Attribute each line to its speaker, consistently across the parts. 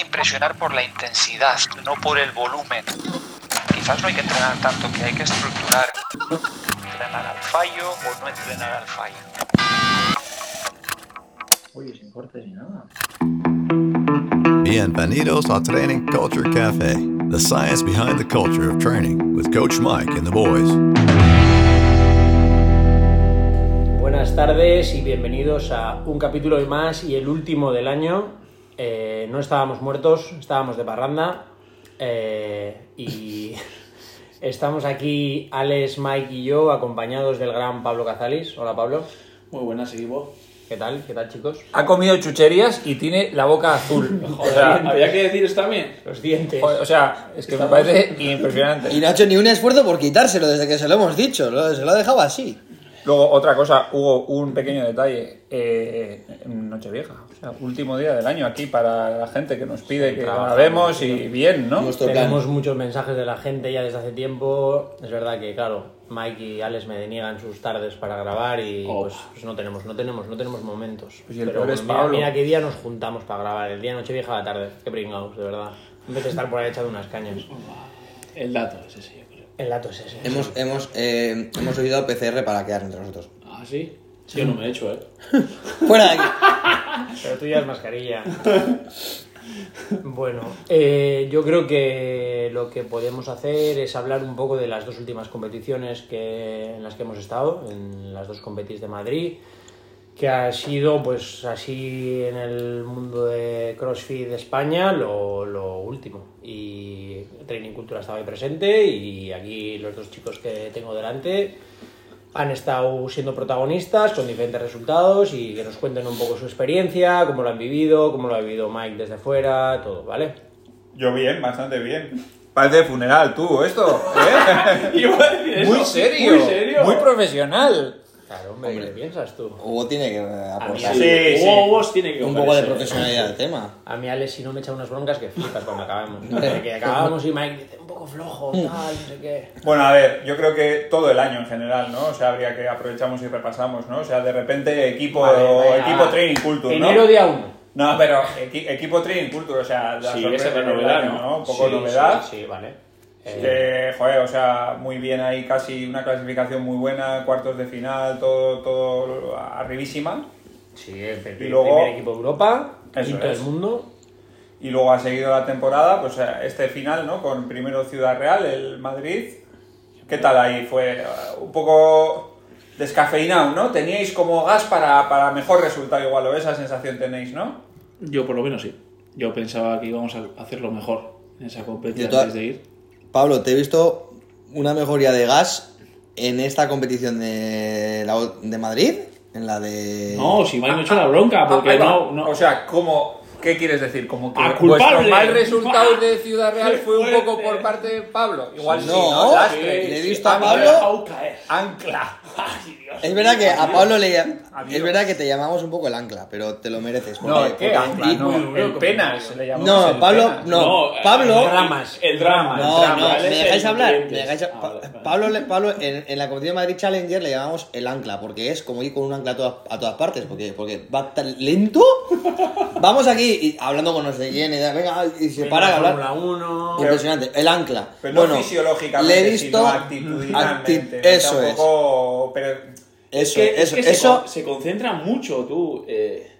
Speaker 1: impresionar por la intensidad, no por el volumen. Quizás no hay que entrenar tanto, que hay que estructurar. Entrenar al fallo o no entrenar al fallo.
Speaker 2: Oye, sin cortes ni nada.
Speaker 3: Bienvenidos a Training Culture Cafe, the science behind the culture of training with Coach Mike and the boys.
Speaker 4: Buenas tardes y bienvenidos a un capítulo y más y el último del año. Eh, no estábamos muertos, estábamos de parranda eh, y estamos aquí Alex, Mike y yo acompañados del gran Pablo Cazalis. Hola Pablo,
Speaker 5: Muy buenas, equipo.
Speaker 4: ¿qué tal? ¿Qué tal chicos?
Speaker 6: Ha comido chucherías y tiene la boca azul.
Speaker 5: O sea, había que decir esto también.
Speaker 4: Los dientes.
Speaker 6: Joder, O sea, es que me parece impresionante.
Speaker 7: Y no ha hecho ni un esfuerzo por quitárselo desde que se lo hemos dicho, lo- se lo ha dejado así.
Speaker 6: Luego, otra cosa, hubo un pequeño detalle. Eh, en Nochevieja, o sea, último día del año aquí para la gente que nos pide que
Speaker 4: Trabajar,
Speaker 6: grabemos y bien, ¿no?
Speaker 7: Nuestro plan.
Speaker 4: Tenemos muchos mensajes de la gente ya desde hace tiempo. Es verdad que, claro, Mike y Alex me deniegan sus tardes para grabar y
Speaker 5: Oh.
Speaker 4: pues, pues no tenemos, no tenemos, no tenemos momentos.
Speaker 6: Pues y el peor es
Speaker 4: mira,
Speaker 6: Pablo.
Speaker 4: mira qué día nos juntamos para grabar, el día Nochevieja a la tarde. Qué pringados, de verdad. En vez de estar por ahí echando unas cañas.
Speaker 5: El dato es ese, yo creo.
Speaker 4: El dato es ese.
Speaker 7: Hemos, hemos, eh, hemos ayudado a PCR para quedar entre nosotros.
Speaker 5: Ah, sí. Yo no me he hecho, ¿eh?
Speaker 7: Fuera de aquí.
Speaker 4: Pero tú llevas mascarilla. Bueno, eh, yo creo que lo que podemos hacer es hablar un poco de las dos últimas competiciones que, en las que hemos estado, en las dos competis de Madrid, que ha sido, pues así en el mundo de CrossFit de España, lo, lo último. Y Training Cultura estaba ahí presente y aquí los dos chicos que tengo delante han estado siendo protagonistas con diferentes resultados y que nos cuenten un poco su experiencia, cómo lo han vivido, cómo lo ha vivido Mike desde fuera, todo, ¿vale?
Speaker 6: Yo bien, bastante bien. Parece funeral tú, esto. ¿eh?
Speaker 5: Y iba a decir eso.
Speaker 6: muy serio.
Speaker 5: Muy serio.
Speaker 6: muy profesional.
Speaker 4: Claro, hombre, ¿qué piensas tú?
Speaker 7: Hugo tiene que
Speaker 4: mí
Speaker 7: aportar
Speaker 4: así.
Speaker 5: Sí,
Speaker 6: Sí,
Speaker 5: sí.
Speaker 6: sí.
Speaker 5: Huevos tiene que
Speaker 7: un poco de
Speaker 5: comerse.
Speaker 7: profesionalidad al tema.
Speaker 4: A mí Alex si no me echa unas broncas que flipas cuando acabamos. De que acabamos y Mike dice un poco flojo, tal, no sé qué.
Speaker 6: Bueno, a ver, yo creo que todo el año en general, ¿no? O sea, habría que aprovechamos y repasamos, ¿no? O sea, de repente equipo,
Speaker 4: Vale, venga,
Speaker 6: Pues equipo
Speaker 4: va.
Speaker 6: training culture, ¿no?
Speaker 4: Enero día 1.
Speaker 6: No, pero equi- equipo training culture, o sea, la
Speaker 5: Sí,
Speaker 6: sorpresa
Speaker 5: esa es la
Speaker 6: del
Speaker 5: novedad,
Speaker 6: año,
Speaker 5: ¿no?
Speaker 6: ¿no? Un poco novedad.
Speaker 4: Sí, sí, vale. Eh,
Speaker 6: Eh, joder, o sea, muy bien ahí, casi una clasificación muy buena, cuartos de final, todo, todo arribísima.
Speaker 4: sí, el, el
Speaker 6: y luego-
Speaker 4: primer equipo de Europa,
Speaker 6: Eso
Speaker 4: quinto del
Speaker 6: es.
Speaker 4: mundo.
Speaker 6: Y luego ha seguido la temporada, pues eh, este final, ¿no? Con primero Ciudad Real, el Madrid. ¿Qué tal ahí? Fue eh, un poco descafeinado, ¿no? Teníais como gas para, para mejor resultado igual, o esa sensación tenéis, ¿no?
Speaker 5: Yo por lo menos sí. Yo pensaba que íbamos a hacerlo mejor en esa competencia
Speaker 7: Yo toda-
Speaker 5: antes de ir.
Speaker 7: Pablo, te he visto una mejoría de gas en esta competición de, la, o- de Madrid, en la de...
Speaker 5: No, si me han hecho la bronca,
Speaker 6: Ah,
Speaker 5: porque
Speaker 6: ahí va.
Speaker 5: no... no.
Speaker 6: O sea, ¿cómo, ¿qué quieres decir? Como que
Speaker 5: ¡A
Speaker 6: vuestro
Speaker 5: culpable!
Speaker 6: mal resultado de Ciudad Real fue un
Speaker 5: Fuerte.
Speaker 6: poco por parte de Pablo. Igual sí,
Speaker 7: No,
Speaker 6: ¿no? Lastre.
Speaker 7: sí, le he
Speaker 6: Sí,
Speaker 7: visto a
Speaker 6: ancla.
Speaker 7: Pablo. Eh,
Speaker 5: Dejado caer.
Speaker 6: Ancla.
Speaker 5: Ay, Dios.
Speaker 7: Es verdad que a Pablo le... Es
Speaker 6: Adiós.
Speaker 7: verdad que te llamamos un poco el ancla, pero te lo mereces.
Speaker 6: No,
Speaker 7: porque-
Speaker 6: ¿el qué?
Speaker 7: porque-
Speaker 6: Ancla,
Speaker 7: y-
Speaker 6: no.
Speaker 5: muy duro
Speaker 6: El
Speaker 5: como
Speaker 6: penas,
Speaker 5: Pablo.
Speaker 6: le llamamos
Speaker 7: No,
Speaker 6: el
Speaker 7: Pablo,
Speaker 6: penas.
Speaker 7: no. Pablo-
Speaker 5: el
Speaker 4: Dramas.
Speaker 5: El drama. el
Speaker 7: No,
Speaker 5: drama,
Speaker 7: no,
Speaker 5: ¿vale?
Speaker 7: me dejáis
Speaker 5: El
Speaker 7: hablar. Me
Speaker 5: cliente.
Speaker 7: dejáis
Speaker 5: Ah,
Speaker 7: ha- Pa-
Speaker 5: vale, vale.
Speaker 7: Pablo, le- Pablo en, en la competición de Madrid Challenger le llamamos el ancla, porque es como ir con un ancla a todas, a todas partes, porque, porque va tan lento. Vamos aquí y hablando con no sé quién, y da- venga, ah, y se para de hablar.
Speaker 4: Fórmula 1.
Speaker 7: Impresionante, el ancla.
Speaker 6: Pero no
Speaker 7: Bueno,
Speaker 6: fisiológicamente,
Speaker 7: le he visto
Speaker 6: sino
Speaker 7: acti-
Speaker 6: actitudinalmente. ¿no?
Speaker 7: eso es.
Speaker 6: Tampoco- pero
Speaker 7: Eso,
Speaker 5: que-
Speaker 7: eso,
Speaker 5: que se
Speaker 7: eso.
Speaker 5: con- Se, concentra mucho, tú. eh,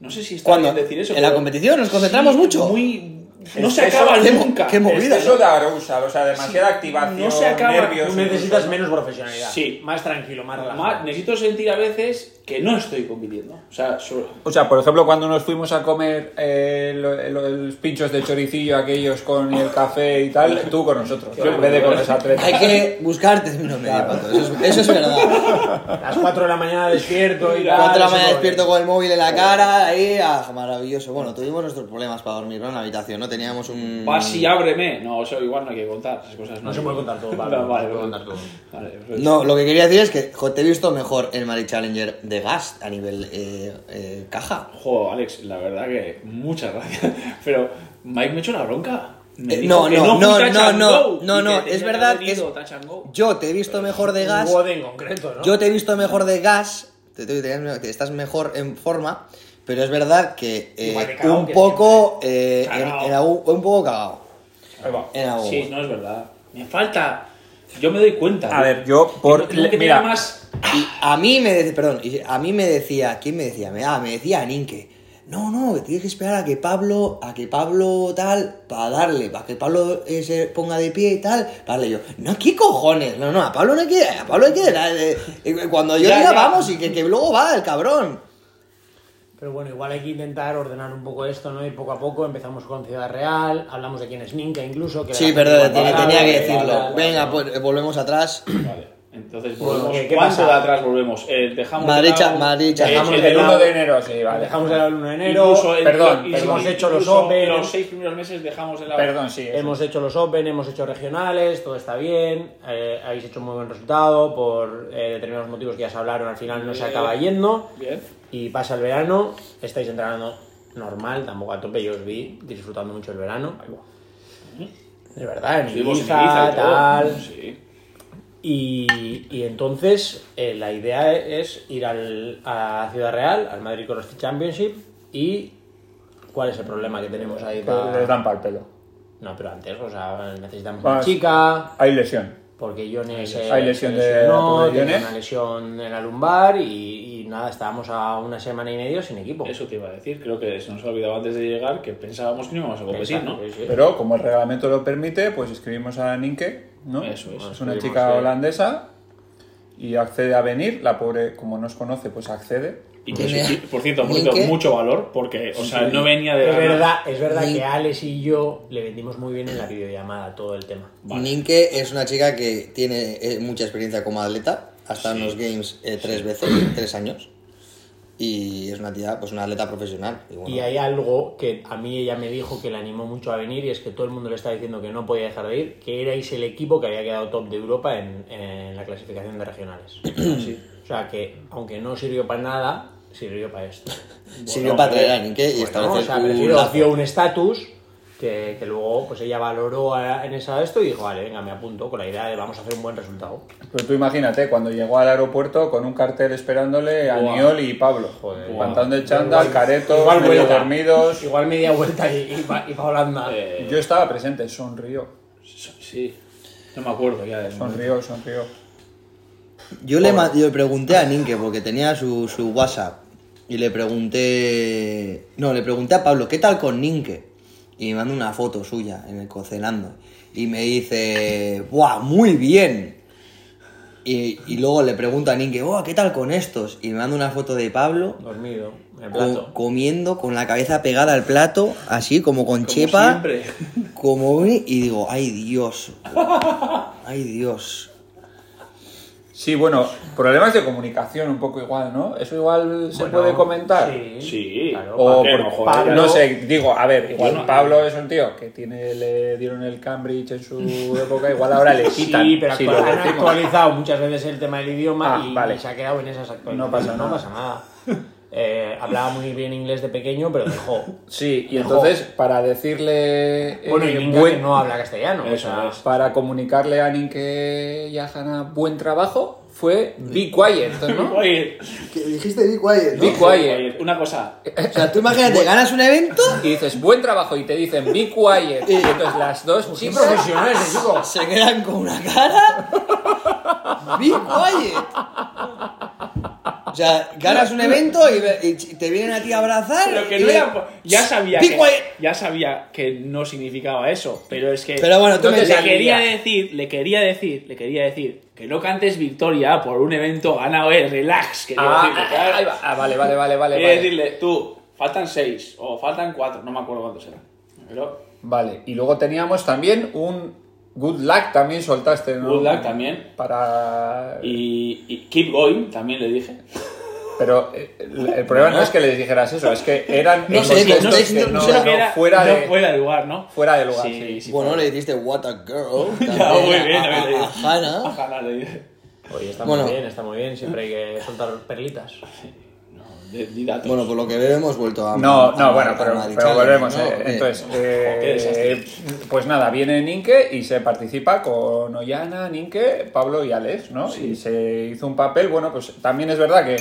Speaker 5: no sé si está
Speaker 7: ¿Cuándo?
Speaker 5: bien decir eso.
Speaker 7: ¿En
Speaker 5: pero-
Speaker 7: la competición nos concentramos
Speaker 5: Sí,
Speaker 7: mucho?
Speaker 5: muy- no
Speaker 6: Es
Speaker 5: se
Speaker 6: que eso-
Speaker 5: acaba
Speaker 7: qué mo-
Speaker 5: nunca.
Speaker 7: qué
Speaker 6: es
Speaker 7: movida,
Speaker 6: que eso da arousal, o sea, demasiada
Speaker 5: Sí,
Speaker 6: activación,
Speaker 5: no se acaba,
Speaker 6: nervios.
Speaker 4: Tú necesitas
Speaker 6: incluso.
Speaker 4: menos profesionalidad.
Speaker 5: Sí.
Speaker 4: Más tranquilo, más relajado.
Speaker 5: Ma- necesito sentir a veces que no estoy compitiendo. O sea, sobre-
Speaker 6: O sea, por ejemplo, cuando nos fuimos a comer eh, lo- lo- los pinchos de choricillo aquellos con el café y tal, tú con nosotros, en vez de con los atletas.
Speaker 7: Hay que buscar término medio, Pato, Eso es, eso es verdad.
Speaker 4: las 4 de la mañana despierto y tal.
Speaker 7: Cuatro de la
Speaker 4: eso
Speaker 7: mañana
Speaker 4: no
Speaker 7: despierto
Speaker 4: es.
Speaker 7: con el móvil en la cara, ahí, ah, maravilloso. Bueno, tuvimos nuestros problemas para dormir ¿no? en la habitación, ¿no? Teníamos un.
Speaker 5: vas y ábreme. No, eso igual no hay que contar. Esas cosas no,
Speaker 4: No se puede contar todo, Pablo,
Speaker 5: No,
Speaker 4: no
Speaker 5: vale,
Speaker 4: se puede
Speaker 5: vale.
Speaker 4: contar todo.
Speaker 5: Vale, pues-
Speaker 7: No, lo que quería decir es que jo, te he visto mejor en Mari Challenger de gas a nivel eh, eh, caja.
Speaker 5: Jo, Alex, la verdad que muchas gracias. Pero Mike me echó la bronca. Me
Speaker 7: Eh,
Speaker 5: dijo
Speaker 7: no,
Speaker 5: que
Speaker 7: no,
Speaker 5: fui
Speaker 7: no,
Speaker 5: touch
Speaker 7: no,
Speaker 5: and
Speaker 7: no, no,
Speaker 5: go y que
Speaker 7: no,
Speaker 5: tenía
Speaker 7: es
Speaker 5: que
Speaker 7: verdad,
Speaker 5: haber ido
Speaker 7: es-
Speaker 5: touch and go.
Speaker 7: Yo te he visto mejor de gas.
Speaker 4: Wode en concreto, ¿no?
Speaker 7: Yo te he visto mejor de gas. Te, te- te- te- estás mejor en forma. Pero es verdad que eh,
Speaker 4: Igual de cagao
Speaker 7: un,
Speaker 4: que
Speaker 7: poco, eh, en,
Speaker 5: Cagao.
Speaker 7: en algún- un poco cagado.
Speaker 6: Ahí va.
Speaker 7: En algún-
Speaker 5: Sí, no es verdad. Me falta. Yo me doy cuenta.
Speaker 6: A ver, yo por...
Speaker 5: Tengo que
Speaker 6: Mira,
Speaker 5: tener más.
Speaker 7: Y a mí me decía, perdón, y a mí me decía, ¿quién me decía? Me, ah, me decía Ninke. No, no, que tienes que esperar a que Pablo, a que Pablo tal, para darle, para que Pablo eh, se ponga de pie y tal, para darle yo. No, ¿qué cojones? No, no, a Pablo no hay que, a Pablo hay que, eh, eh, cuando yo
Speaker 5: Ya,
Speaker 7: diga
Speaker 5: ya.
Speaker 7: vamos y que, que luego va el cabrón.
Speaker 4: Pero bueno, igual hay que intentar ordenar un poco esto, ¿no? Y poco a poco empezamos con Ciudad Real, hablamos de quién es Ninja incluso. Que
Speaker 7: Sí,
Speaker 4: la-
Speaker 7: perdón,
Speaker 4: Vale,
Speaker 7: tenía, tenía que
Speaker 5: vale, vale,
Speaker 7: decirlo.
Speaker 5: vale.
Speaker 7: Venga, pues eh, volvemos atrás.
Speaker 5: Vale. Entonces volvemos.
Speaker 4: ¿qué- qué
Speaker 5: ¿Cuánto
Speaker 4: pasa?
Speaker 5: de atrás volvemos? Eh, dejamos
Speaker 7: Madrid,
Speaker 5: de lado-
Speaker 7: Madrid,
Speaker 5: Eh,
Speaker 7: dejamos
Speaker 5: el
Speaker 4: de
Speaker 6: el
Speaker 4: lado-
Speaker 6: 1 de enero, sí,
Speaker 7: pues.
Speaker 6: vale.
Speaker 4: Dejamos el 1 de enero,
Speaker 5: Incluso el-
Speaker 6: Perdón,
Speaker 5: incluso-
Speaker 6: perdón.
Speaker 4: hemos hecho los
Speaker 5: incluso
Speaker 4: Open,
Speaker 5: Los seis primeros meses dejamos el lado.
Speaker 6: Perdón, sí. eso.
Speaker 4: hemos hecho los Open, hemos hecho regionales, todo está bien, eh, habéis hecho muy buen resultado por eh, determinados motivos que ya se hablaron, al final no se acaba yendo.
Speaker 5: Bien.
Speaker 4: Y pasa el verano, estáis entrenando normal, tampoco a tope, yo os vi disfrutando mucho el verano. De verdad, en
Speaker 5: Estuvimos en
Speaker 4: Ibiza,
Speaker 5: Ibiza y todo.
Speaker 4: tal.
Speaker 5: Sí.
Speaker 4: Y, y entonces eh, la idea es ir al, a Ciudad Real, al Madrid CrossFit Championship y cuál es el problema que tenemos ahí
Speaker 6: Pero Les
Speaker 4: para...
Speaker 6: dan para el pelo.
Speaker 4: No, pero antes, o sea, necesitamos
Speaker 6: Vamos.
Speaker 4: una chica,
Speaker 6: Hay lesión.
Speaker 4: porque Johnny se,
Speaker 6: Hay lesión
Speaker 4: se
Speaker 6: de-
Speaker 4: lesionó,
Speaker 6: de
Speaker 4: tenía
Speaker 6: lesiones.
Speaker 4: una lesión en la lumbar y, y nada, estábamos a una semana y medio sin equipo.
Speaker 5: Eso te iba a decir. Creo que se nos ha olvidado antes de llegar que pensábamos que no íbamos a competir,
Speaker 4: Pensando,
Speaker 5: ¿no?
Speaker 4: sí, sí.
Speaker 6: Pero como el reglamento lo permite, pues escribimos a Ninke, ¿no?
Speaker 5: Eso es.
Speaker 6: Es una
Speaker 5: Escribimos,
Speaker 6: chica
Speaker 5: eh.
Speaker 6: holandesa y accede a venir. La pobre, como nos conoce, pues accede.
Speaker 5: Y por,
Speaker 7: Tiene-
Speaker 5: ci- por cierto, por cierto,
Speaker 7: ¿Ninque?
Speaker 5: mucho valor porque, o sea, no venía de
Speaker 4: Es
Speaker 5: ganas.
Speaker 4: verdad, es verdad
Speaker 7: Ni-
Speaker 4: que Alex y yo le vendimos muy bien en la videollamada todo el tema.
Speaker 5: Vale.
Speaker 7: Ninke es una chica que tiene eh, mucha experiencia como atleta, hasta en los Games eh, tres veces, tres años. Y es una tía, pues una atleta profesional. Y bueno,
Speaker 4: Y hay algo que a mí ella me dijo que le animó mucho a venir y es que todo el mundo le está diciendo que no podía dejar de ir, que erais el equipo que había quedado top de Europa en, en la clasificación de regionales. O sea que, aunque no sirvió para nada, sirvió para esto.
Speaker 7: sirvió para traer a Ninke y
Speaker 6: Pues
Speaker 4: ¿no? O
Speaker 7: establecer
Speaker 4: sea,
Speaker 7: un
Speaker 4: me refiero,
Speaker 7: lazo.
Speaker 4: dio un estatus que, que luego pues ella valoró a- en esa esto y dijo, vale, venga, me apunto con la idea de vamos a hacer un buen resultado.
Speaker 6: Pero tú imagínate, cuando llegó al aeropuerto con un cartel esperándole a
Speaker 5: Guau.
Speaker 6: Niol y Pablo.
Speaker 4: Joder.
Speaker 6: Pantalón de chándal, caretos,
Speaker 4: Igual
Speaker 6: medio
Speaker 4: vuelta.
Speaker 6: dormidos.
Speaker 4: Igual media vuelta y, y pa- y pa' Holanda.
Speaker 5: Eh,
Speaker 6: Yo estaba presente, sonrió,
Speaker 5: Sí. No me acuerdo ya de
Speaker 6: sonrió, sonrió.
Speaker 7: Yo le, ma- yo le pregunté a Ninke porque tenía su, su WhatsApp y le pregunté. No, le pregunté a Pablo, ¿qué tal con Ninke? Y me mandó una foto suya en el cocinando. Y me dice, ¡buah, muy bien! Y, y luego le pregunto a Ninke, ¡buah, qué tal con estos! Y me manda una foto de Pablo
Speaker 4: Dormido, en el
Speaker 7: co-
Speaker 4: plato.
Speaker 7: comiendo con la cabeza pegada al plato, así como con
Speaker 5: Como
Speaker 7: chepa.
Speaker 5: siempre.
Speaker 7: Como y digo, ¡ay Dios! ¡ay Dios!
Speaker 6: Sí, bueno, problemas de comunicación un poco igual, ¿no? Eso igual se puede comentar.
Speaker 4: Sí.
Speaker 5: Sí.
Speaker 4: Claro.
Speaker 6: O
Speaker 5: ¿Por qué
Speaker 6: por-
Speaker 5: no, joder?
Speaker 4: Pablo- eh.
Speaker 6: no sé, digo, a ver, igual
Speaker 5: Yo no-
Speaker 6: Pablo es un tío que tiene, le dieron el Cambridge en su época, igual ahora le quitan.
Speaker 4: Sí, pero
Speaker 6: si
Speaker 4: actua-
Speaker 6: lo
Speaker 4: han
Speaker 6: decimos.
Speaker 4: actualizado muchas veces el tema del idioma
Speaker 6: Ah,
Speaker 4: y,
Speaker 6: vale.
Speaker 4: y se ha quedado en esas actualizaciones.
Speaker 6: No pasa nada.
Speaker 4: nada. Eh, hablaba muy bien inglés de pequeño, pero dejó.
Speaker 6: Sí, y entonces para decirle eh,
Speaker 4: Bueno, y Minka
Speaker 6: buen-
Speaker 4: que no habla castellano. o
Speaker 5: Eso
Speaker 4: sea,
Speaker 5: es.
Speaker 6: para comunicarle a Ninke y a Hannah buen trabajo fue be quiet, ¿no?
Speaker 5: Oye,
Speaker 7: Que dijiste Be Quiet,
Speaker 6: be quiet.
Speaker 5: oye, una cosa.
Speaker 7: O sea, tú imagínate, ganas un evento,
Speaker 6: Y dices buen trabajo y te dicen be quiet. Y entonces las dos
Speaker 4: Sí,
Speaker 6: chicas
Speaker 4: profesional ese chico.
Speaker 7: se quedan con una cara. Be Quiet. O sea, ganas un evento y, ve- y ch- te vienen a ti a abrazar.
Speaker 5: Pero que
Speaker 7: y
Speaker 5: no
Speaker 7: le-
Speaker 5: era. Ya sabía
Speaker 7: Be
Speaker 5: que,
Speaker 7: quiet.
Speaker 5: ya sabía que no significaba eso, pero es que.
Speaker 7: Pero bueno, tú me
Speaker 5: le
Speaker 7: entiendes.
Speaker 5: quería decir, le quería decir, le quería decir que no cantes victoria por un evento ganado, eh, relax. Quería
Speaker 6: Ah,
Speaker 5: decirle,
Speaker 6: ah,
Speaker 5: claro.
Speaker 6: ahí va. Ah, vale, vale, vale, vale.
Speaker 5: Quería
Speaker 6: vale.
Speaker 5: decirle, tú, faltan seis o faltan cuatro, no me acuerdo cuántos eran. Pero
Speaker 6: Vale, y luego teníamos también un Good Luck, también soltaste, ¿no?
Speaker 5: Good Luck también.
Speaker 6: Para...
Speaker 5: Y, y Keep Going también le dije.
Speaker 6: Pero eh, el, el problema no. es que les dijeras eso, es que eran...
Speaker 7: No sé,
Speaker 6: en
Speaker 7: no
Speaker 6: contextos
Speaker 7: sé,
Speaker 6: que
Speaker 7: no sé lo que
Speaker 5: era-
Speaker 6: fuera,
Speaker 5: no
Speaker 6: de,
Speaker 5: fuera de lugar, ¿no?
Speaker 6: fuera de lugar, sí.
Speaker 7: Bueno, le dijiste What a Girl.
Speaker 5: Ya,
Speaker 7: también
Speaker 5: muy
Speaker 7: a-
Speaker 5: bien,
Speaker 7: a-
Speaker 5: a ver,
Speaker 7: a Hannah.
Speaker 5: Ojalá le dije.
Speaker 4: Oye, está
Speaker 7: Bueno.
Speaker 4: muy bien, está muy bien. Siempre hay que soltar perlitas.
Speaker 5: De- di datos.
Speaker 7: Bueno, por lo que veo hemos vuelto a...
Speaker 6: No,
Speaker 7: a-
Speaker 6: no, bueno,
Speaker 7: a
Speaker 6: pero,
Speaker 7: Madrid,
Speaker 6: pero
Speaker 7: ¿no?
Speaker 6: volvemos.
Speaker 7: ¿no?
Speaker 6: eh,
Speaker 7: Porque-
Speaker 6: Entonces,
Speaker 5: qué desastre.
Speaker 6: eh, pues nada, viene Ninke y se participa con Ollana, Ninke, Pablo y Alex, ¿no? Y se hizo un papel, bueno, pues también es verdad que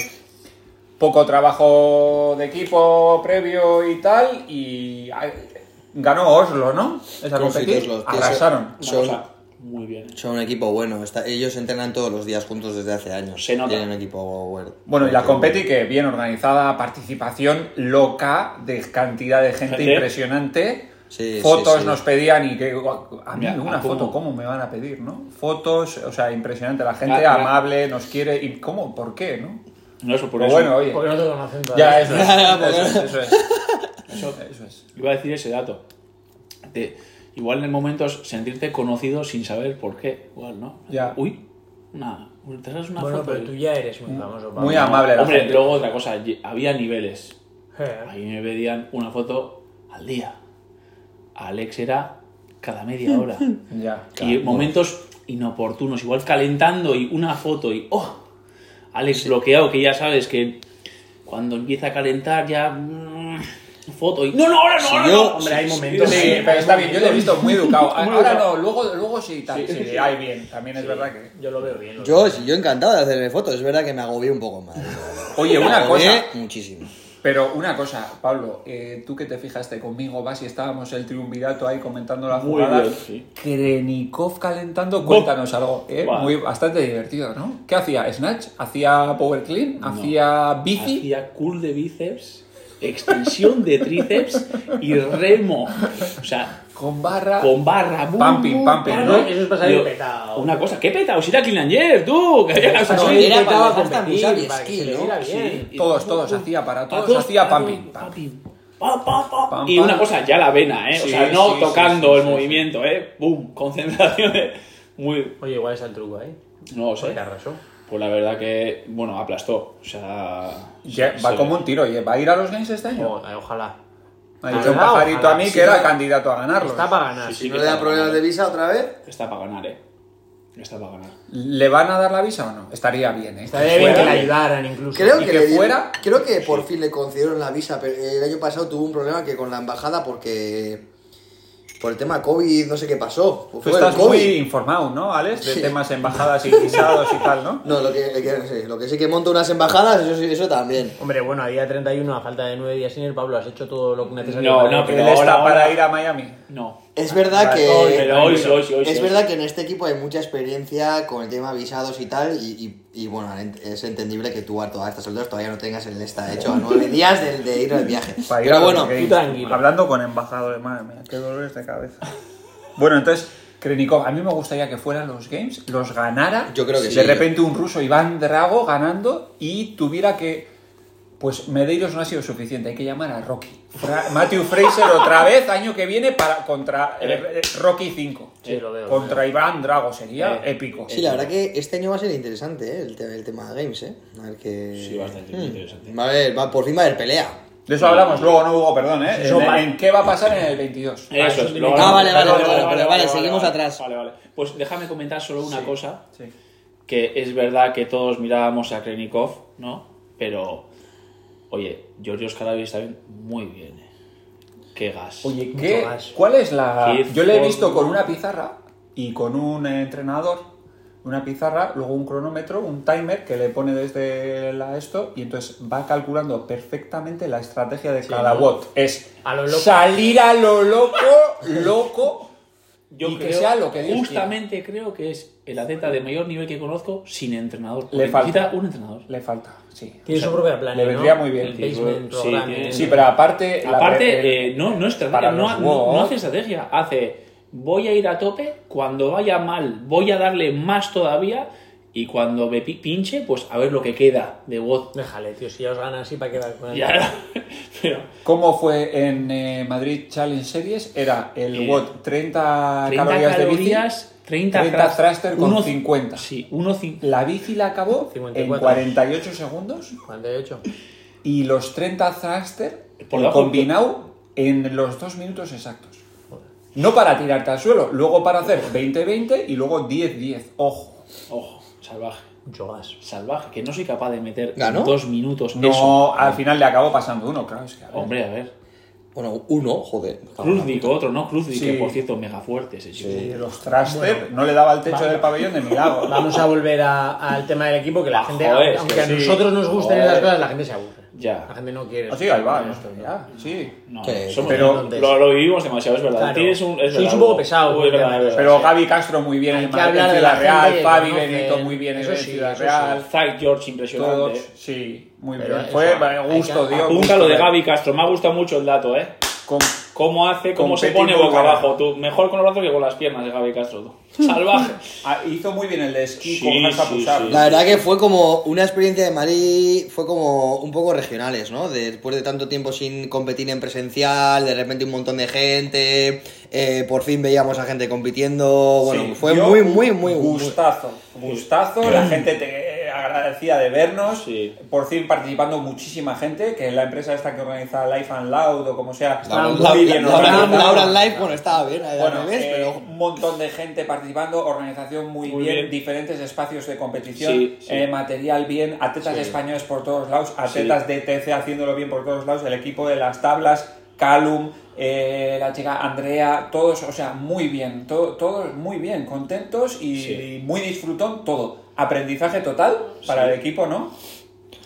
Speaker 6: poco trabajo de equipo previo y tal, y ah, ganó Oslo, ¿no? Esa
Speaker 7: Con sí,
Speaker 6: competición.
Speaker 7: Oslo, que eso-
Speaker 6: Arrasaron.
Speaker 5: Una
Speaker 7: Son-
Speaker 5: cosa muy bien. ¿eh?
Speaker 7: Son un equipo bueno. está- ellos entrenan todos los días juntos desde hace años.
Speaker 5: Se nota.
Speaker 7: Tienen un equipo bueno.
Speaker 6: Bueno, y la competi que bien organizada, participación loca de cantidad de gente
Speaker 5: Gente.
Speaker 6: impresionante.
Speaker 7: Sí,
Speaker 6: fotos
Speaker 7: sí, sí.
Speaker 6: nos pedían y que a mí
Speaker 5: Mira,
Speaker 6: una
Speaker 5: ¿a cómo?
Speaker 6: foto cómo me van a pedir, ¿no? Fotos, o sea, impresionante, la gente
Speaker 5: Ya, ya.
Speaker 6: amable nos quiere y cómo, ¿por qué, no?
Speaker 5: No, eso por
Speaker 6: Pero
Speaker 5: eso.
Speaker 6: bueno, oye,
Speaker 4: Porque no te conocen
Speaker 6: ya eh.
Speaker 4: todavía.
Speaker 6: eso es, eso es, eso es. Eso, eso es.
Speaker 5: Iba a decir ese dato. De, igual en momentos sentirte conocido sin saber por qué. Igual, ¿no?
Speaker 6: Ya.
Speaker 5: Uy, una, te hagas una
Speaker 4: Bueno,
Speaker 5: foto.
Speaker 4: pero
Speaker 5: y-
Speaker 4: tú ya eres muy famoso. Pablo.
Speaker 6: Muy amable la
Speaker 5: Hombre,
Speaker 6: gente.
Speaker 5: luego otra cosa. ye- Había niveles.
Speaker 4: Eh,
Speaker 5: Ahí me pedían una foto al día. A Alex era cada media hora.
Speaker 6: Ya.
Speaker 5: y momentos inoportunos, igual calentando y una foto y ¡oh! Alex bloqueado, que ya sabes que cuando empieza a calentar ya. mm, foto y. ¡No, no, ahora no! ahora
Speaker 7: yo-
Speaker 5: no!
Speaker 4: Hombre, hay momentos.
Speaker 6: Sí, pero está bien, yo le he visto muy educado.
Speaker 5: Muy
Speaker 6: Ahora
Speaker 5: educado.
Speaker 6: no, luego, luego sí, tal. Sí, ahí bien, también es verdad que.
Speaker 4: Yo lo veo bien. lo
Speaker 7: Yo,
Speaker 4: veo
Speaker 7: sí, yo encantado de hacerme fotos. Es verdad que me agobié un poco más.
Speaker 6: Oye,
Speaker 7: Me
Speaker 6: una
Speaker 7: agobié
Speaker 6: cosa.
Speaker 7: Muchísimo.
Speaker 6: Pero una cosa, Pablo, eh, tú que te fijaste conmigo, vas y estábamos el triunvirato ahí comentando la
Speaker 5: Muy
Speaker 6: jugada.
Speaker 5: bien, sí.
Speaker 6: Krenikov calentando, cuéntanos algo. eh,
Speaker 5: Buah.
Speaker 6: muy, bastante divertido, ¿no? ¿Qué hacía? ¿Snatch? ¿Hacía Power Clean? ¿Hacía bici?
Speaker 5: Hacía cool de bíceps, extensión de tríceps y remo. O sea,
Speaker 6: ¿Con barra?
Speaker 5: con barra. bum,
Speaker 6: Pumping,
Speaker 5: bum,
Speaker 6: pumping,
Speaker 5: barra.
Speaker 6: ¿no?
Speaker 4: Eso es para salir
Speaker 5: Yo-
Speaker 4: petado.
Speaker 5: Una cosa, ¿qué petado? Si era Kilianger, tú, que había
Speaker 4: Para
Speaker 5: causado-
Speaker 7: no,
Speaker 4: salir
Speaker 7: era
Speaker 4: petado
Speaker 7: para
Speaker 4: a
Speaker 7: dejar tan
Speaker 4: competir,
Speaker 7: Xavi
Speaker 4: para que
Speaker 7: Ski,
Speaker 4: se le
Speaker 7: ¿no?
Speaker 4: diera bien.
Speaker 6: Todos, todos, hacía para todos,
Speaker 5: Todos,
Speaker 6: hacía
Speaker 5: todos,
Speaker 6: pumping.
Speaker 5: pumping. Pa, pa, pa.
Speaker 6: Pam,
Speaker 5: Y
Speaker 6: pam.
Speaker 5: una cosa, ya la vena, ¿eh?
Speaker 6: Sí,
Speaker 5: o sea, no
Speaker 6: sí,
Speaker 5: tocando
Speaker 6: sí, sí,
Speaker 5: el
Speaker 6: sí,
Speaker 5: movimiento, ¿eh? ¡Bum! Concentración. ¿eh? Muy...
Speaker 4: Oye, igual está el truco, ¿eh?
Speaker 5: No sé.
Speaker 4: Porque arrasó.
Speaker 5: Pues la verdad que, bueno, aplastó. O sea...
Speaker 6: Ya,
Speaker 5: se-
Speaker 6: va
Speaker 5: se-
Speaker 6: como un tiro, oye, ¿va a ir a los games este año?
Speaker 4: O- eh, Ojalá.
Speaker 6: Me ha dicho un
Speaker 4: Ojalá,
Speaker 6: pajarito
Speaker 4: ojalá.
Speaker 6: a mí
Speaker 4: Sí,
Speaker 6: que era
Speaker 4: no.
Speaker 6: candidato a ganarlo.
Speaker 4: Está para ganar.
Speaker 5: Sí, sí,
Speaker 7: ¿No
Speaker 5: que
Speaker 7: le da
Speaker 5: está para
Speaker 7: problemas de
Speaker 5: ganar.
Speaker 7: visa otra vez?
Speaker 5: Está para ganar, ¿eh? Está para ganar.
Speaker 6: ¿Le van a dar la visa o no? Estaría bien, ¿eh?
Speaker 4: Estaría bien
Speaker 6: Fuera.
Speaker 4: que le ayudaran incluso.
Speaker 7: Creo
Speaker 6: Y
Speaker 7: que,
Speaker 6: que
Speaker 7: le dieron-
Speaker 6: fuera-
Speaker 7: creo que por fin le concedieron la visa, pero el año pasado tuvo un problema que con la embajada porque por el tema COVID, no sé qué pasó. Pues
Speaker 6: Tú
Speaker 7: fue
Speaker 6: estás
Speaker 7: el COVID.
Speaker 6: muy informado, ¿no, Alex? De
Speaker 7: Sí.
Speaker 6: temas embajadas y visados y tal, ¿no?
Speaker 7: No, lo que, lo que- sí, lo que sí que monta unas embajadas, eso, sí- eso también.
Speaker 4: Hombre, bueno, a día 31, a falta de 9 días sin el Pablo, has hecho todo lo necesario.
Speaker 5: No,
Speaker 4: para
Speaker 5: no,
Speaker 4: que-
Speaker 5: pero
Speaker 6: Él está
Speaker 5: ahora-
Speaker 6: para
Speaker 5: ahora-
Speaker 6: ir a Miami.
Speaker 5: No.
Speaker 7: Es verdad
Speaker 6: Vale,
Speaker 7: que...
Speaker 5: Pero hoy sí, hoy sí, hoy sí,
Speaker 7: Es
Speaker 5: hoy
Speaker 7: verdad que en este equipo hay mucha experiencia con el tema visados y tal, y, y- y, bueno, ent- es entendible que tú a todas estas alturas todavía no tengas el lista hecho a nueve días de, de ir al viaje.
Speaker 6: Para ir a
Speaker 7: Pero
Speaker 6: los
Speaker 7: bueno,
Speaker 6: gays.
Speaker 4: tú tranquilo.
Speaker 6: Hablando con embajadores, madre mía, qué dolores de cabeza. bueno, entonces, Krenikov, a mí me gustaría que fueran los games, los ganara.
Speaker 7: Yo creo que
Speaker 6: De
Speaker 7: sí.
Speaker 6: repente un ruso, Iván Drago, ganando y tuviera que. Pues Medeiros no ha sido suficiente, hay que llamar a Rocky. Fra- Matthew Fraser otra vez, año que viene, para, contra eh, eh, Rocky 5.
Speaker 4: Sí, lo veo,
Speaker 6: Contra Iván Drago, sería
Speaker 5: Eh,
Speaker 6: épico.
Speaker 7: Sí, la verdad que este año va a ser interesante, ¿eh? El, te- el tema de games, ¿eh? A ver qué...
Speaker 5: Sí, bastante
Speaker 6: Hmm.
Speaker 5: interesante.
Speaker 7: Va a haber, va, por fin va a haber pelea.
Speaker 6: De eso hablamos luego, no Hugo, perdón, ¿eh?
Speaker 5: Eso
Speaker 6: en,
Speaker 5: va.
Speaker 6: en qué va a pasar en el 22.
Speaker 5: Eso es. lo-
Speaker 7: Ah, vale, vale, vale, vale, vale, seguimos atrás.
Speaker 5: Vale, vale. Pues déjame comentar solo una cosa.
Speaker 6: Sí.
Speaker 5: que es verdad que todos mirábamos a Krenikov, ¿no? Pero, oye, Giorgio Scarabi está bien, muy bien. ¿eh? Qué gas.
Speaker 6: Oye,
Speaker 4: Mucho
Speaker 6: ¿qué,
Speaker 4: gas.
Speaker 6: ¿cuál es la...?
Speaker 5: Qué
Speaker 6: Yo le he
Speaker 5: forma.
Speaker 6: visto con una pizarra y con un eh, entrenador, una pizarra, luego un cronómetro, un timer que le pone desde la esto y entonces va calculando perfectamente la estrategia de cada
Speaker 4: ¿no?
Speaker 6: bot. Es
Speaker 4: A lo loco.
Speaker 6: salir a lo loco, loco,
Speaker 5: yo
Speaker 6: y que sea lo que Dios
Speaker 5: Justamente creo que es el atleta de mayor nivel que conozco sin entrenador.
Speaker 6: Le
Speaker 5: Le
Speaker 6: falta.
Speaker 5: falta un entrenador.
Speaker 6: le falta, sí.
Speaker 4: Tiene su propia plan.
Speaker 6: Le vendría muy bien.
Speaker 4: El basement
Speaker 5: Sí,
Speaker 4: program,
Speaker 5: tiene-
Speaker 4: eh.
Speaker 6: Sí, pero aparte... la- el-
Speaker 5: Aparte, eh, no, no estrategia,
Speaker 6: para
Speaker 5: no,
Speaker 6: los
Speaker 5: no- no
Speaker 6: WOD.
Speaker 5: hace estrategia, hace voy a ir a tope, cuando vaya mal voy a darle más todavía y cuando me pi- pinche, pues a ver lo que queda de WOD.
Speaker 4: Déjale, tío, si ya os gana así para quedar con él.
Speaker 5: Ya, pero
Speaker 6: ¿Cómo fue en eh, Madrid Challenge Series? Era el
Speaker 5: Eh,
Speaker 6: WOT 30,
Speaker 5: 30
Speaker 6: Ah, calorías,
Speaker 5: calorías,
Speaker 6: de bici,
Speaker 5: 30,
Speaker 6: 30
Speaker 5: thrust-
Speaker 6: thruster con
Speaker 5: uno-
Speaker 6: 50.
Speaker 5: Sí, 1.50.
Speaker 6: La bici la acabó
Speaker 4: 54.
Speaker 6: en 48 segundos
Speaker 4: 48.
Speaker 6: y los 30 thruster
Speaker 5: Por
Speaker 6: el
Speaker 5: debajo.
Speaker 6: combinado en los 2 minutos exactos. No para tirarte al suelo, luego para hacer 20-20 y luego 10-10. Ojo.
Speaker 5: Ojo, salvaje,
Speaker 4: Mucho gas.
Speaker 5: salvaje, que no soy capaz de meter en
Speaker 7: ¿Ganó?
Speaker 5: dos minutos
Speaker 6: No,
Speaker 5: eso.
Speaker 6: al final le acabó pasando uno, claro. Es que, a ver.
Speaker 5: Hombre, a ver.
Speaker 7: Bueno, uno, joder.
Speaker 5: Cruznik, otro, ¿no? Cruznik,
Speaker 6: Sí.
Speaker 5: que por cierto, mega fuerte ese chico.
Speaker 7: Sí.
Speaker 6: Traster no le daba el techo del pabellón de milagro.
Speaker 4: Vamos a volver a- al tema del equipo, que la
Speaker 5: Ah,
Speaker 4: gente,
Speaker 5: joder, es
Speaker 4: aunque
Speaker 5: que
Speaker 4: a
Speaker 5: sí.
Speaker 4: nosotros nos gusten
Speaker 5: Joder.
Speaker 4: esas cosas, la gente se aburre.
Speaker 5: Ya.
Speaker 4: La gente no quiere.
Speaker 6: Ah, sí, ahí va,
Speaker 4: escuchar
Speaker 6: ¿no?
Speaker 4: esto, ¿no?
Speaker 6: Ya, sí.
Speaker 5: No,
Speaker 7: Que-
Speaker 5: somos-
Speaker 6: pero-
Speaker 5: lo, lo vivimos demasiado, es verdad.
Speaker 4: Claro.
Speaker 5: Tienes un, es
Speaker 4: Sois
Speaker 5: verdad,
Speaker 4: un poco
Speaker 5: Hugo.
Speaker 4: pesado
Speaker 5: Hugo,
Speaker 4: con
Speaker 5: es
Speaker 4: el
Speaker 5: verdad,
Speaker 4: tema
Speaker 5: es
Speaker 4: de-
Speaker 5: verdad.
Speaker 6: Pero Gaby Castro muy bien
Speaker 4: Hay
Speaker 6: en
Speaker 4: que
Speaker 6: Madrid,
Speaker 4: hablar
Speaker 6: en
Speaker 4: de
Speaker 6: Ciudad
Speaker 4: la gente
Speaker 6: Real,
Speaker 4: que
Speaker 6: Fabi
Speaker 4: conocen,
Speaker 6: Benito muy bien
Speaker 4: eso
Speaker 6: en
Speaker 4: sí,
Speaker 6: Ciudad
Speaker 4: eso
Speaker 6: Real.
Speaker 5: Zach George,
Speaker 6: Todos,
Speaker 5: impresionante.
Speaker 6: sí, muy
Speaker 4: Pero
Speaker 6: bien.
Speaker 4: eso,
Speaker 6: Fue
Speaker 4: hay que-
Speaker 6: gusto, dio.
Speaker 5: Apunta
Speaker 6: gusto,
Speaker 5: lo de
Speaker 6: eh.
Speaker 5: Gaby Castro, me ha gustado mucho el dato, ¿eh?
Speaker 6: Con-
Speaker 5: ¿Cómo hace, cómo se
Speaker 6: Compete
Speaker 5: pone
Speaker 6: muy
Speaker 5: boca
Speaker 6: bueno.
Speaker 5: abajo? Tú, mejor con los brazos que con las piernas de Gaby Castro. tú. Salvaje.
Speaker 6: ah, hizo muy bien el de esquí
Speaker 5: Sí,
Speaker 6: con Hansa
Speaker 5: sí,
Speaker 6: Pusar.
Speaker 5: sí.
Speaker 7: La verdad que fue como una experiencia de Madrid, fue como un poco regionales, ¿no? Después de tanto tiempo sin competir en presencial, de repente un montón de gente, eh, por fin veíamos a gente compitiendo, bueno,
Speaker 6: Sí,
Speaker 7: fue
Speaker 6: dio
Speaker 7: muy, muy, muy, Mm. muy-
Speaker 6: Gustazo, gustazo, la gente te agradecía de vernos,
Speaker 5: Sí.
Speaker 6: por fin participando muchísima gente, que la empresa esta que organiza Life and Loud o como sea,
Speaker 7: La-
Speaker 6: muy
Speaker 7: la-
Speaker 6: bien
Speaker 7: la- la-
Speaker 6: organizada.
Speaker 7: Laura en live, bueno, estaba bien, al
Speaker 6: Bueno,
Speaker 7: revés,
Speaker 6: eh,
Speaker 7: pero...
Speaker 6: un montón de gente participando, organización muy,
Speaker 5: Muy
Speaker 6: bien,
Speaker 5: bien.
Speaker 6: diferentes espacios de competición,
Speaker 5: Sí, sí.
Speaker 6: eh, material bien, atletas españoles por todos lados, atletas de TC haciéndolo bien por todos lados, el equipo de las tablas, Calum, eh, la chica Andrea, todos, o sea, muy bien, to- todos muy bien, contentos y,
Speaker 5: Sí.
Speaker 6: y muy disfrutón todo. Aprendizaje total para el equipo, ¿no?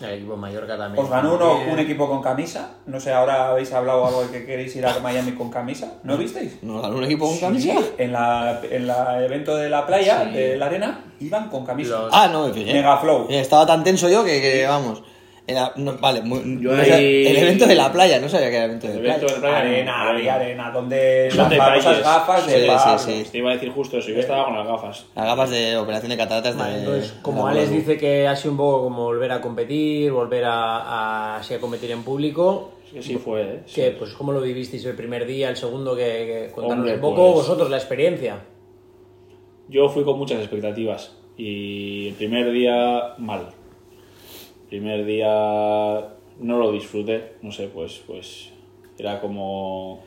Speaker 4: El equipo de Mallorca también.
Speaker 6: Os ganó uno,
Speaker 4: Bien.
Speaker 6: un equipo con camisa. No sé, ahora habéis hablado algo de que queréis ir a Miami con camisa. ¿No visteis?
Speaker 7: ¿Nos ganó un equipo con
Speaker 6: Sí,
Speaker 7: camisa?
Speaker 6: en la, en la evento de la playa,
Speaker 5: Sí.
Speaker 6: de la arena, iban con camisa.
Speaker 4: Los-
Speaker 7: Ah, no, me fijé.
Speaker 6: Mega flow.
Speaker 7: Eh, Estaba tan tenso yo que, que, vamos... era- no, vale, muy-
Speaker 5: Yo
Speaker 7: no sé,
Speaker 5: ahí-
Speaker 7: el evento de la playa, no sabía que era el evento de
Speaker 5: El
Speaker 7: la
Speaker 5: evento
Speaker 7: playa.
Speaker 5: del Brian-
Speaker 6: Arena,
Speaker 5: Brian.
Speaker 6: había arena, donde
Speaker 5: Son
Speaker 6: las
Speaker 5: detalles.
Speaker 6: famosas gafas de
Speaker 7: Sí,
Speaker 6: Pablo.
Speaker 7: sí, sí.
Speaker 5: Te iba a decir justo eso, yo estaba con las gafas.
Speaker 7: Las gafas de operación de cataratas de...
Speaker 4: Vale, entonces,
Speaker 7: de
Speaker 4: como
Speaker 7: la
Speaker 4: Alex
Speaker 7: Guadalupe.
Speaker 4: dice que ha sido un poco como volver a competir, volver a, a- así a competir en público,
Speaker 5: Es que sí fue, ¿eh? Sí.
Speaker 4: que pues cómo lo vivisteis el primer día, el segundo, que, que contarnos
Speaker 5: Hombre,
Speaker 4: un poco
Speaker 5: pues-
Speaker 4: vosotros la experiencia.
Speaker 5: Yo fui con muchas expectativas y el primer día mal. El primer día no lo disfruté, no sé, pues, pues era como...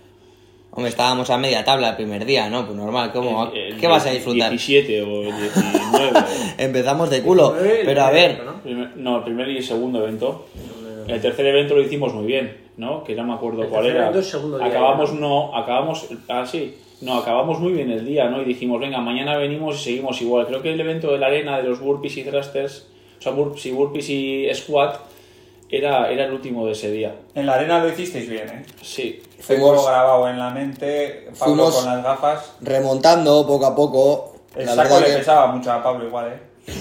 Speaker 7: Hombre, estábamos a media tabla el primer día, ¿no? Pues normal, ¿cómo?
Speaker 5: el- el
Speaker 7: ¿qué vas a disfrutar?
Speaker 5: 17 o el 19.
Speaker 7: Empezamos de culo, pero a ver,
Speaker 4: ¿no?
Speaker 5: Primer- no, el primer y el segundo evento. El tercer evento lo hicimos muy bien, ¿no? Que no me acuerdo
Speaker 4: El
Speaker 5: cuál
Speaker 4: tercer
Speaker 5: era.
Speaker 4: evento es segundo día,
Speaker 5: acabamos
Speaker 4: ya.
Speaker 5: no, acabamos ah sí, no, acabamos muy bien el día, ¿no? Y dijimos, venga, mañana venimos y seguimos igual. Creo que el evento de la arena de los burpees y thrusters, o sea, burpees y burpees y squat era era el último de ese día.
Speaker 6: En la arena lo hicisteis bien, ¿eh?
Speaker 5: Sí.
Speaker 6: Tengo
Speaker 7: Fuimos-
Speaker 6: grabado en la mente, Pablo
Speaker 7: Fuimos-
Speaker 6: con las gafas.
Speaker 7: remontando poco a poco.
Speaker 6: El
Speaker 7: la
Speaker 6: saco
Speaker 7: verdad
Speaker 6: le
Speaker 7: que
Speaker 6: pesaba mucho a Pablo igual, ¿eh?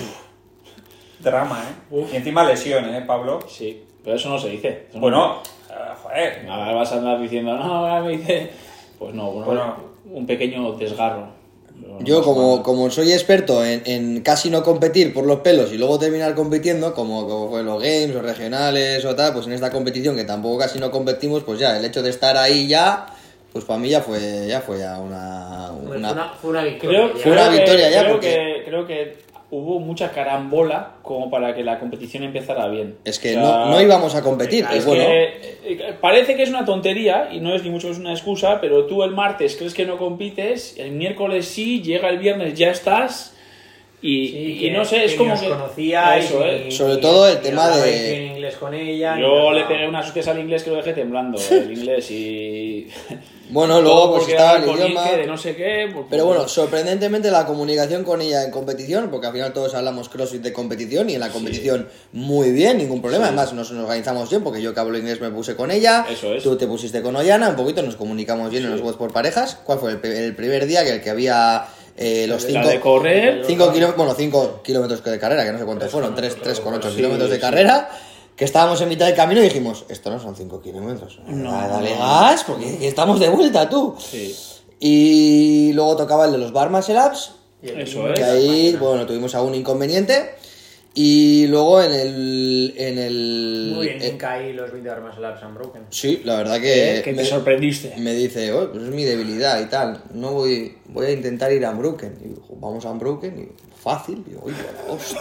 Speaker 6: Drama, ¿eh? Y encima lesión, ¿eh, Pablo?
Speaker 5: Sí, pero eso no se dice. Eso no-
Speaker 6: Bueno, eh, joder.
Speaker 5: ahora vas a andar diciendo, "No, ahora me dice." Pues no, bueno,
Speaker 6: Bueno.
Speaker 5: un pequeño desgarro. Pero no
Speaker 7: yo
Speaker 5: pasa
Speaker 7: como,
Speaker 5: nada.
Speaker 7: como soy experto en, en casi no competir por los pelos y luego terminar compitiendo, como, como fue los games, los regionales o tal, pues en esta competición que tampoco casi no competimos, pues ya, el hecho de estar ahí ya, pues para mí ya fue ya, fue ya una...
Speaker 4: Fue
Speaker 7: una-
Speaker 4: una, fue una victoria.
Speaker 5: Creo,
Speaker 4: ya.
Speaker 7: Fue una
Speaker 5: creo que-
Speaker 7: victoria ya,
Speaker 5: creo
Speaker 7: porque-
Speaker 5: que creo que hubo mucha carambola como para que la competición empezara bien.
Speaker 7: Es que
Speaker 5: O sea,
Speaker 7: no, no íbamos a competir,
Speaker 5: es
Speaker 7: y bueno...
Speaker 5: que, eh, parece que es una tontería y no es ni mucho menos una excusa, pero tú el martes crees que no compites, el miércoles sí, llega el viernes ya estás y,
Speaker 4: Sí,
Speaker 5: y
Speaker 4: que-
Speaker 5: no sé, es
Speaker 4: que ni
Speaker 5: como
Speaker 4: os
Speaker 5: que
Speaker 4: conocíais,
Speaker 5: Eso,
Speaker 4: ni-
Speaker 5: eh.
Speaker 4: ni-
Speaker 7: Sobre todo el
Speaker 4: ni
Speaker 7: tema de-
Speaker 4: hablabais en inglés con ella. ni
Speaker 5: Yo
Speaker 4: nada.
Speaker 5: le pegué una sustancia al inglés que lo dejé temblando, el inglés y
Speaker 7: Bueno,
Speaker 5: todo
Speaker 7: luego pues
Speaker 5: porque
Speaker 7: estaba
Speaker 5: era
Speaker 7: el
Speaker 5: con
Speaker 7: idioma...
Speaker 5: Ike de no sé qué, pues-
Speaker 7: Pero bueno, sorprendentemente la comunicación con ella en competición, porque al final todos hablamos crossfit de competición y en la competición muy bien, ningún problema. Además, nos, nos organizamos bien, porque yo que hablo inglés me puse con ella,
Speaker 5: Eso es.
Speaker 7: tú te pusiste con Ollana, un poquito nos comunicamos bien en los webs por parejas. ¿Cuál fue el, pe- el primer día que, que había eh, los
Speaker 5: la
Speaker 7: cinco,
Speaker 5: de correr,
Speaker 7: cinco kiló- bueno, cinco kilómetros de carrera, que no sé cuántos fueron, tres, tres con ocho kilómetros de carrera? Que estábamos en mitad del camino y dijimos, esto no son cinco kilómetros. dale gas, porque estamos de vuelta tú.
Speaker 5: sí,
Speaker 7: Y luego tocaba el de los Bar Muscle Ups,
Speaker 5: eso ¿eh?
Speaker 7: que
Speaker 5: es.
Speaker 7: ahí, bueno, tuvimos algún inconveniente. Y luego en el... En el
Speaker 4: Muy bien,
Speaker 7: eh,
Speaker 4: nunca ahí los vídeos armas labs han broken.
Speaker 7: sí, la verdad que...
Speaker 5: que
Speaker 7: me,
Speaker 5: te sorprendiste.
Speaker 7: me dice, "Oh, pues es mi debilidad y tal. No voy... Voy a intentar ir a Broken. Y digo, vamos a Broken. Y fácil. Y digo, "Oye, hostia".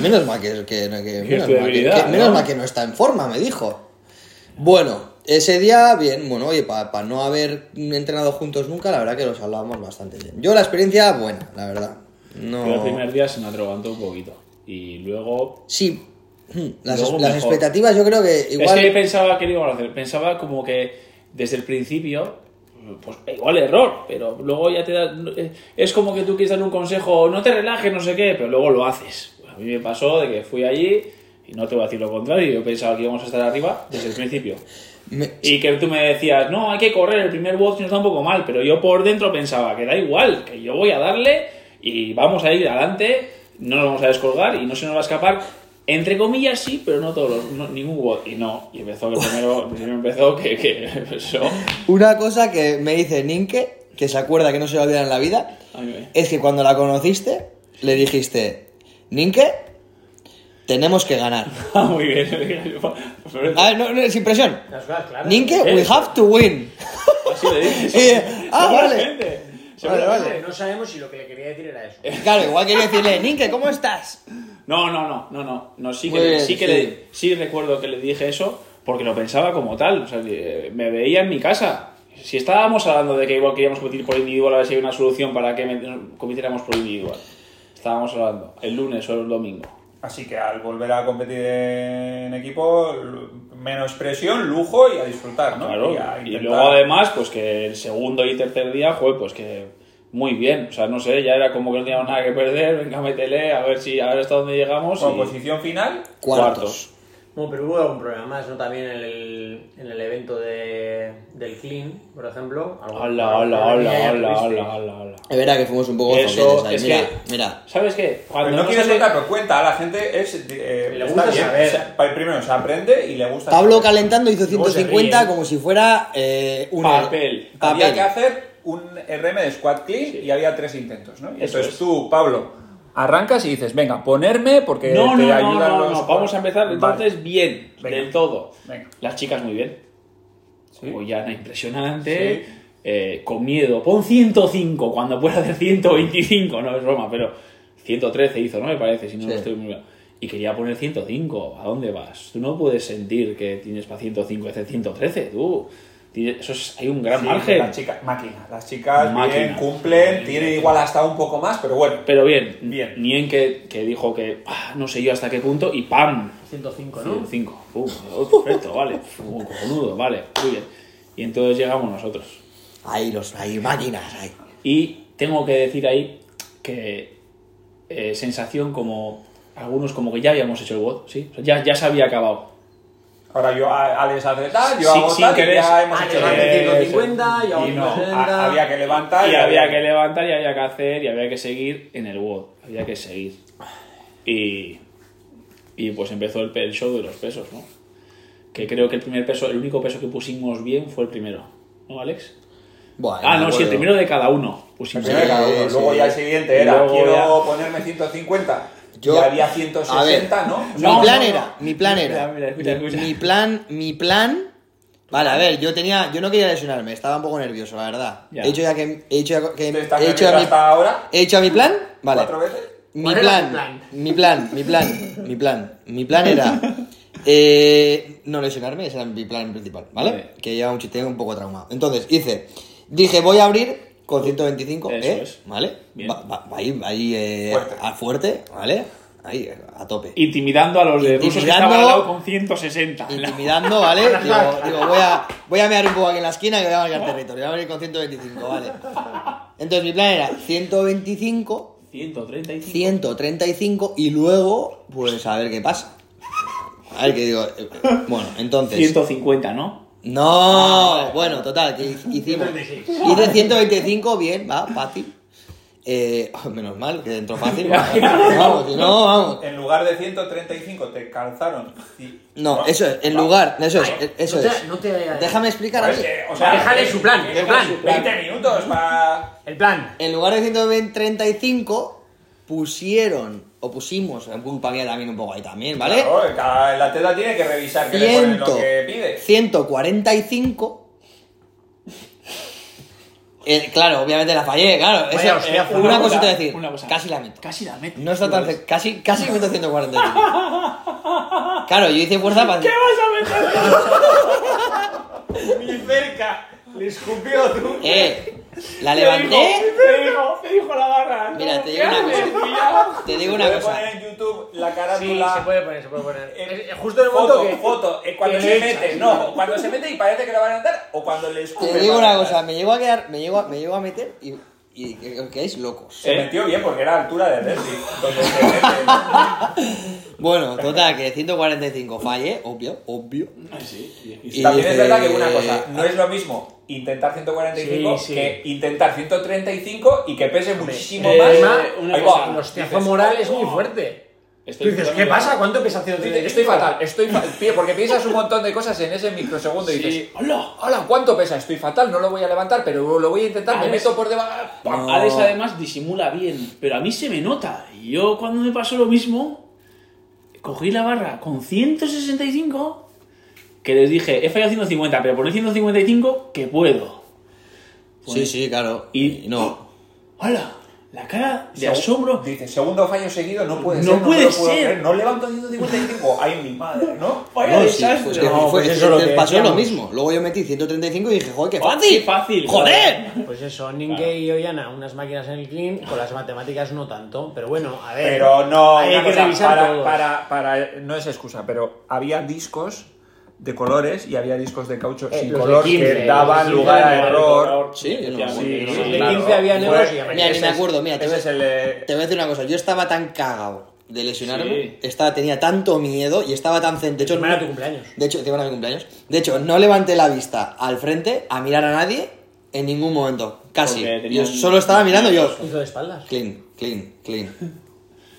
Speaker 7: Menos mal que... que- que- menos,
Speaker 5: tu
Speaker 7: mal que,
Speaker 5: debilidad,
Speaker 7: que- menos
Speaker 5: ¿no?
Speaker 7: mal que no está en forma, me dijo. Bueno, ese día, bien, bueno, oye, para no haber entrenado juntos nunca, la verdad que los hablábamos bastante bien. Yo la experiencia, buena, la verdad.
Speaker 5: Pero el
Speaker 7: No.
Speaker 5: primer día se me atragantó un poquito. Y luego.
Speaker 7: Sí, hmm, las,
Speaker 5: Luego
Speaker 7: las
Speaker 5: mejor.
Speaker 7: expectativas yo creo que igual.
Speaker 5: Es que pensaba, que digo, pensaba como que desde el principio, pues igual error, pero luego ya te da... Es como que tú quieres dar un consejo, no te relajes, no sé qué, pero luego lo haces. A mí me pasó de que fui allí y no te voy a decir lo contrario, yo pensaba que íbamos a estar arriba desde el principio.
Speaker 7: Me-
Speaker 5: Y que tú me decías, no, hay que correr, el primer box nos da un poco mal, pero yo por dentro pensaba que da igual, que yo voy a darle y vamos a ir adelante, no nos vamos a descolgar y no se nos va a escapar. Entre comillas sí, pero no todos los, no- ningún bot. Y no, y empezó que primero, primero empezó que, que eso.
Speaker 7: Una cosa que me dice Ninke, que se acuerda que no se va a olvidar en la vida,
Speaker 5: Ay, me-
Speaker 7: es que cuando la conociste, le dijiste, Ninke, tenemos que ganar.
Speaker 5: Ah, muy bien.
Speaker 7: Ah, no, no, sin presión.
Speaker 4: Las cosas claras.
Speaker 7: Ninke, we have to win.
Speaker 5: Así le dices.
Speaker 7: Eh, ah, vale.
Speaker 5: Seguramente,
Speaker 7: Vale,
Speaker 5: seguramente.
Speaker 7: vale.
Speaker 4: No sabemos si lo que le quería decir era eso.
Speaker 7: Claro, igual quería decirle, Ninke, ¿cómo estás?
Speaker 5: No, no, no, no, no, no sí que,
Speaker 7: Muy bien,
Speaker 5: sí que
Speaker 7: sí.
Speaker 5: le- sí recuerdo que le dije eso porque lo pensaba como tal, o sea, que, eh, me veía en mi casa. Si estábamos hablando de que igual queríamos competir por individual a ver si hay una solución para que me- compitiéramos por individual. Estábamos hablando el lunes o el domingo.
Speaker 6: Así que al volver a competir en equipo, l- menos presión, lujo y a disfrutar, ¿no?
Speaker 5: Claro,
Speaker 6: Y a
Speaker 5: y
Speaker 6: intentar-
Speaker 5: luego además, pues que el segundo y tercer día, joder, pues que muy bien, o sea, no sé, ya era como que no teníamos nada que perder, venga, métele, a ver si a ver hasta dónde llegamos.
Speaker 6: Bueno, pues
Speaker 5: y-
Speaker 6: posición final,
Speaker 7: Cuartos.
Speaker 4: Bueno, pero hubo algún problema más, ¿no? También en el, en el evento de, del Clean, por ejemplo. Algún-
Speaker 5: Hola, hola, hola,
Speaker 4: Ya
Speaker 5: hola,
Speaker 4: tuviste.
Speaker 5: hola, hola, hola.
Speaker 7: Es verdad que fuimos un poco
Speaker 5: Eso,
Speaker 7: zoquetes ahí.
Speaker 5: es
Speaker 7: Mira,
Speaker 5: que-
Speaker 7: mira.
Speaker 5: ¿Sabes qué?
Speaker 6: Pero
Speaker 5: Cuando
Speaker 6: no,
Speaker 5: no
Speaker 6: quieres
Speaker 5: sale-
Speaker 6: contarlo, cuenta. A la gente es. eh,
Speaker 4: Le
Speaker 6: está
Speaker 4: gusta
Speaker 6: bien.
Speaker 4: saber.
Speaker 6: O sea, pa- primero se aprende y le gusta.
Speaker 7: Pablo
Speaker 6: saber.
Speaker 7: calentando hizo
Speaker 4: Luego se
Speaker 7: 150
Speaker 4: ríe.
Speaker 7: como si fuera eh, un
Speaker 5: Papel.
Speaker 6: Había que
Speaker 7: papel.
Speaker 6: hacer un RM de squat clean y había tres intentos, ¿no? Y
Speaker 5: Eso
Speaker 6: entonces
Speaker 5: es.
Speaker 6: tú, Pablo, arrancas y dices, venga, ponerme porque
Speaker 5: No,
Speaker 6: te
Speaker 5: no, no,
Speaker 6: ayudan
Speaker 5: no,
Speaker 6: los-
Speaker 5: no, vamos a empezar
Speaker 6: Vale.
Speaker 5: entonces bien,
Speaker 6: Venga.
Speaker 5: del todo.
Speaker 6: Venga.
Speaker 5: Las chicas muy bien.
Speaker 6: Sí.
Speaker 5: Guyana impresionante,
Speaker 6: Sí.
Speaker 5: eh, con miedo. Pon 105 cuando pueda hacer 125, no es broma, pero 113 hizo, ¿no? Me parece, si no
Speaker 7: Sí.
Speaker 5: estoy muy mal. Y quería poner 105, ¿a dónde vas? Tú no puedes sentir que tienes para 105 y hacer 113, tú. Tienes- eso es- hay un gran
Speaker 6: Sí,
Speaker 5: margen.
Speaker 6: Las chicas, máquina. Las chicas bien,
Speaker 5: Máquina.
Speaker 6: cumplen, tienen igual hasta un poco más, pero bueno.
Speaker 5: Pero bien,
Speaker 6: Bien.
Speaker 5: Nien que, que dijo que "Ah, no sé yo hasta qué punto y ¡pam!
Speaker 4: 105, ¿no?
Speaker 5: 105. Pum, oh, perfecto, vale. Pum, cojonudo, vale, muy bien. Y entonces llegamos nosotros.
Speaker 7: Ahí los, ahí máquinas, ahí.
Speaker 5: Y tengo que decir ahí que eh, sensación como algunos como que ya habíamos hecho el WOD, ¿sí? O sea, ya, ya se había acabado.
Speaker 6: Ahora yo a- Alex hace tal, yo
Speaker 5: Sin-
Speaker 6: hago
Speaker 5: sin
Speaker 6: tal, y
Speaker 5: querer.
Speaker 6: ya hemos
Speaker 4: Alex
Speaker 6: hecho
Speaker 4: hace
Speaker 6: bien.
Speaker 4: 150, yo hago
Speaker 6: Y no,
Speaker 4: 160.
Speaker 6: a- había que levantar
Speaker 5: Y había que levantar y había que hacer y había que seguir en el WOD, había que seguir. Y, y pues empezó el, pe- el show de los pesos, ¿no? Que creo que el primer peso, el único peso que pusimos bien fue el primero, ¿no, Alex?
Speaker 7: Buah,
Speaker 5: Ah,
Speaker 7: me
Speaker 5: no, sí, el
Speaker 7: acuerdo.
Speaker 5: primero de cada uno pusimos.
Speaker 6: Primero
Speaker 7: Sí,
Speaker 6: cada uno, luego
Speaker 7: sí.
Speaker 6: ya el siguiente era,
Speaker 5: Luego
Speaker 6: quiero
Speaker 5: ya-
Speaker 6: ponerme 150.
Speaker 7: Yo-
Speaker 6: y había 160,
Speaker 7: a ver,
Speaker 6: ¿no? O sea,
Speaker 7: mi
Speaker 5: No,
Speaker 7: plan
Speaker 5: no, no.
Speaker 7: era, mi plan
Speaker 5: Mira,
Speaker 7: era.
Speaker 5: mira, escucha,
Speaker 7: mi,
Speaker 5: escucha.
Speaker 7: mi plan, mi plan. Vale, a ver, yo tenía, yo no quería lesionarme, estaba un poco nervioso, la verdad.
Speaker 5: Ya.
Speaker 7: He hecho ya que, he hecho ya que,
Speaker 6: ¿te estás
Speaker 7: he hecho ya
Speaker 6: metiendo
Speaker 7: mi-
Speaker 6: hasta ahora
Speaker 7: he hecho ya mi plan, vale.
Speaker 6: cuatro veces.
Speaker 7: Mi
Speaker 4: ¿Cuál era tu
Speaker 7: plan,
Speaker 4: plan?
Speaker 7: mi plan, mi plan, mi plan, mi plan era eh, no lesionarme, ese era mi plan principal, ¿vale?
Speaker 5: Vale.
Speaker 7: Que llevaba un chiste un poco traumado. Entonces hice, dije, voy a abrir con 125,
Speaker 5: Eso
Speaker 7: ¿eh?
Speaker 5: es.
Speaker 7: ¿Vale?
Speaker 5: Bien.
Speaker 7: Va- va- ahí, ahí, eh,
Speaker 6: Fuerte.
Speaker 7: a fuerte, ¿vale? Ahí, a tope.
Speaker 5: Intimidando a los de rusos que
Speaker 7: Intimidando-
Speaker 5: estaban al lado con 160.
Speaker 7: Intimidando, ¿vale? Digo, digo, voy, a, voy a mear un poco aquí en la esquina y voy a marcar territorio. Voy a abrir con 125, ¿vale? Entonces mi plan era 125,
Speaker 5: 135.
Speaker 7: 135 y luego, pues a ver qué pasa. A ver qué digo. eh, Bueno, entonces.
Speaker 5: 150, ¿no?
Speaker 7: No, bueno, total, que hi- hicimos.
Speaker 4: 136.
Speaker 7: Hice 125, bien, va, fácil. Eh, menos mal, que entró fácil. vamos, si no, vamos.
Speaker 6: En lugar de 135 te calzaron. ci-
Speaker 7: No, eso es, en lugar, eso es, eh, eso
Speaker 4: no te-
Speaker 7: es.
Speaker 4: no te-
Speaker 7: Déjame explicar a mí.
Speaker 6: Pues, eh, o sea,
Speaker 4: Déjale su plan,
Speaker 6: déjale
Speaker 4: su plan.
Speaker 6: su 20 minutos para.
Speaker 4: El plan.
Speaker 7: En lugar de 135, pusieron, o pusimos, culpa mía también un poco ahí también, ¿vale?
Speaker 6: Claro, cada- la tela tiene que revisar que le ponen lo
Speaker 7: 100,
Speaker 6: que pide.
Speaker 7: 145. Eh, claro, obviamente la fallé, claro.
Speaker 4: Vaya
Speaker 7: Eso,
Speaker 4: hostia,
Speaker 7: eh,
Speaker 4: fue
Speaker 7: una,
Speaker 5: una
Speaker 7: cosita
Speaker 5: cosa,
Speaker 7: decir,
Speaker 5: una cosa.
Speaker 7: casi la meto.
Speaker 5: Casi la meta.
Speaker 7: No está tan cerca, casi, casi meto 145. Claro, yo hice fuerza para.
Speaker 5: vas a meter?
Speaker 6: Ni cerca. Le escupió tú.
Speaker 7: Eh, La
Speaker 5: Te
Speaker 7: levanté.
Speaker 5: dijo, te dijo, te dijo la barra. ¿no?
Speaker 7: Mira, te
Speaker 5: ¿Qué
Speaker 7: digo una
Speaker 5: haces,
Speaker 7: cosa.
Speaker 5: pillado?
Speaker 7: Te digo una
Speaker 6: Voy a
Speaker 7: cosa.
Speaker 6: poner en YouTube la
Speaker 4: Sí,
Speaker 6: carátula.
Speaker 4: se puede poner, se puede poner.
Speaker 6: Eh,
Speaker 4: Es- es justo en el momento
Speaker 6: foto,
Speaker 4: que.
Speaker 6: foto, eh, cuando
Speaker 4: que
Speaker 6: se
Speaker 4: le echas,
Speaker 6: mete, no, cuando se mete y parece que lo va a levantar o cuando le escupe.
Speaker 7: Te digo
Speaker 6: para
Speaker 7: una cosa,
Speaker 6: levantar.
Speaker 7: me llego a quedar, me llego a, me llego a meter y, y que- os quedáis locos.
Speaker 6: Se metió bien porque era altura de Derby, donde se mete. ¿no?
Speaker 7: Bueno, total, que 145 falle, obvio, obvio.
Speaker 5: Ay, sí, y- y-
Speaker 7: Y
Speaker 6: También es
Speaker 7: dice-
Speaker 6: verdad que una cosa, no es lo mismo intentar 145
Speaker 4: Sí, sí.
Speaker 6: que intentar 135 y que pese muchísimo
Speaker 4: Eh,
Speaker 6: más.
Speaker 4: Emma,
Speaker 5: una
Speaker 6: Ahí
Speaker 5: cosa,
Speaker 6: va.
Speaker 4: El hostiazo
Speaker 6: Dices,
Speaker 4: moral es muy fuerte.
Speaker 5: Estoy
Speaker 4: Tú dices, ¿qué
Speaker 5: totalmente-
Speaker 4: pasa? ¿Cuánto pesa 130?
Speaker 6: "Oh, Dices, Estoy fatal, estoy fatal. Porque piensas un montón de cosas en ese microsegundo y dices,
Speaker 5: Sí. ¡Hola!
Speaker 6: hola, ¿cuánto pesa? Estoy fatal, no lo voy a levantar, pero lo voy a intentar, me
Speaker 5: Alex.
Speaker 6: meto por debajo. ¡pam!
Speaker 7: No.
Speaker 5: Alex además disimula bien, pero a mí se me nota. Y yo cuando me pasó lo mismo, cogí la barra con 165, que les dije, he fallado 150, pero por el 155 que puedo.
Speaker 7: Sí, sí, claro.
Speaker 5: Y-
Speaker 7: Y no.
Speaker 5: ¡Hala! La cara de
Speaker 6: Segu-
Speaker 5: asombro.
Speaker 6: Dice, segundo fallo seguido, no puede
Speaker 5: No
Speaker 6: ser.
Speaker 5: puede
Speaker 6: me lo puedo
Speaker 5: ser.
Speaker 6: creer, No levanto 155. Ay, mi madre, ¿no?
Speaker 5: ¡Vaya
Speaker 7: No, sí,
Speaker 5: desastre!
Speaker 7: pues que
Speaker 4: No,
Speaker 7: fue-
Speaker 4: pues eso es lo
Speaker 7: te
Speaker 4: que
Speaker 7: pasó lo
Speaker 4: decíamos.
Speaker 7: mismo. Luego yo metí 135 y dije, joder, qué
Speaker 5: ¡Oh,
Speaker 7: fácil.
Speaker 5: qué fácil!
Speaker 7: ¡Joder!
Speaker 4: Pues eso, Ninke y Oyana, unas máquinas en el clean, con las matemáticas no tanto, pero bueno, a ver.
Speaker 6: Pero no,
Speaker 4: hay
Speaker 6: una
Speaker 4: que
Speaker 6: cosa,
Speaker 4: revisar
Speaker 6: para,
Speaker 4: todos.
Speaker 6: para, para- no es excusa, pero había discos de colores y había discos de caucho sin
Speaker 4: Eh, los de
Speaker 6: color
Speaker 4: 15,
Speaker 6: que daban
Speaker 4: los de
Speaker 6: lugar a
Speaker 4: 15
Speaker 6: error.
Speaker 7: Sí, yo no me acuerdo.
Speaker 5: Sí,
Speaker 4: Los
Speaker 5: sí,
Speaker 4: de
Speaker 5: claro.
Speaker 4: 15 había negros y
Speaker 6: Fue-
Speaker 4: amarillos.
Speaker 7: Mira, ni me
Speaker 6: Ese es-
Speaker 7: acuerdo, mira, te
Speaker 6: ese
Speaker 7: voy, a-
Speaker 6: es el, eh,
Speaker 7: te voy a decir una cosa. Yo estaba tan cagado de lesionarme,
Speaker 5: Sí.
Speaker 7: estaba, tenía tanto miedo y estaba tan zen. De hecho,
Speaker 4: Encima era
Speaker 7: no-
Speaker 4: tu cumpleaños.
Speaker 7: De hecho, encima era mi cumpleaños. De hecho, no levanté la vista al frente a mirar a nadie en ningún momento. Casi.
Speaker 5: Porque tenían-
Speaker 7: Yo solo estaba mirando yo.
Speaker 4: Hizo de espaldas.
Speaker 7: Clean, clean, clean.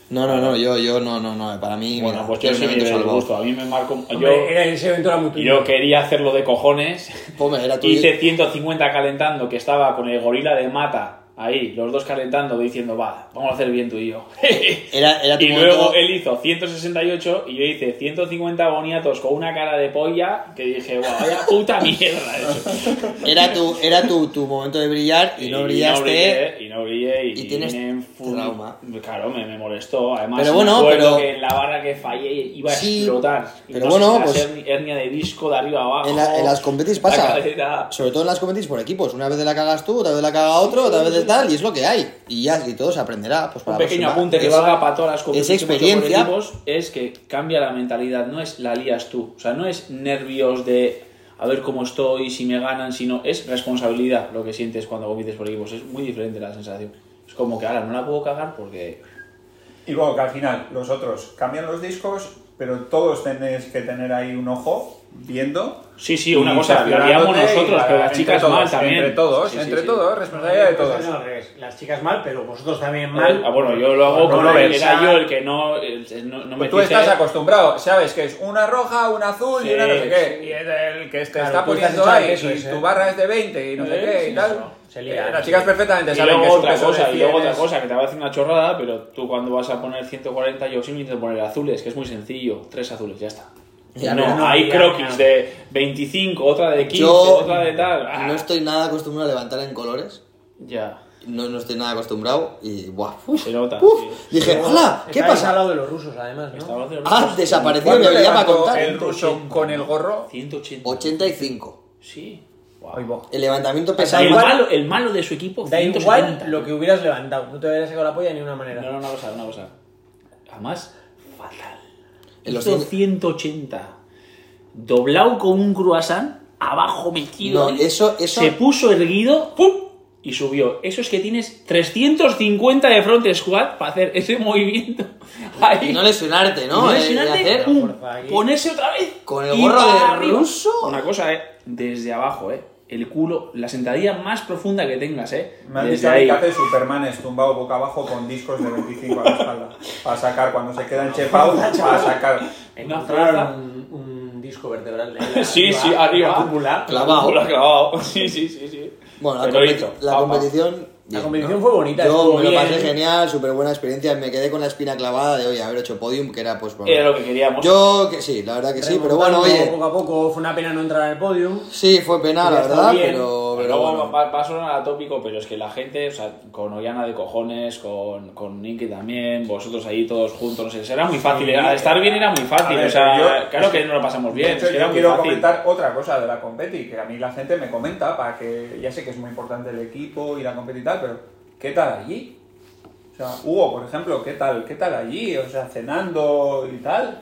Speaker 7: No, no, no, yo, yo, no, no, no. Para mí,
Speaker 5: Bueno,
Speaker 7: mira,
Speaker 5: pues
Speaker 7: yo
Speaker 5: yo
Speaker 7: ese
Speaker 5: sí me
Speaker 7: evento salvó.
Speaker 5: gusto. A mí me marcó. Yo,
Speaker 4: Hombre, era ese evento era muy tuyo.
Speaker 5: yo quería hacerlo de cojones.
Speaker 7: Hombre, era tu-
Speaker 5: Hice 150 calentando, que estaba con el gorila de mata ahí, los dos calentando, diciendo, va, vamos a hacer bien tú y yo.
Speaker 7: Era, era tu
Speaker 5: y
Speaker 7: momento-
Speaker 5: luego él hizo 168 y yo hice 150 boniatos con una cara de polla que dije, guau, vaya puta mierda eso.
Speaker 7: Era tu, era tu, tu momento de brillar y no brillaste.
Speaker 5: brillé, Y no brillé y,
Speaker 7: y tienes
Speaker 5: me enfu-
Speaker 7: trauma.
Speaker 5: Claro, me, me molestó. Además,
Speaker 7: Pero
Speaker 5: me
Speaker 7: bueno,
Speaker 5: acuerdo
Speaker 7: pero-
Speaker 5: que en la barra que fallé iba a
Speaker 7: Sí,
Speaker 5: explotar. Y
Speaker 7: pero
Speaker 5: no sé si
Speaker 7: bueno,
Speaker 5: va a
Speaker 7: pues-
Speaker 5: ser hernia de disco de arriba a abajo.
Speaker 7: En, la- en las competis pasa.
Speaker 5: La cadera.
Speaker 7: Sobre todo en las competis por equipos. Una vez la cagas tú, otra vez la caga otro, otra vez el tal, y es lo que hay. Y ya, y todo se aprenderá. Pues, para
Speaker 5: Un
Speaker 7: la
Speaker 5: pequeño
Speaker 7: próxima.
Speaker 5: apunte que
Speaker 7: Es-
Speaker 5: valga para todas las competiciones
Speaker 7: esa experiencia-
Speaker 5: por equipos es que cambia la mentalidad, no es la lías tú, o sea, no es nervios de a ver cómo estoy, si me ganan, si no, es responsabilidad lo que sientes cuando compites por equipos, es muy diferente la sensación. Es como que ahora no la puedo cagar porque
Speaker 6: Y luego que al final los otros cambian los discos, pero todos tenéis que tener ahí un ojo viendo.
Speaker 5: Sí, sí, una
Speaker 6: Y
Speaker 5: cosa, lo haríamos
Speaker 6: cerciorándote y
Speaker 5: nosotros,
Speaker 6: para-
Speaker 5: pero las
Speaker 6: entre
Speaker 5: chicas
Speaker 6: todos,
Speaker 5: mal también.
Speaker 6: Entre todos,
Speaker 5: Sí, sí,
Speaker 6: entre
Speaker 5: sí. pues
Speaker 6: todos, responsabilidad de todos.
Speaker 4: Pues No, al revés. Las chicas mal, pero vosotros también mal.
Speaker 5: Ah, bueno, yo lo hago
Speaker 6: Pues No
Speaker 5: porque
Speaker 6: lo ves. Ah.
Speaker 5: era yo el que no, el- el- no, no me
Speaker 6: Pues tú estás
Speaker 5: fijé.
Speaker 6: acostumbrado, sabes que es una roja, una azul y
Speaker 5: ¿eh? Sí,
Speaker 6: una no sé qué.
Speaker 5: sí.
Speaker 6: Y es el que
Speaker 4: Claro,
Speaker 6: te está
Speaker 4: tú estás
Speaker 6: poniendo
Speaker 4: hecho al
Speaker 6: ahí,
Speaker 4: peso
Speaker 6: y
Speaker 4: ese.
Speaker 6: tu barra es de 20 y no sé
Speaker 5: Eh,
Speaker 6: qué
Speaker 5: sí,
Speaker 6: y tal.
Speaker 4: eso, se lía.
Speaker 6: Eh, Las chicas perfectamente
Speaker 5: Y
Speaker 6: saben
Speaker 5: luego
Speaker 6: que su
Speaker 5: otra
Speaker 6: peso
Speaker 5: cosa,
Speaker 6: de
Speaker 5: y luego
Speaker 6: 100
Speaker 5: otra
Speaker 6: es-
Speaker 5: cosa, que te va a decir una chorrada, pero tú cuando vas a poner 140, yo siempre intento poner azules, que es muy sencillo, tres azules, ya está.
Speaker 7: Ya,
Speaker 5: no,
Speaker 7: pero no,
Speaker 5: hay
Speaker 4: ya, ya.
Speaker 5: croquis de 25, otra de 15,
Speaker 7: Yo
Speaker 5: otra de tal. ah,
Speaker 7: no estoy nada acostumbrado a levantar en colores.
Speaker 5: Ya,
Speaker 7: No, no estoy nada acostumbrado y ¡buah! uf,
Speaker 5: se nota.
Speaker 7: uf.
Speaker 5: sí.
Speaker 7: Dije, hola, ¿qué
Speaker 4: Estáis
Speaker 7: pasa?
Speaker 4: al lado de los rusos, además, ¿no?
Speaker 5: Estaba haciendo
Speaker 7: Ah,
Speaker 5: unos
Speaker 7: desaparecido mi
Speaker 6: ¿Cuánto
Speaker 7: habilidad para
Speaker 6: levantó
Speaker 7: contar.
Speaker 6: el ruso con el gorro?
Speaker 5: 180.
Speaker 7: 85.
Speaker 5: Sí.
Speaker 6: Ahí
Speaker 5: Wow.
Speaker 6: va.
Speaker 7: El levantamiento pesado.
Speaker 5: El,
Speaker 4: igual-
Speaker 5: malo, el malo de su equipo,
Speaker 4: Da
Speaker 5: 170.
Speaker 4: igual lo que hubieras levantado. No te hubieras sacado la polla de ninguna manera.
Speaker 5: No, no, una cosa, una cosa. Además, fatal.
Speaker 7: En los
Speaker 5: Hizo
Speaker 7: cien-
Speaker 5: 180. Doblado con un croissant, abajo metido.
Speaker 7: No,
Speaker 5: ahí.
Speaker 7: eso- eso-
Speaker 5: Se puso erguido, ¡pum! Y subió. Eso es que tienes 350 de front squat para hacer ese movimiento. Ahí.
Speaker 7: Y no lesionarte, ¿no?
Speaker 5: Y no
Speaker 7: Eh, y
Speaker 5: lesionarte,
Speaker 7: hacer-
Speaker 5: ¡pum!
Speaker 4: Fuerza aquí.
Speaker 5: ponerse otra vez.
Speaker 7: Con el
Speaker 5: y
Speaker 7: gorro
Speaker 5: para
Speaker 7: de
Speaker 5: arriba.
Speaker 7: ruso.
Speaker 5: Una cosa, eh. Desde abajo, eh. El culo, la sentadilla más profunda que tengas, eh.
Speaker 6: Me han
Speaker 5: Desde
Speaker 6: dicho a mí
Speaker 5: ahí.
Speaker 6: que hace Supermanes tumbado boca abajo con discos de 25 a la espalda. Para sacar, cuando se quedan chepados, para sacar.
Speaker 5: Una fuerza.
Speaker 4: Encontraron un, un disco vertebral de la-
Speaker 5: Sí, sí, arriba.
Speaker 4: Popular.
Speaker 7: Clavado.
Speaker 5: Lo ha clavado. Sí, sí, sí, sí.
Speaker 7: Bueno, la,
Speaker 5: Pero
Speaker 7: competi-
Speaker 5: hizo.
Speaker 7: la
Speaker 5: Pam, pam.
Speaker 7: competición. bien,
Speaker 4: competición fue bonita,
Speaker 7: Yo
Speaker 4: estuvo
Speaker 7: me lo pasé
Speaker 4: bien.
Speaker 7: genial, súper buena experiencia. Me quedé con la espina clavada de hoy haber hecho podium, que era pues bueno.
Speaker 5: Era lo que queríamos.
Speaker 7: Yo que sí, la verdad que sí, pero bueno,
Speaker 4: Remontando
Speaker 7: oye.
Speaker 4: Poco a poco fue una pena no entrar al podium.
Speaker 7: Sí, fue pena,
Speaker 4: Hubiera
Speaker 7: la
Speaker 4: estado
Speaker 6: Ah,
Speaker 7: verdad,
Speaker 4: bien.
Speaker 7: pero, pero pero
Speaker 5: luego
Speaker 7: bueno.
Speaker 5: va, va a sonar atópico, pero es que la gente, o sea, con Ollana de cojones, con, con Nicky también, vosotros ahí todos juntos, no sé, será muy fácil. era- estar bien era muy fácil,
Speaker 6: A ver,
Speaker 5: o sea,
Speaker 6: pero yo-
Speaker 5: claro que no lo pasamos bien,
Speaker 6: de hecho,
Speaker 5: es que era
Speaker 6: yo
Speaker 5: muy
Speaker 6: quiero
Speaker 5: fácil.
Speaker 6: comentar otra cosa de la competi, que a mí la gente me comenta, para que ya sé que es muy importante el equipo y la competi y tal, pero ¿qué tal allí? O sea, Hugo, por ejemplo, ¿qué tal, qué tal allí? O sea, cenando y tal.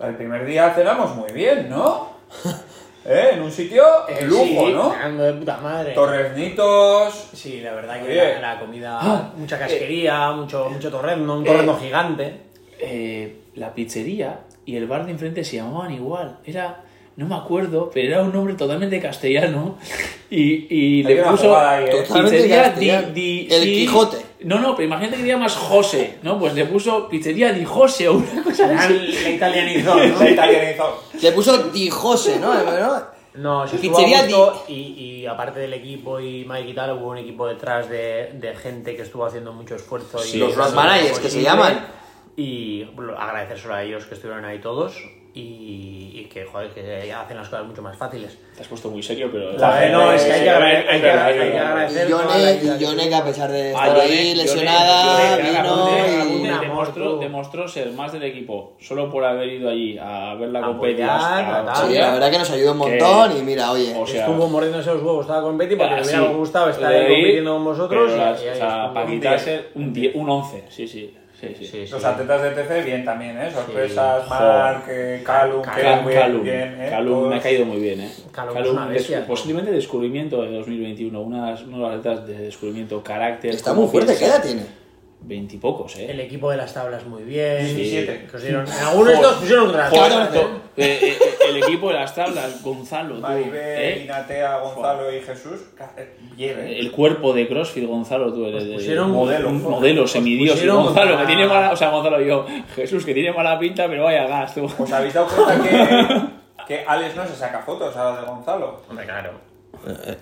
Speaker 6: El primer día cenamos muy bien, ¿no? ¿Eh? En un sitio
Speaker 4: Eh,
Speaker 6: lujo,
Speaker 4: sí,
Speaker 6: ¿no?
Speaker 4: ando de puta madre.
Speaker 6: Torresnitos,
Speaker 4: Sí, la verdad que
Speaker 6: Oye.
Speaker 4: la, la comida, mucha casquería, mucho, mucho torrendo, un torrendo gigante.
Speaker 5: Eh, la pizzería y el bar de enfrente se llamaban igual. Era, no me acuerdo, pero era un nombre totalmente castellano. Y, y
Speaker 6: Hay
Speaker 5: le
Speaker 6: una
Speaker 5: puso.
Speaker 6: jugada ahí, ¿eh?
Speaker 7: Totalmente
Speaker 5: pizzería
Speaker 7: castellano. El Quijote.
Speaker 5: No, no, pero imagínate que te llamas José, ¿no? Pues le puso pizzería di José o una cosa
Speaker 4: La
Speaker 5: así.
Speaker 4: italianizó, ¿no?
Speaker 6: se italianizó.
Speaker 7: Le puso Dijose, ¿no? ¿No?
Speaker 4: No, se estuvo
Speaker 7: Pizzería
Speaker 4: a gusto y, y aparte del equipo y Mike y tal, hubo un equipo detrás de, de gente que estuvo haciendo mucho esfuerzo.
Speaker 5: Sí,
Speaker 4: y
Speaker 5: los
Speaker 4: dando
Speaker 7: road managers,
Speaker 4: lo
Speaker 7: que se
Speaker 4: posible.
Speaker 7: llaman.
Speaker 4: Y bueno, agradecérselo a ellos que estuvieron ahí todos y, y que, joder, que hacen las cosas mucho más fáciles.
Speaker 5: Te has puesto muy serio, pero.
Speaker 6: La gente-
Speaker 4: no, es que hay que,
Speaker 6: sí,
Speaker 4: agrade-
Speaker 6: es
Speaker 4: hay que,
Speaker 6: verdad,
Speaker 4: hay
Speaker 6: es
Speaker 4: que
Speaker 6: verdad.
Speaker 4: agradecer.
Speaker 7: Y
Speaker 4: toda la
Speaker 7: Yone,
Speaker 4: vida
Speaker 7: y
Speaker 4: que
Speaker 7: Yone,
Speaker 4: tuvo.
Speaker 7: que a pesar de
Speaker 5: Ah,
Speaker 7: estar
Speaker 5: Yone,
Speaker 7: ahí
Speaker 5: Yone,
Speaker 7: lesionada,
Speaker 5: Yone,
Speaker 7: vino
Speaker 5: Yone,
Speaker 7: y-
Speaker 5: Yone
Speaker 4: y-
Speaker 5: demostró, demostró ser más del equipo solo por haber ido allí a ver la
Speaker 4: Apoyar,
Speaker 5: competencia.
Speaker 4: a tal.
Speaker 7: Sí, la verdad que nos ayudó un montón y mira, oye.
Speaker 5: O sea,
Speaker 4: Estuvo mordiéndose los huevos, estaba con Betty porque
Speaker 5: Ah,
Speaker 4: me
Speaker 5: sí.
Speaker 4: hubiera gustado estar
Speaker 5: Le
Speaker 4: ahí
Speaker 5: di,
Speaker 4: compitiendo con vosotros.
Speaker 5: pero
Speaker 4: y-
Speaker 5: las-
Speaker 4: y ahí
Speaker 5: o sea,
Speaker 4: estuvo.
Speaker 5: para
Speaker 4: Un
Speaker 5: quitarse un, 10, un 11. Sí, sí. sí, sí.
Speaker 4: Sí, sí.
Speaker 6: Los atletas de TC bien también, ¿eh? Sorpresas,
Speaker 5: Sí.
Speaker 6: Mark, eh, Calum,
Speaker 4: Cal-
Speaker 5: Cal-
Speaker 6: Kevin,
Speaker 5: Calum,
Speaker 6: bien, ¿eh?
Speaker 5: Calum me ha
Speaker 6: Todos.
Speaker 5: caído muy bien, ¿eh?
Speaker 4: Calum es una bestia.
Speaker 5: descu- posiblemente descubrimiento de 2021, unas nuevas letras de descubrimiento, carácter.
Speaker 7: Está
Speaker 5: cómo
Speaker 7: muy fuerte, ¿qué
Speaker 5: piensa.
Speaker 7: edad tiene?
Speaker 5: Veintipocos, ¿eh?
Speaker 4: El equipo de las tablas muy bien.
Speaker 6: 17.
Speaker 4: Que os dieron- algunos dos pusieron otras
Speaker 5: Joder,
Speaker 4: tablas,
Speaker 5: to-
Speaker 4: ¿eh?
Speaker 5: eh, eh, el equipo de las tablas, Gonzalo, tú,
Speaker 6: Maribel,
Speaker 5: ¿eh?
Speaker 6: Inatea, Gonzalo y Jesús. ca- eh, Bien, ¿eh?
Speaker 5: El cuerpo de CrossFit, Gonzalo, tú eres
Speaker 4: Os
Speaker 5: de-
Speaker 4: pusieron-
Speaker 5: modelo,
Speaker 6: Os
Speaker 5: modelo semidios. Y
Speaker 4: pusieron
Speaker 5: Gonzalo, que
Speaker 4: contra-
Speaker 5: tiene mala, o sea, Gonzalo y yo, Jesús, que tiene mala pinta, pero vaya gas, tú.
Speaker 6: ¿Os habéis dado cuenta que, que Alex no se saca fotos ahora de Gonzalo?
Speaker 4: Hombre, claro.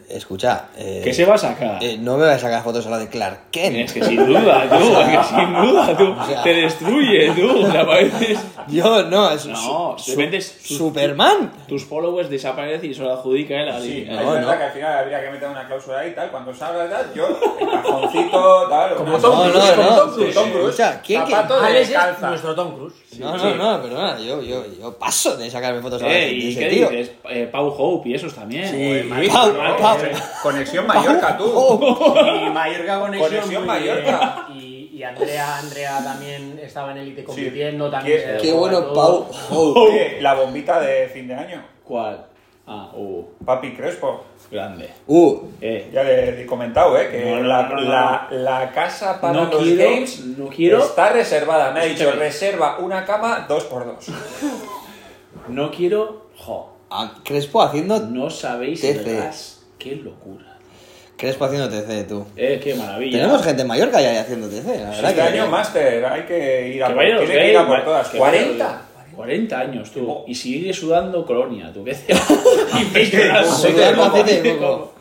Speaker 7: Escucha, eh,
Speaker 5: ¿Qué se va a sacar? Eh,
Speaker 7: eh, no me vas a sacar fotos a la de Clark Kent.
Speaker 5: Es que sin duda, tú, es que sin duda, tú,
Speaker 7: sea-
Speaker 5: te destruye, tú, te apareces.
Speaker 7: Yo no, es
Speaker 5: No,
Speaker 7: su-
Speaker 5: de repente es-
Speaker 7: su- Superman.
Speaker 5: Tus followers desaparecen y se lo adjudica él a
Speaker 6: Sí,
Speaker 5: alguien.
Speaker 6: es
Speaker 7: no,
Speaker 6: verdad
Speaker 7: no.
Speaker 6: que al final habría que meter una cláusula ahí y tal. Cuando salga y tal, yo, el cajoncito, tal.
Speaker 4: Como
Speaker 6: una-
Speaker 4: Tom
Speaker 7: No,
Speaker 4: Cruise,
Speaker 7: no,
Speaker 4: como
Speaker 7: no.
Speaker 4: Tom Cruise.
Speaker 6: Tom Cruise,
Speaker 7: O sea, ¿quién- quién?
Speaker 6: zapato de
Speaker 4: Alex es
Speaker 6: calza.
Speaker 4: nuestro Tom Cruise.
Speaker 7: No, no, no, perdona, yo, yo, yo paso de sacarme fotos a la
Speaker 5: Eh,
Speaker 7: de de
Speaker 5: ¿Y
Speaker 7: ese
Speaker 5: qué
Speaker 7: tío.
Speaker 5: dices? Eh, Pau Hope y esos también.
Speaker 6: Sí,
Speaker 7: Pau,
Speaker 6: ¿no?
Speaker 7: Pau.
Speaker 6: Eh, Conexión Mallorca, tú.
Speaker 7: Oh,
Speaker 4: Y Mallorca Conexión.
Speaker 6: Conexión
Speaker 4: muy bien.
Speaker 6: Mallorca.
Speaker 4: Y, y Andrea, Andrea también estaba en élite compitiendo.
Speaker 6: Sí.
Speaker 4: También
Speaker 6: Qué-
Speaker 4: se
Speaker 7: Qué
Speaker 4: dejó
Speaker 7: bueno,
Speaker 4: todo.
Speaker 7: Pau. Oh.
Speaker 6: Oye, la bombita de fin de año.
Speaker 5: ¿Cuál? Ah, uh,
Speaker 6: Papi Crespo.
Speaker 5: grande.
Speaker 7: Uh,
Speaker 5: Eh,
Speaker 6: Ya le he comentado, ¿eh? Que
Speaker 5: No, no,
Speaker 6: la,
Speaker 5: no, no,
Speaker 6: la- la casa para
Speaker 5: No
Speaker 6: los
Speaker 5: quiero,
Speaker 6: games
Speaker 5: no quiero.
Speaker 6: está reservada. Me ha dicho,
Speaker 5: Escúchame.
Speaker 6: reserva una cama dos por dos. Este
Speaker 5: no quiero. Jo,
Speaker 7: a- Crespo haciendo,
Speaker 5: no sabéis
Speaker 7: TC.
Speaker 5: el gas. Qué locura.
Speaker 7: Crespo haciendo TC, tú.
Speaker 5: Eh, qué maravilla.
Speaker 7: Tenemos gente en Mallorca ya haciendo TC, la verdad
Speaker 6: Este
Speaker 7: que...
Speaker 6: año máster, hay que ir a
Speaker 5: que
Speaker 6: por,
Speaker 5: vayan los
Speaker 6: tiene que ir a
Speaker 5: gays,
Speaker 6: por
Speaker 5: va-
Speaker 6: todas.
Speaker 5: que vayan los
Speaker 6: 40.
Speaker 5: gays. 40 años, tú.
Speaker 6: Tipo-
Speaker 5: Y sigue sudando colonia, tú. ¿Qué te Impresionante.
Speaker 7: Como
Speaker 5: Soy
Speaker 7: sudar
Speaker 5: de coco,
Speaker 7: aceite de
Speaker 5: de
Speaker 7: coco.
Speaker 5: coco.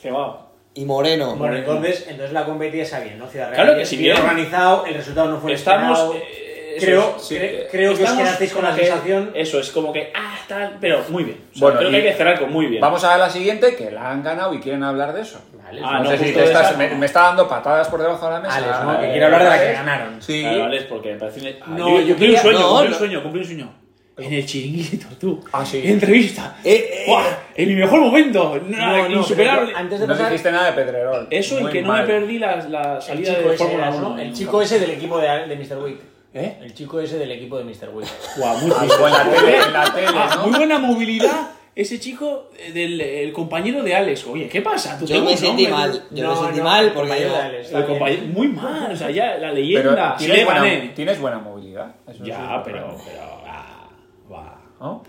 Speaker 5: Cebado.
Speaker 7: Y Moreno.
Speaker 4: Bueno, entonces, entonces la competía está bien, ¿no? Ciudad Real.
Speaker 5: Claro que sí,
Speaker 4: bien
Speaker 5: bien.
Speaker 4: organizado, el resultado no fue el
Speaker 5: Estamos.
Speaker 4: esperado.
Speaker 5: eh, eso
Speaker 4: Pues creo
Speaker 5: es, sí.
Speaker 4: cre- creo que os
Speaker 5: Estamos
Speaker 4: quedasteis con
Speaker 5: como
Speaker 4: la
Speaker 5: que-
Speaker 4: sensación.
Speaker 5: Eso es como que. Ah, tal. Pero muy bien. O sea,
Speaker 6: Bueno,
Speaker 5: creo
Speaker 6: y-
Speaker 5: que hay que cerrar con muy bien.
Speaker 6: Vamos a la siguiente, que la han ganado y quieren hablar de eso.
Speaker 4: Vale, pues
Speaker 5: Ah,
Speaker 6: no
Speaker 5: no,
Speaker 6: sé si
Speaker 5: justo
Speaker 6: te
Speaker 5: esa
Speaker 6: estás-
Speaker 5: no.
Speaker 6: me, me está dando patadas por debajo de la mesa.
Speaker 4: Alex, Ah, ¿no? Que
Speaker 6: Eh,
Speaker 4: quiere hablar de la que
Speaker 6: Alex.
Speaker 4: ganaron.
Speaker 6: Sí.
Speaker 5: Claro, Alex, porque me parece. Ah,
Speaker 4: No, yo
Speaker 5: cumplí un
Speaker 4: quería-
Speaker 5: sueño,
Speaker 7: no,
Speaker 5: cumplí un
Speaker 7: no.
Speaker 5: sueño, cumplí un sueño. En el chiringuito, tú.
Speaker 6: Ah, sí.
Speaker 5: Entrevista.
Speaker 7: Eh, eh.
Speaker 5: Buah, En mi mejor momento. Nada,
Speaker 4: No, no,
Speaker 5: insuperable.
Speaker 4: pero Antes de
Speaker 6: No
Speaker 4: pasar,
Speaker 6: dijiste nada de Pedrerol.
Speaker 5: Eso y
Speaker 6: Muy
Speaker 5: que no
Speaker 6: mal.
Speaker 5: me perdí la, la
Speaker 4: el
Speaker 5: salida
Speaker 4: chico,
Speaker 5: de
Speaker 4: ese,
Speaker 5: Fórmula
Speaker 4: era,
Speaker 5: 1.
Speaker 4: ¿no? el chico ese del equipo de, de Mr. Wick.
Speaker 5: ¿Eh?
Speaker 4: El chico ese del equipo de Mr. Wick.
Speaker 5: Guau, muy
Speaker 6: Ah,
Speaker 5: triste.
Speaker 6: o en la tele, en la tele,
Speaker 5: Ah,
Speaker 6: ¿no?
Speaker 5: Muy buena movilidad. Ese chico, eh, del el compañero de Alex. Oye, ¿qué pasa? ¿Tú
Speaker 7: Yo
Speaker 5: tengo
Speaker 7: me
Speaker 5: un
Speaker 7: sentí
Speaker 5: nombre,
Speaker 7: mal,
Speaker 5: tú-
Speaker 7: yo me sentí mal porque
Speaker 4: compañero
Speaker 7: digo,
Speaker 4: de Alex, está
Speaker 5: El
Speaker 4: bien.
Speaker 5: compañero, muy mal. O sea, ya la
Speaker 6: Pero
Speaker 5: leyenda.
Speaker 6: tienes,
Speaker 5: le
Speaker 6: buena,
Speaker 5: gané.
Speaker 6: tienes buena movilidad. eso
Speaker 5: Ya,
Speaker 6: sí.
Speaker 5: pero. pero ah, va.
Speaker 6: ¿No?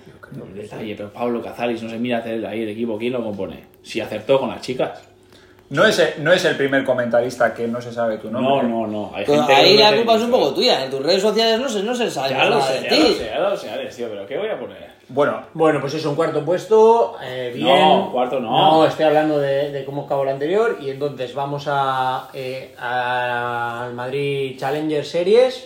Speaker 5: El detalle, pero Pablo Cazalis no se mira hacer ahí el equipo. ¿Quién lo compone? Si acertó con las chicas.
Speaker 6: No es, el, no es el primer comentarista que no se sabe tu
Speaker 5: No,
Speaker 6: nombre.
Speaker 5: no, no. Hay
Speaker 7: Pero
Speaker 5: gente que
Speaker 7: Pues ahí
Speaker 5: lo
Speaker 7: la
Speaker 5: mete
Speaker 7: culpa es
Speaker 5: en-
Speaker 7: un poco tuya, en tus redes sociales no se, no se sabe
Speaker 5: Ya lo
Speaker 7: nada
Speaker 5: sé,
Speaker 7: de
Speaker 5: ya lo
Speaker 7: ti.
Speaker 5: sé, ya lo sé, Alex, tío, pero ¿qué voy a poner?
Speaker 6: Bueno,
Speaker 4: Bueno, pues eso, un cuarto puesto, eh, bien.
Speaker 5: No, cuarto no.
Speaker 4: No, estoy hablando de, de cómo acabó el anterior. Y entonces vamos a eh, al Madrid Challenger Series.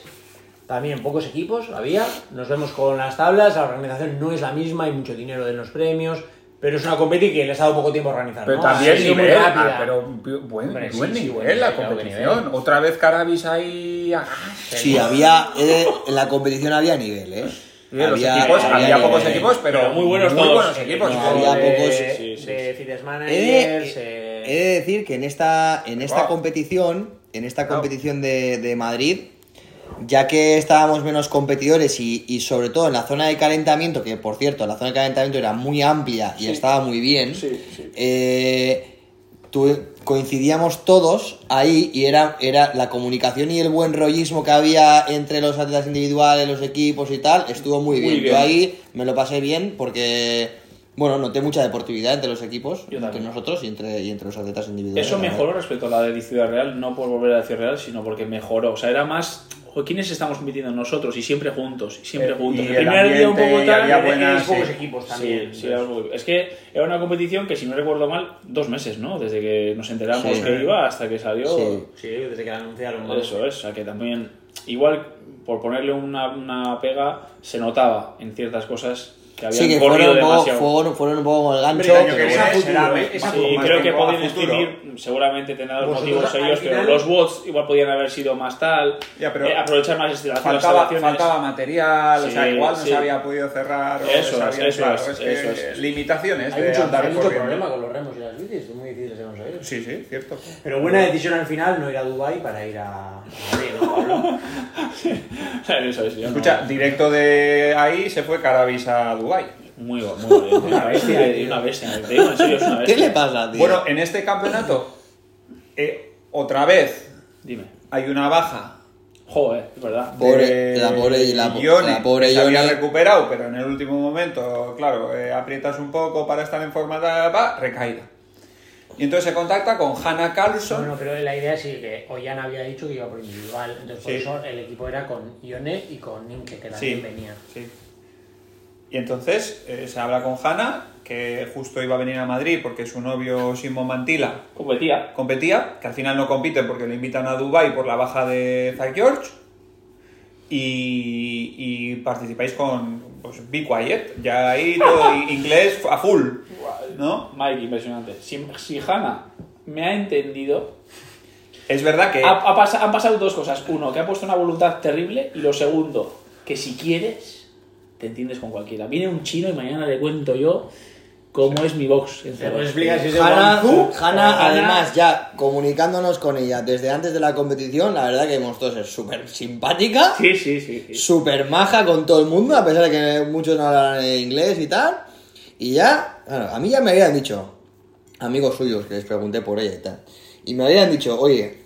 Speaker 4: También pocos equipos había. Nos vemos con las tablas. La organización no es la misma, hay mucho dinero en los premios. Pero es una competi que les ha dado poco tiempo a organizar.
Speaker 6: Pero
Speaker 4: ¿no? Ha
Speaker 6: también
Speaker 4: sido muy
Speaker 6: nivel,
Speaker 4: rápida.
Speaker 6: ah, pero un pi- buen,
Speaker 4: Hombre, sí,
Speaker 6: buen
Speaker 4: sí,
Speaker 6: nivel
Speaker 4: buen nivel,
Speaker 6: la
Speaker 4: claro que
Speaker 6: competición.
Speaker 4: nivel.
Speaker 6: Otra vez Carabis ahí. ah,
Speaker 7: Sí, había. eh, en la competición había nivel, ¿eh?
Speaker 6: sí, los equipos, había, pocos equipos, pero,
Speaker 5: pero muy buenos todos.
Speaker 4: Eh,
Speaker 6: equipos.
Speaker 7: No,
Speaker 6: Joder.
Speaker 7: había
Speaker 4: de,
Speaker 7: pocos-
Speaker 5: sí, sí,
Speaker 4: de fitness managers,
Speaker 7: He
Speaker 4: pues, eh,
Speaker 7: de, he de decir que en esta, en esta
Speaker 6: Wow.
Speaker 7: competición, en esta competición de, de Madrid, ya que estábamos menos competidores y, y sobre todo en la zona de calentamiento, que por cierto, la zona de calentamiento era muy amplia y estaba muy bien, eh, tu- coincidíamos todos ahí y era, era la comunicación y el buen rollismo que había entre los atletas individuales, los equipos y tal, estuvo muy bien.
Speaker 5: bien.
Speaker 7: Yo ahí me lo pasé bien porque, bueno, noté mucha deportividad entre los equipos,
Speaker 5: Yo
Speaker 7: entre
Speaker 5: también.
Speaker 7: nosotros y entre, y entre los atletas individuales.
Speaker 5: Eso
Speaker 7: la verdad.
Speaker 5: mejoró respecto a la de Ciudad Real, no por volver a Ciudad Real, sino porque mejoró. O sea, era más. "Jo, ¿Quiénes estamos compitiendo? Nosotros, y siempre juntos, y siempre
Speaker 6: Eh,
Speaker 5: juntos.
Speaker 6: y el
Speaker 5: el primer día un
Speaker 6: ambiente,
Speaker 5: poco
Speaker 6: y
Speaker 5: tal,
Speaker 6: había
Speaker 5: eh,
Speaker 6: buenas,
Speaker 5: es pocos
Speaker 6: sí.
Speaker 5: equipos
Speaker 6: Sí,
Speaker 5: también.
Speaker 6: sí,
Speaker 5: Sí, era muy- Es que era una competición que, si no recuerdo mal, dos meses, ¿no? Desde que nos enteramos
Speaker 7: Sí.
Speaker 5: que iba hasta que salió.
Speaker 7: Sí.
Speaker 4: Sí, desde que la anunciaron. ¿no?
Speaker 5: Eso es, o sea que también, igual por ponerle una, una pega, se notaba en ciertas cosas que habían
Speaker 7: Sí, que
Speaker 5: corrido
Speaker 7: fueron un, poco,
Speaker 5: demasiado.
Speaker 7: fueron, fueron un poco con el gancho.
Speaker 6: el año que
Speaker 7: pero
Speaker 6: viene
Speaker 7: bueno.
Speaker 6: será
Speaker 4: futuro,
Speaker 6: me-
Speaker 4: esa
Speaker 6: más-
Speaker 5: Sí,
Speaker 6: más
Speaker 5: creo que
Speaker 6: tiempo a
Speaker 5: pueden
Speaker 6: futuro.
Speaker 5: decidir, seguramente tendrán los
Speaker 4: Vosotros,
Speaker 5: motivos
Speaker 4: al
Speaker 5: ellos,
Speaker 4: final-
Speaker 5: pero los bots igual podían haber sido más tal,
Speaker 6: Ya, pero
Speaker 5: eh, aprovechar más las
Speaker 6: Faltaba,
Speaker 5: instalaciones.
Speaker 6: faltaba material, o sea,
Speaker 5: Sí,
Speaker 6: igual no
Speaker 5: sí.
Speaker 6: se había podido cerrar. o
Speaker 5: Eso
Speaker 6: se
Speaker 5: es,
Speaker 6: había-
Speaker 5: eso es,
Speaker 6: que
Speaker 5: eso es.
Speaker 6: Limitaciones
Speaker 4: Hay
Speaker 6: de
Speaker 4: mucho,
Speaker 6: andar
Speaker 4: hay mucho
Speaker 6: corriendo.
Speaker 4: problema con los remos y las bicis, es muy difícil de conseguir.
Speaker 6: Sí, sí, cierto.
Speaker 4: Pero buena decisión al final no ir a Dubai para ir a a Madrid, ¿no, Pablo?
Speaker 5: Eso es, yo no-
Speaker 6: Escucha, directo de ahí se fue Carabis a Dubai.
Speaker 5: Muy bueno, muy bueno. Una bestia,
Speaker 4: tío.
Speaker 5: una bestia. Te digo, en serio, es una
Speaker 7: ¿Qué
Speaker 5: bestia.
Speaker 7: le pasa, tío?
Speaker 6: Bueno, en este campeonato, eh, otra vez
Speaker 5: Dime.
Speaker 6: hay una baja
Speaker 5: Joder, es verdad.
Speaker 7: Pobre-
Speaker 6: de
Speaker 7: la pobre- la-
Speaker 6: Ione,
Speaker 7: la pobre
Speaker 6: que se había
Speaker 7: Ione.
Speaker 6: recuperado, pero en el último momento, claro, eh, aprietas un poco para estar en forma, ta, ta, ta, recaída. Y entonces se contacta con Hannah Carlson.
Speaker 4: Bueno, pero la idea sí que Ollana había dicho que iba por individual, entonces por
Speaker 6: Sí.
Speaker 4: eso el equipo era con Ione y con Ninke, que también
Speaker 6: Sí.
Speaker 4: venía.
Speaker 6: Sí. Y entonces eh, se habla con Hannah, que justo iba a venir a Madrid porque su novio Simon Mantila
Speaker 5: Competía.
Speaker 6: competía, que al final no compite porque lo invitan a Dubai por la baja de Zach George. Y, y participáis con pues, Be Quiet, ya ahí todo i- inglés a full, ¿no?
Speaker 5: Mike, impresionante. Si, si Hanna me ha entendido,
Speaker 6: Es verdad
Speaker 7: Eh,
Speaker 6: que
Speaker 5: Ha- ha pasa- han pasado dos cosas. Uno, que ha puesto una voluntad terrible. Y lo segundo, que si quieres, te entiendes con cualquiera. Viene un chino y mañana le cuento yo cómo es mi box. en Zaragoza.
Speaker 4: es
Speaker 7: Hanna,
Speaker 5: Hanna-
Speaker 7: Hanna, además, ya comunicándonos con ella desde antes de la competición, la verdad que mostró ser súper simpática,
Speaker 5: Sí, sí, sí. sí.
Speaker 7: súper maja con todo el mundo, a pesar de que muchos no hablan eh, inglés y tal. Y ya, claro, a mí ya me habían dicho, amigos suyos que les pregunté por ella y tal, y me habían dicho, oye,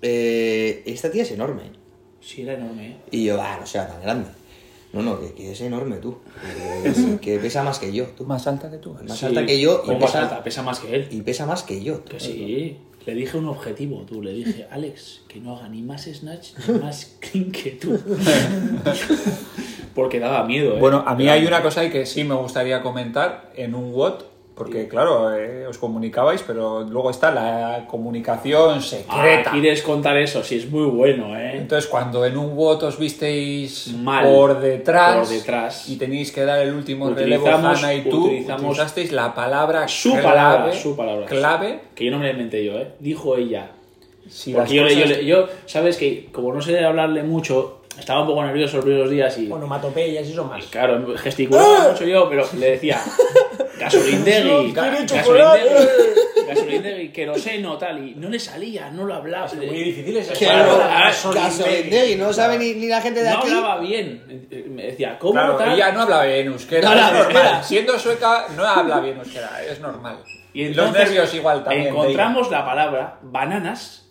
Speaker 7: eh, esta tía es enorme.
Speaker 5: Sí, era enorme. ¿eh?
Speaker 7: Y yo, ah, no sea tan grande. No, no, que, que es enorme tú. Que, que pesa más que yo, tú.
Speaker 6: más alta que tú. ¿eh?
Speaker 7: Más
Speaker 5: Sí.
Speaker 7: alta que yo y
Speaker 5: O más
Speaker 7: pesa-
Speaker 5: alta, pesa más que él.
Speaker 7: Y pesa más que yo. tú.
Speaker 5: Que sí. Le dije un objetivo, tú. Le dije, Alex, que no haga ni más snatch ni más clean que tú. Porque daba miedo, ¿eh?
Speaker 6: Bueno, a mí
Speaker 5: Era-
Speaker 6: hay una cosa ahí que sí me gustaría comentar en un WOT, porque claro, eh, os comunicabais, pero luego está la comunicación
Speaker 5: Ah,
Speaker 6: secreta.
Speaker 5: quieres contar eso, sí, es muy bueno, ¿eh?
Speaker 6: Entonces, cuando en un WOT os visteis
Speaker 5: Mal.
Speaker 6: por, detrás,
Speaker 5: Por detrás.
Speaker 6: y tenéis que dar el último relevo,
Speaker 5: Utilizamos-
Speaker 6: Hanna y tú,
Speaker 5: utilizamos-
Speaker 6: utilizasteis la palabra
Speaker 5: Su
Speaker 6: clave,
Speaker 5: palabra, su palabra.
Speaker 6: clave.
Speaker 5: Que yo no me la inventé yo, ¿eh? Dijo ella.
Speaker 6: Si
Speaker 5: Porque
Speaker 6: las
Speaker 5: yo, le- yo,
Speaker 6: cosas-
Speaker 5: le- yo, sabes que como no sé hablarle mucho, estaba un poco nervioso los primeros días y... pues,
Speaker 4: Onomatopeyas y eso más.
Speaker 5: Claro,
Speaker 6: ¡Ah!
Speaker 5: gesticulaba mucho yo, pero le decía... Gasolindegui, ga-
Speaker 7: chocolate".
Speaker 5: gasolindegui, gasolindegui, queroseno, tal, y no le salía, no lo hablaba.
Speaker 4: Es muy difícil es
Speaker 7: Que
Speaker 5: Claro,
Speaker 7: no,
Speaker 5: ah,
Speaker 7: gasolindegui, no sabe ni, ni la gente de
Speaker 5: No
Speaker 7: aquí.
Speaker 5: hablaba bien. Me decía, ¿cómo
Speaker 6: Claro,
Speaker 5: tal?
Speaker 6: ella no habla bien euskera.
Speaker 7: No
Speaker 6: es
Speaker 7: habla
Speaker 6: normal.
Speaker 7: euskera.
Speaker 6: Siendo sueca, no habla bien euskera, es normal.
Speaker 5: Y
Speaker 6: los
Speaker 5: entonces
Speaker 6: nervios igual también. te digo.
Speaker 5: Encontramos la palabra bananas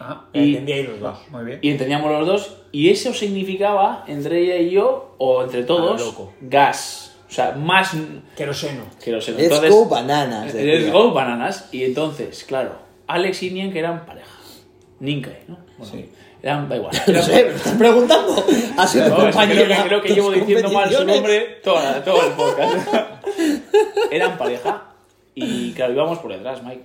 Speaker 6: Ah,
Speaker 5: y-
Speaker 4: Entendíais los
Speaker 6: va,
Speaker 4: dos.
Speaker 6: muy bien.
Speaker 5: Y entendíamos los dos. Y eso significaba, entre ella y yo, o entre todos,
Speaker 4: Ah, loco.
Speaker 5: gas. O sea, más
Speaker 4: Queroseno.
Speaker 5: queroseno.
Speaker 7: Let's
Speaker 5: Entonces,
Speaker 7: go bananas. eh, decía.
Speaker 5: let's go bananas. Y entonces, claro, Alex y Nienke eran pareja. Ninke, ¿no? Bueno, eran, da igual.
Speaker 7: No sé, me estás preguntando. Ha sido
Speaker 5: No, es que creo, que, creo que llevo diciendo mal su
Speaker 7: nombre.
Speaker 5: nombre toda, todo el podcast. Eran pareja y claro, íbamos por detrás, Mike.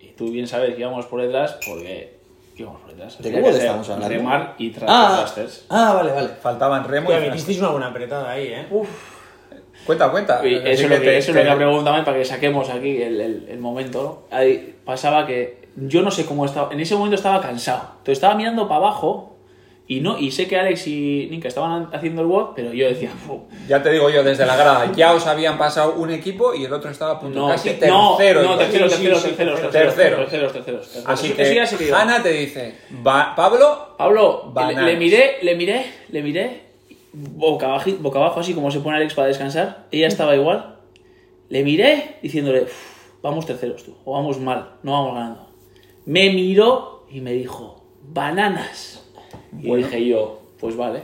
Speaker 5: Y tú bien sabes que íbamos por detrás porque íbamos por detrás.
Speaker 7: ¿De
Speaker 5: Había
Speaker 7: cómo le
Speaker 5: que hacer
Speaker 7: estamos hablando?
Speaker 5: Remar y tras
Speaker 7: Ah,
Speaker 5: thrusters.
Speaker 7: ah, vale, vale.
Speaker 6: Faltaban remo
Speaker 4: Oye,
Speaker 6: y Uh,
Speaker 4: metisteis una buena apretada ahí, ¿eh?
Speaker 6: Cuenta, cuenta.
Speaker 5: Y
Speaker 6: Así
Speaker 5: eso es lo que,
Speaker 6: te-
Speaker 5: eso es lo que
Speaker 6: te-
Speaker 5: ha preguntado Mike, para que saquemos aquí el, el- el momento, ¿no? Ahí pasaba que yo no sé cómo estaba. En ese momento estaba cansado. Entonces estaba mirando para abajo y no y sé que Alex y Nika estaban haciendo el WOD, pero yo decía, "Fu,
Speaker 6: Ya te digo yo, desde la grada, ya os habían pasado un equipo y el otro estaba a punto
Speaker 5: no,
Speaker 6: casi
Speaker 5: te- no,
Speaker 6: tercero.
Speaker 5: no,
Speaker 6: iba.
Speaker 5: tercero,
Speaker 6: Sí, sí,
Speaker 5: tercero,
Speaker 6: sí,
Speaker 5: tercero, tercero,
Speaker 6: tercero.
Speaker 5: tercero, tercero, tercero.
Speaker 6: Así
Speaker 5: Eso- eso ya sé
Speaker 6: que
Speaker 5: yo.
Speaker 6: Ana te dice, "Va- Pablo,
Speaker 5: Pablo, le,
Speaker 6: Bananas.
Speaker 5: le miré, le miré, le miré, boca, abaji- boca abajo, así como se pone Alex para descansar. Ella estaba igual. Le miré diciéndole, "Uf, vamos terceros tú, o vamos mal, no vamos ganando. Me miró y me dijo, bananas. Y dije yo, pues vale.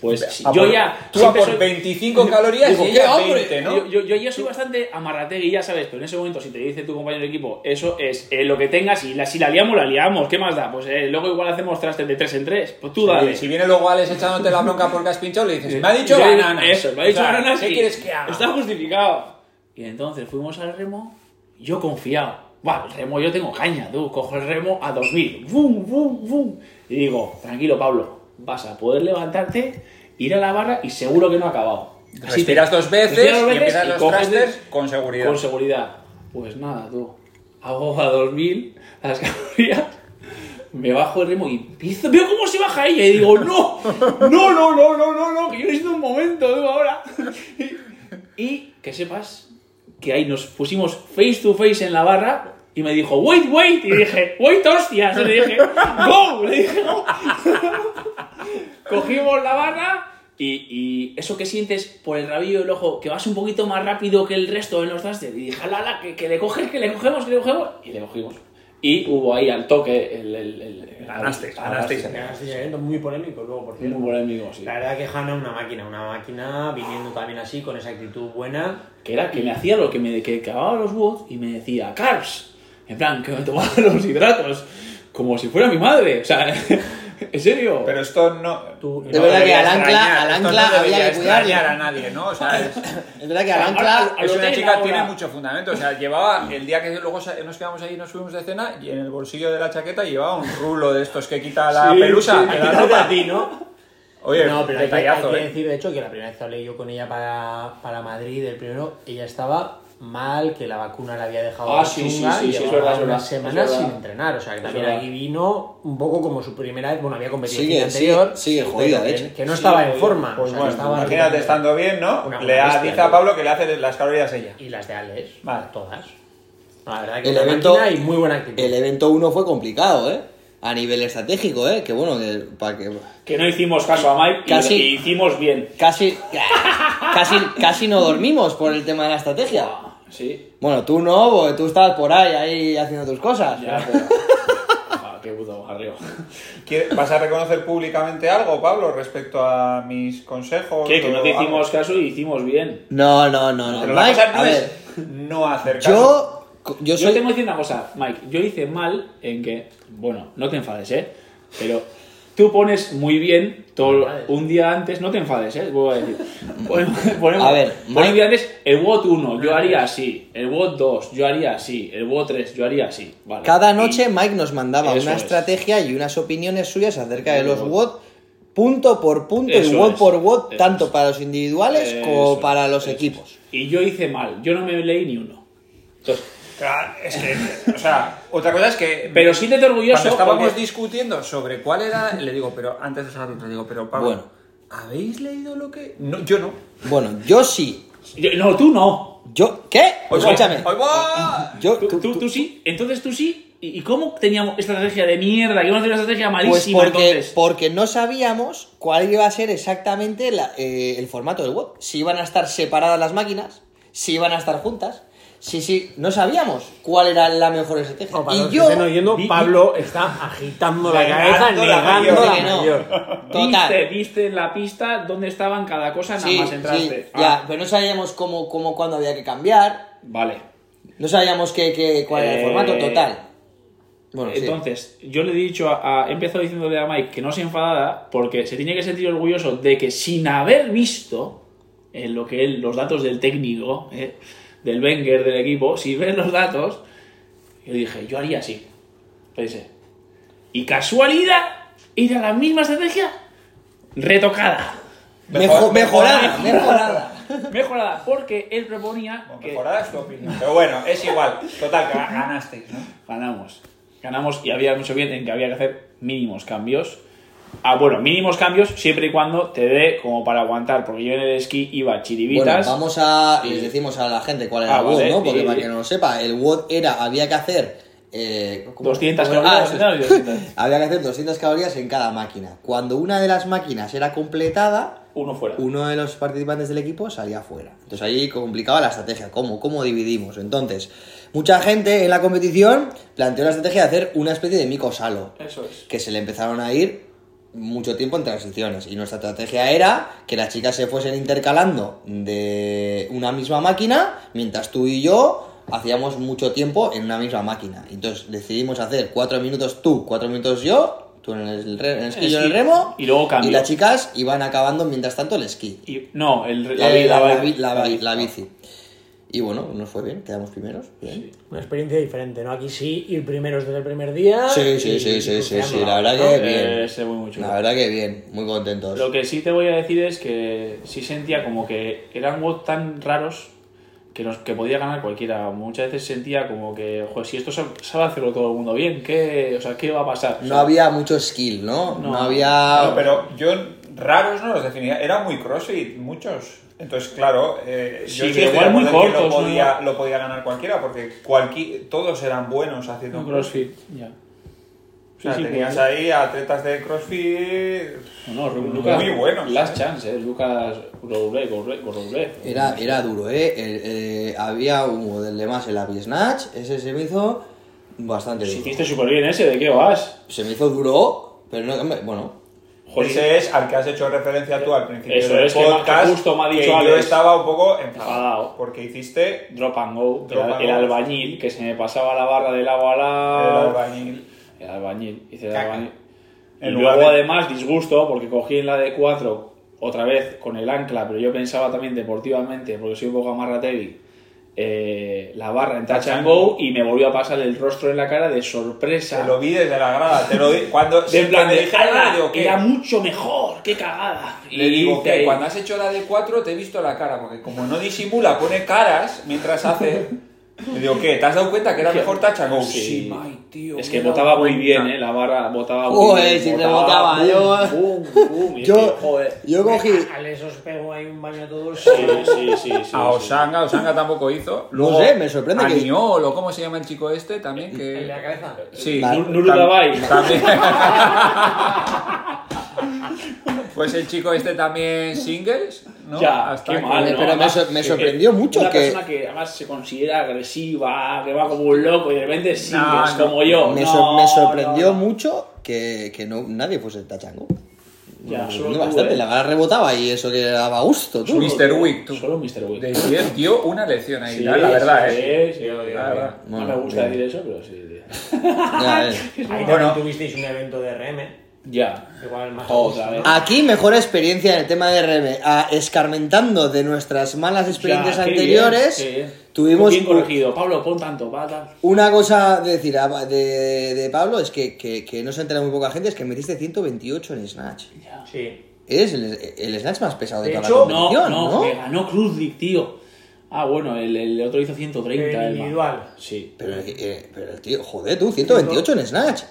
Speaker 5: Pues si-
Speaker 6: a
Speaker 5: yo
Speaker 6: por-
Speaker 5: ya.
Speaker 6: tú a
Speaker 5: siempre
Speaker 6: por
Speaker 5: soy-
Speaker 6: 25 calorías
Speaker 5: Digo,
Speaker 6: y ella
Speaker 5: "¿Qué, hombre?".
Speaker 6: 20, ¿no?
Speaker 5: Yo, yo, yo ya soy bastante amarrategui, ya sabes, pero en ese momento, si te dice tu compañero de equipo, eso es eh, lo que tengas, y la, si la liamos, la liamos, ¿qué más da? Pues eh, luego igual hacemos trastes de 3 en 3. Pues tú dale.
Speaker 6: Y si viene luego Alex echándote la bronca porque has pinchado, le dices, me ha dicho
Speaker 5: Yo-
Speaker 6: bananas.
Speaker 5: Eso, me ha dicho
Speaker 6: O sea,
Speaker 5: bananas.
Speaker 6: ¿Qué
Speaker 5: y
Speaker 6: quieres que haga?
Speaker 5: Está justificado. Y entonces fuimos al remo, y yo confiado. Buah, el remo, yo tengo caña, tú. Cojo el remo a 2000. ¡Bum, bum, bum! Y digo, tranquilo, Pablo, vas a poder levantarte, ir a la barra y seguro que no ha acabado. Así
Speaker 6: Respiras
Speaker 5: te-
Speaker 6: dos veces
Speaker 5: respiras
Speaker 6: y
Speaker 5: dos veces
Speaker 6: empiezas
Speaker 5: y
Speaker 6: los
Speaker 5: coges de-
Speaker 6: thrusters con seguridad.
Speaker 5: Con seguridad. Pues nada, tú. Hago a 2000 las calorías. Me bajo el remo y empiezo, veo cómo se baja ella y digo, no, no, no, no, no, no, no, que yo necesito un momento, tú, ahora. Y que sepas que ahí nos pusimos face to face en la barra y me dijo, wait, wait, y dije, wait, hostias, y le dije, go, le dije, go. Cogimos la barra y, y eso que sientes por el rabillo del ojo, que vas un poquito más rápido que el resto en los thrusters. Y dije, ala, ala, que, que le coges, que le cogemos, que le cogemos. Y le cogimos. Y hubo ahí al toque el... el, el, el-
Speaker 6: Ganasteis,
Speaker 5: el-
Speaker 6: ganasteis.
Speaker 4: Nada, sí, eh, Muy polémico luego, por cierto.
Speaker 5: Muy polémico, sí.
Speaker 4: La verdad que Hanna una máquina, una máquina viniendo también así, con esa actitud buena.
Speaker 5: que era que me hacía lo que me que acababa los WOD y me decía carbs en plan que me tomaba los hidratos como si fuera mi madre o sea en serio
Speaker 6: Pero esto no...
Speaker 4: Tú-
Speaker 6: no
Speaker 4: De
Speaker 7: verdad que
Speaker 6: debería
Speaker 7: al ancla-
Speaker 6: extrañar,
Speaker 7: al
Speaker 6: esto
Speaker 7: ancla
Speaker 6: no debería
Speaker 7: había que
Speaker 6: extrañar
Speaker 7: cuidarle.
Speaker 6: a nadie, ¿no? O sea, es,
Speaker 7: Es verdad que al
Speaker 5: Ahora-
Speaker 7: ancla.
Speaker 5: Al
Speaker 6: es una
Speaker 5: hotel
Speaker 6: chica
Speaker 5: ahora.
Speaker 6: tiene mucho fundamento. O sea, llevaba el día que luego sa- nos quedamos ahí y nos fuimos de cena y en el bolsillo de la chaqueta llevaba un rulo de estos que quita la
Speaker 5: Sí,
Speaker 6: pelusa.
Speaker 5: sí,
Speaker 6: de la
Speaker 5: quita
Speaker 6: ropa.
Speaker 5: para ti, ¿no?
Speaker 6: Oye,
Speaker 4: no, pero hay que,
Speaker 6: detallazo,
Speaker 4: hay que
Speaker 6: ¿eh?
Speaker 4: decir, de hecho, que la primera vez que hablé yo con ella para, para Madrid, el primero, ella estaba mal, que la vacuna la había dejado
Speaker 5: Ah, sí, sí,
Speaker 4: chunga
Speaker 5: sí,
Speaker 4: y
Speaker 5: sí, es
Speaker 4: llevaba
Speaker 5: verdad, es verdad,
Speaker 4: unas
Speaker 5: es
Speaker 4: semanas
Speaker 5: verdad.
Speaker 4: sin entrenar. O sea, que
Speaker 5: Es
Speaker 4: también
Speaker 5: verdad.
Speaker 4: aquí vino un poco como su primera vez, bueno, había competido
Speaker 7: Sigue,
Speaker 4: el día anterior.
Speaker 7: sigue, sigue
Speaker 4: pero
Speaker 7: jodida, de
Speaker 4: que,
Speaker 7: hecho.
Speaker 4: que no
Speaker 5: Sigue
Speaker 4: estaba en
Speaker 5: jodida.
Speaker 4: forma.
Speaker 6: Pues
Speaker 4: o sea,
Speaker 6: bueno,
Speaker 4: que estaba
Speaker 6: imagínate estando bien, ¿no?
Speaker 4: Una
Speaker 6: Le ha-
Speaker 4: bestia,
Speaker 6: dice a
Speaker 4: ¿no?
Speaker 6: Pablo que le hace las calorías ella.
Speaker 4: Y las de Alex,
Speaker 6: Vale.
Speaker 4: todas. La verdad que
Speaker 7: El
Speaker 4: una
Speaker 7: evento-
Speaker 4: máquina y muy buena actitud.
Speaker 7: El evento 1 fue complicado, ¿eh? A nivel estratégico, ¿eh? Que bueno, que, para que
Speaker 5: que no hicimos caso a Mike y-
Speaker 7: Casi.
Speaker 5: y hicimos bien
Speaker 7: casi, casi, casi no dormimos por el tema de la estrategia.
Speaker 5: sí
Speaker 7: Bueno, tú no, porque tú estabas por ahí, ahí haciendo tus cosas.
Speaker 5: ya pero Ah, qué puto barrio
Speaker 6: ¿Quiere- ¿Vas a reconocer públicamente algo, Pablo, respecto a mis consejos?
Speaker 5: que que no te
Speaker 6: o algo?
Speaker 5: hicimos caso y hicimos bien
Speaker 7: No, no, no, no.
Speaker 6: Pero la
Speaker 7: Mike,
Speaker 6: cosa no
Speaker 7: a
Speaker 6: es
Speaker 7: ver,
Speaker 6: no hacer caso.
Speaker 7: yo, yo
Speaker 5: Yo
Speaker 7: soy...
Speaker 5: te voy a decir una cosa, Mike. Yo hice mal en que. Bueno, no te enfades, ¿eh? Pero tú pones muy bien todo, un día antes. No te enfades, ¿eh? Vuelvo a decir. Pon- Ponemos,
Speaker 7: A ver,
Speaker 5: pon
Speaker 7: Mike-
Speaker 5: un día antes el WOT 1, yo haría así. El WOT 2, yo haría así. El WOT 3, yo haría así. Vale.
Speaker 7: Cada
Speaker 5: Y-
Speaker 7: noche Mike nos mandaba
Speaker 5: Eso
Speaker 7: una
Speaker 5: es.
Speaker 7: estrategia y unas opiniones suyas acerca de
Speaker 5: Del
Speaker 7: los
Speaker 5: WOD.
Speaker 7: WOD punto por punto y
Speaker 5: Eso
Speaker 7: WOD
Speaker 5: es.
Speaker 7: por WOD,
Speaker 5: Eso
Speaker 7: tanto
Speaker 5: es.
Speaker 7: para los individuales
Speaker 5: Eso
Speaker 7: como
Speaker 5: es,
Speaker 7: para los
Speaker 5: eso es.
Speaker 7: equipos.
Speaker 5: Y yo hice mal. Yo no me leí ni uno. Entonces,
Speaker 6: Claro, es que, o sea, otra cosa es que.
Speaker 5: pero sí te orgulloso.
Speaker 6: cuando estábamos
Speaker 5: porque-
Speaker 6: discutiendo sobre cuál era, le digo, pero antes de salir, le digo, pero Pablo,
Speaker 7: Bueno.
Speaker 6: ¿habéis leído lo que.? No, yo no.
Speaker 7: Bueno, yo sí.
Speaker 5: Yo- No, tú no.
Speaker 7: Yo, ¿qué?
Speaker 6: Hoy voy,
Speaker 7: Pues Escúchame.
Speaker 6: hoy voy.
Speaker 7: Yo,
Speaker 5: Tú,
Speaker 7: tú-
Speaker 5: tú-
Speaker 7: tú-
Speaker 5: tú sí. Entonces tú sí. ¿Y y cómo teníamos estrategia de mierda? Que íbamos a hacer una estrategia
Speaker 7: pues
Speaker 5: malísima.
Speaker 7: porque,
Speaker 5: entonces.
Speaker 7: porque no sabíamos cuál iba a ser exactamente la- eh, el formato del WOD. Si iban a estar separadas las máquinas, si iban a estar juntas. Sí, sí, no sabíamos cuál era la mejor estrategia.
Speaker 4: No, para los
Speaker 7: y
Speaker 4: que
Speaker 7: yo,
Speaker 4: estén oyendo,
Speaker 5: vi-
Speaker 4: Pablo está agitando la
Speaker 6: Negando
Speaker 4: cabeza,
Speaker 6: la
Speaker 4: negando
Speaker 6: mayor.
Speaker 4: la
Speaker 7: Que no.
Speaker 4: mayor.
Speaker 7: total,
Speaker 5: Viste, viste en la pista dónde estaban cada cosa, nada
Speaker 7: Sí,
Speaker 5: más entraste.
Speaker 7: sí,
Speaker 5: Ah,
Speaker 7: ya, pero no sabíamos cómo, cómo, cuándo había que cambiar,
Speaker 5: Vale.
Speaker 7: no sabíamos qué, qué- cuál era el
Speaker 5: Eh,
Speaker 7: formato total. Bueno, sí.
Speaker 5: Entonces, yo le he dicho a, a- he empezado diciéndole a Mike que no se enfadara porque se tiene que sentir orgulloso de que sin haber visto en lo que él, los datos del técnico, eh, del Wenger, del equipo, si ves los datos, yo dije, yo haría así. Pensé. Y casualidad, era la misma estrategia retocada.
Speaker 7: Mejo- mejorada, mejorada.
Speaker 5: Mejorada, porque él proponía
Speaker 6: Bueno,
Speaker 5: que
Speaker 6: mejorada es tu opinión. Pero bueno, es igual. Total, que ganasteis, ¿no?
Speaker 5: ganamos. Ganamos y había mucho bien en que había que hacer mínimos cambios. Ah, bueno, mínimos cambios siempre y cuando te dé como para aguantar, porque yo en el esquí iba
Speaker 7: Bueno,
Speaker 5: chiribitas.
Speaker 7: vamos a.
Speaker 5: Y-
Speaker 7: Les decimos a la gente cuál era
Speaker 5: Ah,
Speaker 7: el WOD,
Speaker 5: vale,
Speaker 7: ¿no? Porque
Speaker 5: y-
Speaker 7: para que no lo sepa, el WOD era, había que hacer. Eh, ¿cómo-
Speaker 5: 200
Speaker 7: cómo era?
Speaker 5: calorías,
Speaker 7: Ah,
Speaker 5: 200 y 200.
Speaker 7: había que hacer 200 calorías en cada máquina. Cuando una de las máquinas era completada,
Speaker 5: Uno fuera.
Speaker 7: uno de los participantes del equipo salía fuera. Entonces ahí complicaba la estrategia, cómo, cómo dividimos. Entonces, mucha gente en la competición planteó la estrategia de hacer una especie de mico salo
Speaker 5: Eso es.
Speaker 7: que se le empezaron a ir mucho tiempo en transiciones. Y nuestra estrategia era que las chicas se fuesen intercalando de una misma máquina, mientras tú y yo hacíamos mucho tiempo en una misma máquina. Entonces decidimos hacer cuatro minutos tú, cuatro minutos yo, tú en el, re- en el esquí, yo en el
Speaker 5: Esquí.
Speaker 7: remo,
Speaker 5: Y luego cambio.
Speaker 7: y las chicas iban acabando mientras tanto el esquí.
Speaker 5: Y, no, el, la,
Speaker 7: Eh,
Speaker 5: la- la-
Speaker 7: bi- la-
Speaker 5: la-
Speaker 7: la bici. Y bueno, nos fue bien, quedamos primeros. bien.
Speaker 4: Una experiencia diferente, ¿no? Aquí sí, ir primeros desde el primer día.
Speaker 7: Sí, sí,
Speaker 4: y-
Speaker 7: sí, sí,
Speaker 4: y
Speaker 7: sí,
Speaker 4: pues,
Speaker 7: sí,
Speaker 4: ya,
Speaker 7: la verdad
Speaker 5: ¿no?
Speaker 7: que
Speaker 5: Eh,
Speaker 7: bien.
Speaker 5: ese fue muy chulo.
Speaker 7: La verdad que bien, muy contentos.
Speaker 5: Lo que sí te voy a decir es que sí sentía como que eran WOD tan raros que, nos, que podía ganar cualquiera. Muchas veces sentía como que, joder, si esto sa- sabe hacerlo todo el mundo bien, ¿qué, o sea, ¿qué va a pasar? O
Speaker 7: No
Speaker 5: sea,
Speaker 7: había mucho skill, ¿no? No,
Speaker 5: No.
Speaker 7: había.
Speaker 6: No, pero yo raros no los definía. Era muy crossfit, muchos. Entonces, claro, eh,
Speaker 5: Sí,
Speaker 6: yo
Speaker 5: pero
Speaker 6: estoy
Speaker 5: igual
Speaker 6: de
Speaker 5: muy
Speaker 6: acuerdo en que
Speaker 5: cortos,
Speaker 6: lo podía, lo podía ganar cualquiera, porque cualqui- todos eran buenos haciendo
Speaker 5: Un crossfit, ya.
Speaker 6: O sea,
Speaker 5: Sí, sí,
Speaker 6: tenías
Speaker 5: pues.
Speaker 6: ahí atletas de crossfit.
Speaker 5: No, Ru- Lucas,
Speaker 6: Muy buenos,
Speaker 5: Last
Speaker 6: ¿eh?
Speaker 5: chance, eh, Lucas Goroble, Goroble, Goroble.
Speaker 7: Era, era duro, ¿eh? El- eh, Había un del de más, el Abi Snatch, ese se me hizo bastante
Speaker 5: Si
Speaker 7: duro.
Speaker 5: hiciste súper bien ese, ¿de qué vas?
Speaker 7: Se me hizo duro, pero no, hombre, bueno.
Speaker 5: Joder,
Speaker 6: Ese es al que has hecho referencia tú al principio
Speaker 5: Eso
Speaker 6: del
Speaker 5: es, que me- que
Speaker 6: podcast.
Speaker 5: justo me ha dicho
Speaker 6: que yo
Speaker 5: Alex.
Speaker 6: estaba un poco enfadado,
Speaker 5: Enfadado.
Speaker 6: Porque hiciste
Speaker 5: Drop and Go,
Speaker 6: Drop
Speaker 5: el,
Speaker 6: and
Speaker 5: el
Speaker 6: go.
Speaker 5: albañil, que se me pasaba la barra del agua a la...
Speaker 6: el albañil.
Speaker 5: El albañil, hice el
Speaker 6: Caca.
Speaker 5: albañil. Y
Speaker 6: En lugar
Speaker 5: luego
Speaker 6: de-
Speaker 5: además disgusto porque cogí en la de 4 otra vez con el ancla, pero yo pensaba también deportivamente, porque soy un poco amarrateri, eh, la barra en touch and go y me volvió a pasar el rostro en la cara de sorpresa.
Speaker 6: Te lo vi desde la grada. Te lo di, cuando
Speaker 5: de en plan
Speaker 6: me
Speaker 5: de,
Speaker 6: dijeron,
Speaker 5: "Ala,
Speaker 6: le digo, ¿qué?
Speaker 5: era mucho mejor, qué cagada.
Speaker 6: Le digo
Speaker 5: te-
Speaker 6: que cuando has hecho la de 4 te he visto la cara, porque como no disimula, pone caras mientras hace. Le digo, ¿qué? ¿Te has dado cuenta que era mejor Tachango?
Speaker 5: Sí.
Speaker 6: mai, tío.
Speaker 5: es que
Speaker 6: me he dado
Speaker 5: botaba muy bien,
Speaker 6: cuenta.
Speaker 5: eh, la barra botaba
Speaker 7: Uy,
Speaker 5: muy bien.
Speaker 7: si te botaba,
Speaker 5: boom, boom, boom, y
Speaker 7: Yo-
Speaker 5: dije, joder.
Speaker 7: Yo cogí.
Speaker 4: Alex os pegó ahí un baño a todos.
Speaker 5: Sí, sí, sí, sí,
Speaker 6: A
Speaker 5: sí.
Speaker 6: Osanga, Osanga tampoco hizo.
Speaker 7: sé, me sorprende
Speaker 6: a
Speaker 7: que-
Speaker 6: Niol, o ¿cómo se llama el chico este? También
Speaker 4: En la
Speaker 6: que.
Speaker 4: cabeza.
Speaker 6: Sí,
Speaker 7: La-
Speaker 5: Nur- Nuru
Speaker 6: tam-
Speaker 5: Dabai.
Speaker 6: También. pues el chico este también singles, ¿no?
Speaker 5: Ya, qué
Speaker 6: que-
Speaker 5: mal, ¿no?
Speaker 7: Pero me sor- me
Speaker 5: que-
Speaker 7: sorprendió
Speaker 5: que
Speaker 7: mucho
Speaker 5: una
Speaker 7: que-
Speaker 5: persona que además se considera agresiva, que va como un loco y de repente sí,
Speaker 6: No,
Speaker 5: es
Speaker 6: no.
Speaker 5: como yo.
Speaker 7: Me,
Speaker 5: No,
Speaker 7: sor- me sorprendió
Speaker 5: no, no.
Speaker 7: mucho que, que no, nadie fuese Tachango. Me
Speaker 5: Ya, solo
Speaker 7: sorprendió
Speaker 5: tú,
Speaker 7: bastante,
Speaker 5: eh.
Speaker 7: la cara rebotaba y eso que daba gusto, tú.
Speaker 6: Subiste. Mr. Wick, tú.
Speaker 5: Solo Mr. Wick.
Speaker 6: De 10 dio una lección ahí,
Speaker 5: Sí,
Speaker 6: la la verdad,
Speaker 5: sí,
Speaker 6: ¿eh?
Speaker 5: sí, sí, sí,
Speaker 6: la
Speaker 5: sí.
Speaker 6: verdad.
Speaker 5: No
Speaker 7: Bueno,
Speaker 5: me gusta
Speaker 7: bien.
Speaker 5: decir eso, pero sí. tío.
Speaker 7: Ya, eh.
Speaker 4: Ahí
Speaker 6: Bueno.
Speaker 4: también tuvisteis un evento de RM.
Speaker 5: Ya.
Speaker 4: Igual más.
Speaker 5: Otra vez.
Speaker 7: Aquí mejor experiencia en el tema de RM. Ah, escarmentando de nuestras malas experiencias
Speaker 5: Ya, qué
Speaker 7: anteriores,
Speaker 5: bien, qué bien.
Speaker 7: tuvimos
Speaker 5: Bien corregido. Pablo, pon tanto, va, tal.
Speaker 7: Una cosa de decir a- de, de Pablo es que, que- que no se entera muy poca gente, es que metiste 128 en Snatch.
Speaker 4: Sí.
Speaker 7: Eres el, el Snatch más pesado de,
Speaker 4: De
Speaker 7: toda
Speaker 4: hecho,
Speaker 7: la
Speaker 5: No,
Speaker 7: competición,
Speaker 5: no,
Speaker 7: ¿no?
Speaker 5: que ganó Cruzdick, tío. Ah, bueno, el, el otro hizo 130.
Speaker 4: El
Speaker 5: el man.
Speaker 4: individual.
Speaker 5: Sí.
Speaker 7: Pero, eh, pero, tío, joder, tú, 128 en Snatch.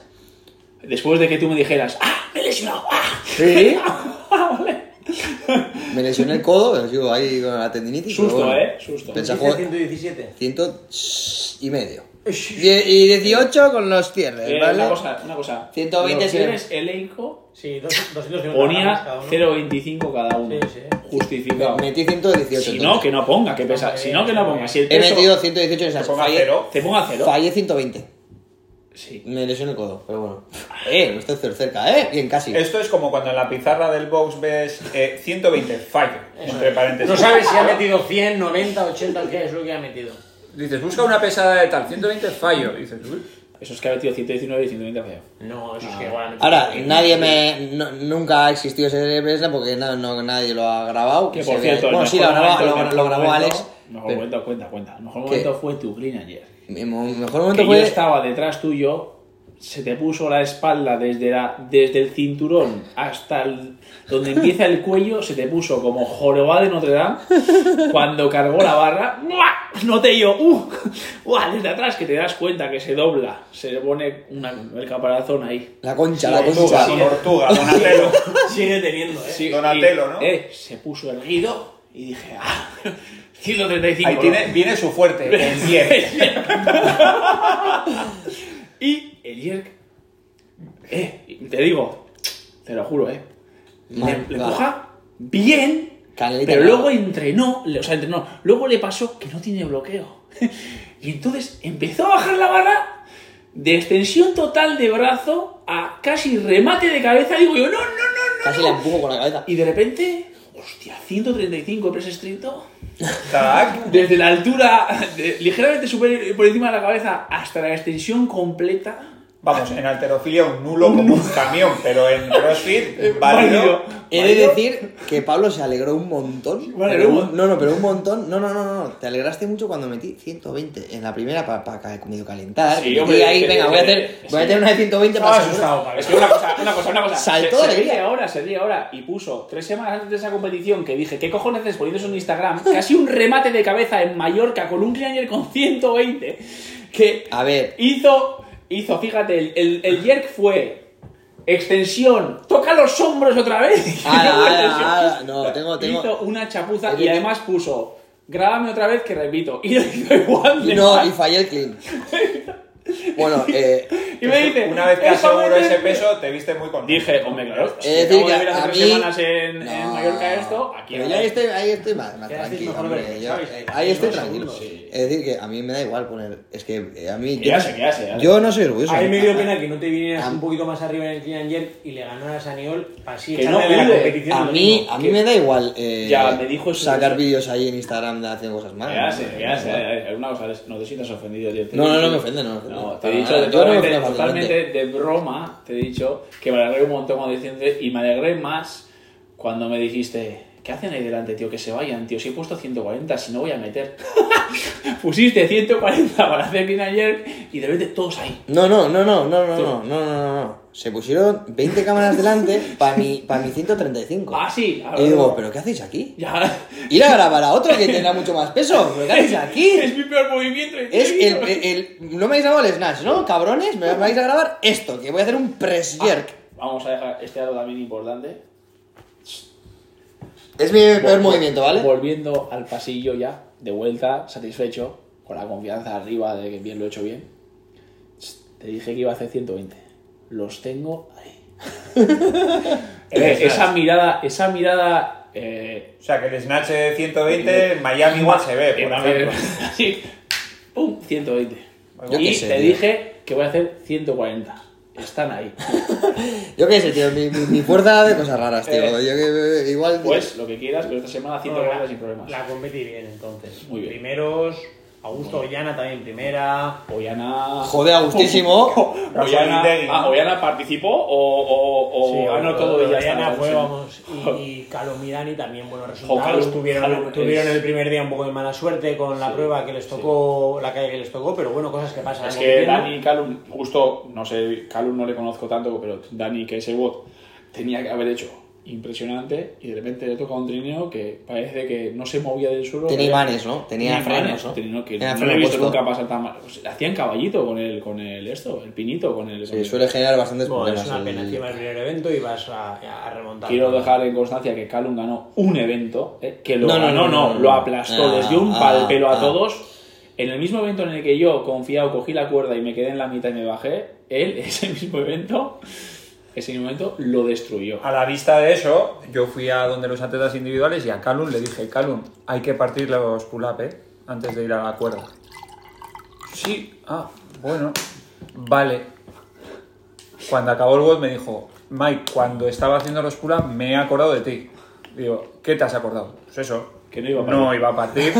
Speaker 5: Después de que tú me dijeras, ¡ah! ¡Me he lesionado! ¡ah!
Speaker 7: Sí.
Speaker 5: ¡Ah, vale!
Speaker 7: Me lesioné el codo, pero sigo ahí con la tendinitis. pero
Speaker 5: Susto,
Speaker 7: bueno.
Speaker 5: eh, susto.
Speaker 7: Pensaba-
Speaker 4: Hiciste 117.
Speaker 7: 100 y medio. Y, y 18 con los cierres,
Speaker 5: Eh,
Speaker 7: ¿vale?
Speaker 5: Una cosa, una cosa.
Speaker 7: 120
Speaker 5: Los
Speaker 7: cien.
Speaker 5: cierres elenco
Speaker 4: Sí, dos- 250 gramos
Speaker 5: ponía
Speaker 4: cada uno.
Speaker 5: 0,25 cada uno.
Speaker 4: Sí, sí.
Speaker 5: Justificado.
Speaker 7: Metí 118.
Speaker 5: Si
Speaker 7: entonces.
Speaker 5: no, que no ponga, que pesa. Si no, que no ponga. Si el
Speaker 7: He
Speaker 5: peso
Speaker 7: metido 118 en
Speaker 6: Que
Speaker 7: Snatch.
Speaker 6: ponga
Speaker 7: Fallé-
Speaker 6: cero.
Speaker 5: te ponga cero.
Speaker 7: Fallé 120.
Speaker 5: Sí.
Speaker 7: Me lesioné el codo, pero bueno. Eh, no estoy cer- cerca, eh. Bien, casi.
Speaker 6: Esto es como cuando en la pizarra del box ves eh, 120, fallo, entre paréntesis.
Speaker 4: No sabes si ha metido 100, 90, 80, qué es lo que ha metido.
Speaker 6: Dices, busca una pesada de tal, 120, fallo. Dices, uy.
Speaker 5: Eso es que ha metido 119 y 120 fallado.
Speaker 4: No, eso es que igual. ha metido
Speaker 7: Ahora,
Speaker 4: 100.
Speaker 7: nadie me. no- nunca ha existido ese PSN porque na- no- nadie lo ha grabado.
Speaker 5: Que
Speaker 7: se
Speaker 5: por
Speaker 7: vea-
Speaker 5: cierto, el
Speaker 7: bueno, sí, lo
Speaker 5: mejor
Speaker 7: grabó,
Speaker 5: momento- el
Speaker 7: lo-
Speaker 5: mejor
Speaker 7: lo grabó
Speaker 5: momento-
Speaker 7: Alex.
Speaker 5: Mejor
Speaker 7: pero
Speaker 5: momento, cuenta, cuenta. El mejor momento fue tu clean ayer.
Speaker 7: Mi mo- mejor momento
Speaker 5: que yo
Speaker 7: fue. este.
Speaker 5: estaba detrás tuyo se te puso la espalda desde, la, desde el cinturón hasta el- donde empieza el cuello, se te puso como jorobá de Notre Dame. Cuando cargó la barra, ¡mua! noté yo, ¡uh! ¡Uah! desde atrás que te das cuenta que se dobla, se le pone una- el caparazón ahí.
Speaker 7: La concha, la
Speaker 6: Tortuga,
Speaker 7: concha.
Speaker 6: tortuga, donatelo.
Speaker 8: Sigue teniendo, ¿eh?
Speaker 5: Sí,
Speaker 6: Donatello,
Speaker 5: y,
Speaker 6: ¿no?
Speaker 5: eh, se puso erguido y dije, ¡ah! 135.
Speaker 6: Ahí
Speaker 5: ¿no?
Speaker 6: tiene, viene su fuerte, el 10.
Speaker 5: Y el Yerk, eh, te digo, te lo juro, eh, le,
Speaker 7: Mal,
Speaker 5: le
Speaker 7: claro.
Speaker 5: empuja bien,
Speaker 7: Caleta,
Speaker 5: pero
Speaker 7: claro.
Speaker 5: luego entrenó, le- o sea, entrenó, luego le pasó que no tiene bloqueo. y entonces empezó a bajar la barra de extensión total de brazo a casi remate de cabeza. Digo yo, no, no, no, no.
Speaker 7: Casi la empujo con la cabeza.
Speaker 5: Y de repente, hostia, 135 de press estricto
Speaker 6: Tac.
Speaker 5: desde la altura de- ligeramente superior por encima de la cabeza hasta la extensión completa.
Speaker 6: Vamos, en alterofilia un nulo como un camión, pero en CrossFit, válido.
Speaker 5: válido.
Speaker 7: He de decir que Pablo se alegró un montón.
Speaker 5: Vale,
Speaker 7: pero
Speaker 5: luego-
Speaker 7: un- no, no, pero un montón. No, no, no, no. no. Te alegraste mucho cuando metí 120 en la primera para, medio calentar.
Speaker 5: Sí,
Speaker 7: y
Speaker 5: hombre,
Speaker 7: ahí,
Speaker 5: que-
Speaker 7: venga, voy a hacer,
Speaker 5: que-
Speaker 7: voy a hacer una de 120
Speaker 8: Estaba
Speaker 7: para asegurar.
Speaker 8: asustado, Pablo.
Speaker 5: Es que una cosa, una cosa, una cosa.
Speaker 7: Saltó de
Speaker 5: se, se ríe
Speaker 7: alegría.
Speaker 5: ahora, se ríe ahora. Y puso tres semanas antes de esa competición que dije, ¿qué cojones haces poniendo eso en Instagram? Casi un remate de cabeza en Mallorca con un cleaner con 120. Que
Speaker 7: A ver.
Speaker 5: hizo, hizo, fíjate, el, el, el jerk fue extensión, toca los hombros otra vez.
Speaker 7: Ala, ala, ala. ah, No, tengo, tengo.
Speaker 5: Hizo una chapuza
Speaker 7: Tengo-
Speaker 5: y además puso, grábame otra vez que repito. Y lo hizo igual de
Speaker 7: No,
Speaker 5: mal.
Speaker 7: y fallé el clean. Bueno, eh,
Speaker 5: Y me dice,
Speaker 6: Una vez que
Speaker 5: "Eso
Speaker 6: aseguro
Speaker 5: me
Speaker 6: ese
Speaker 5: dice".
Speaker 6: peso, te viste muy contento.
Speaker 5: Dije, hombre, claro.
Speaker 7: he de
Speaker 5: si
Speaker 7: decir
Speaker 5: acabo
Speaker 7: que
Speaker 5: de ver hace
Speaker 7: a
Speaker 5: tres
Speaker 7: mí.
Speaker 5: semanas en, en
Speaker 7: No.
Speaker 5: Mallorca esto, aquí
Speaker 7: Pero
Speaker 5: ahora-
Speaker 7: yo ahí estoy, ahí estoy más, más
Speaker 8: Ya haces
Speaker 7: tranquilo.
Speaker 8: mejor
Speaker 7: hombre,
Speaker 8: ver,
Speaker 7: yo-
Speaker 8: ¿sabes?
Speaker 7: eh, ahí estoy
Speaker 8: Seguro,
Speaker 7: tranquilo.
Speaker 8: sí.
Speaker 7: Es decir, que a mí me da igual poner. Es que eh, a mí.
Speaker 5: Que
Speaker 7: Yo,
Speaker 5: ya sé, que ya sé, ya sé.
Speaker 7: yo no soy orgulloso.
Speaker 4: A mí me dio pena que no te vinieras
Speaker 7: Am-
Speaker 4: un poquito más arriba en el Clean and Jerk y le ganaras a Niol para así
Speaker 5: Que
Speaker 4: echarle
Speaker 5: no
Speaker 4: de la
Speaker 5: pude.
Speaker 4: competición.
Speaker 7: A
Speaker 4: del
Speaker 7: mí,
Speaker 4: domingo.
Speaker 7: a mí me da igual eh,
Speaker 5: Ya, me dijo eso.
Speaker 7: sacar vídeos ahí en Instagram de haciendo cosas malas.
Speaker 5: Ya
Speaker 7: Ah, ¿no?
Speaker 5: sé, ya sé. eh, Una cosa, no te sientas ofendido. tío. Te
Speaker 7: No, no,
Speaker 5: he
Speaker 7: no
Speaker 5: dicho-
Speaker 7: me ofende, no me ofende.
Speaker 5: No, te he
Speaker 7: Para
Speaker 5: dicho
Speaker 7: nada. Yo no me
Speaker 5: totalmente,
Speaker 7: ofendo fácilmente.
Speaker 5: totalmente de broma, te he dicho que me alegré un montón cuando dijiste y me alegré más cuando me dijiste, ¿qué hacen ahí delante, tío? Que se vayan, tío. Si he puesto 140, si no voy a meter. Pusiste 140 para hacer clean and jerk y de repente todos ahí.
Speaker 7: No, no, no, no, no, no, no, no, no, no, no. Se pusieron 20 cámaras delante para mi, pa' mi 135.
Speaker 5: Ah, sí, claro.
Speaker 7: Y digo, ¿pero qué hacéis aquí?
Speaker 5: Ya.
Speaker 7: Ir a grabar a otro que tenga mucho más peso. ¿Pero qué hacéis
Speaker 5: Es
Speaker 7: aquí?
Speaker 5: mi peor movimiento. en
Speaker 7: Es el,
Speaker 5: serio.
Speaker 7: el, el- No me habéis dado el snatch, ¿no? Cabrones, me vais a grabar esto, que voy a hacer un press jerk.
Speaker 5: Vamos a dejar este algo también importante.
Speaker 7: Es mi peor
Speaker 5: Vol-
Speaker 7: movimiento, ¿vale?
Speaker 5: Volviendo al pasillo ya, de vuelta, satisfecho, con la confianza arriba de que bien lo he hecho bien. Te dije que iba a hacer 120. Los tengo ahí. Eh, esa mirada, esa mirada. eh,
Speaker 6: O sea, que el snatch de 120 en Miami igual se ve, por
Speaker 5: eh,
Speaker 6: ejemplo.
Speaker 5: así, pum, 120.
Speaker 7: Yo qué
Speaker 5: y
Speaker 7: sé,
Speaker 5: te
Speaker 7: tío.
Speaker 5: dije que voy a hacer 140. Están ahí.
Speaker 7: Yo qué sé, tío, mi, mi, mi fuerza de cosas raras, tío. Yo que eh, igual.
Speaker 5: Eh. Pues lo que quieras, pero esta semana
Speaker 4: No,
Speaker 5: 140
Speaker 4: la-
Speaker 5: sin problemas.
Speaker 4: La competí bien, entonces.
Speaker 5: Muy bien.
Speaker 4: Primeros, Augusto Ollana también primera.
Speaker 5: Ollana.
Speaker 7: Joder, Agustísimo.
Speaker 5: Ollana,
Speaker 6: Rosalindegui, ¿no?
Speaker 5: ah, Ollana participó o, o, o ganó todo y ya está,
Speaker 4: Ollana
Speaker 5: ah, no
Speaker 4: fue,
Speaker 5: sé.
Speaker 4: vamos. Y, y Calomidani también buenos resultados.
Speaker 5: Calum-
Speaker 4: tuvieron
Speaker 5: Calum
Speaker 4: tuvieron
Speaker 5: es-
Speaker 4: el primer día un poco de mala suerte con la prueba que les tocó, la calle que les tocó, pero bueno, cosas que pasan.
Speaker 5: Es
Speaker 4: en
Speaker 5: que
Speaker 4: competición.
Speaker 5: Dani y Calum, justo, no sé, Calum no le conozco tanto, pero Dani, que ese bot, tenía que haber hecho impresionante y de repente le toca un trineo que parece que no se movía del suelo.
Speaker 7: Tenía
Speaker 5: Era-
Speaker 7: imanes, ¿no? Tenía frenos, ¿no?
Speaker 5: Trineo que
Speaker 7: Tenía
Speaker 5: no lo
Speaker 7: freno
Speaker 5: he visto
Speaker 7: puesto.
Speaker 5: nunca pasar tan mal. O sea, hacían caballito con el, con el esto, el pinito, con el. con
Speaker 7: Sí,
Speaker 5: el-
Speaker 7: suele generar bastantes
Speaker 4: Bueno,
Speaker 7: problemas.
Speaker 4: es una pena.
Speaker 7: el-
Speaker 4: Encima el primer evento y vas a, a remontar.
Speaker 5: Quiero dejar en constancia que Calum ganó un evento, eh, que lo
Speaker 7: No, no, no,
Speaker 5: ganó,
Speaker 7: no, no,
Speaker 5: lo
Speaker 7: no.
Speaker 5: aplastó,
Speaker 7: Ah,
Speaker 5: les dio un
Speaker 7: ah,
Speaker 5: pal pelo a
Speaker 7: ah.
Speaker 5: todos. En el mismo evento en el que yo confiado cogí la cuerda y me quedé en la mitad y me bajé, él ese mismo evento, ese mismo evento lo destruyó.
Speaker 7: Ah,
Speaker 6: A la vista de eso, yo fui a donde los atletas individuales y a Calum le dije, Calum, hay que partir los pull-up, ¿eh? Antes de ir a la cuerda. Sí, ah, bueno, vale. Cuando acabó el WOD me dijo, Mike, cuando estaba haciendo los pull-up me he acordado de ti. Digo, ¿qué te has acordado? Pues eso.
Speaker 5: Que no iba a partir.
Speaker 6: No iba a partir,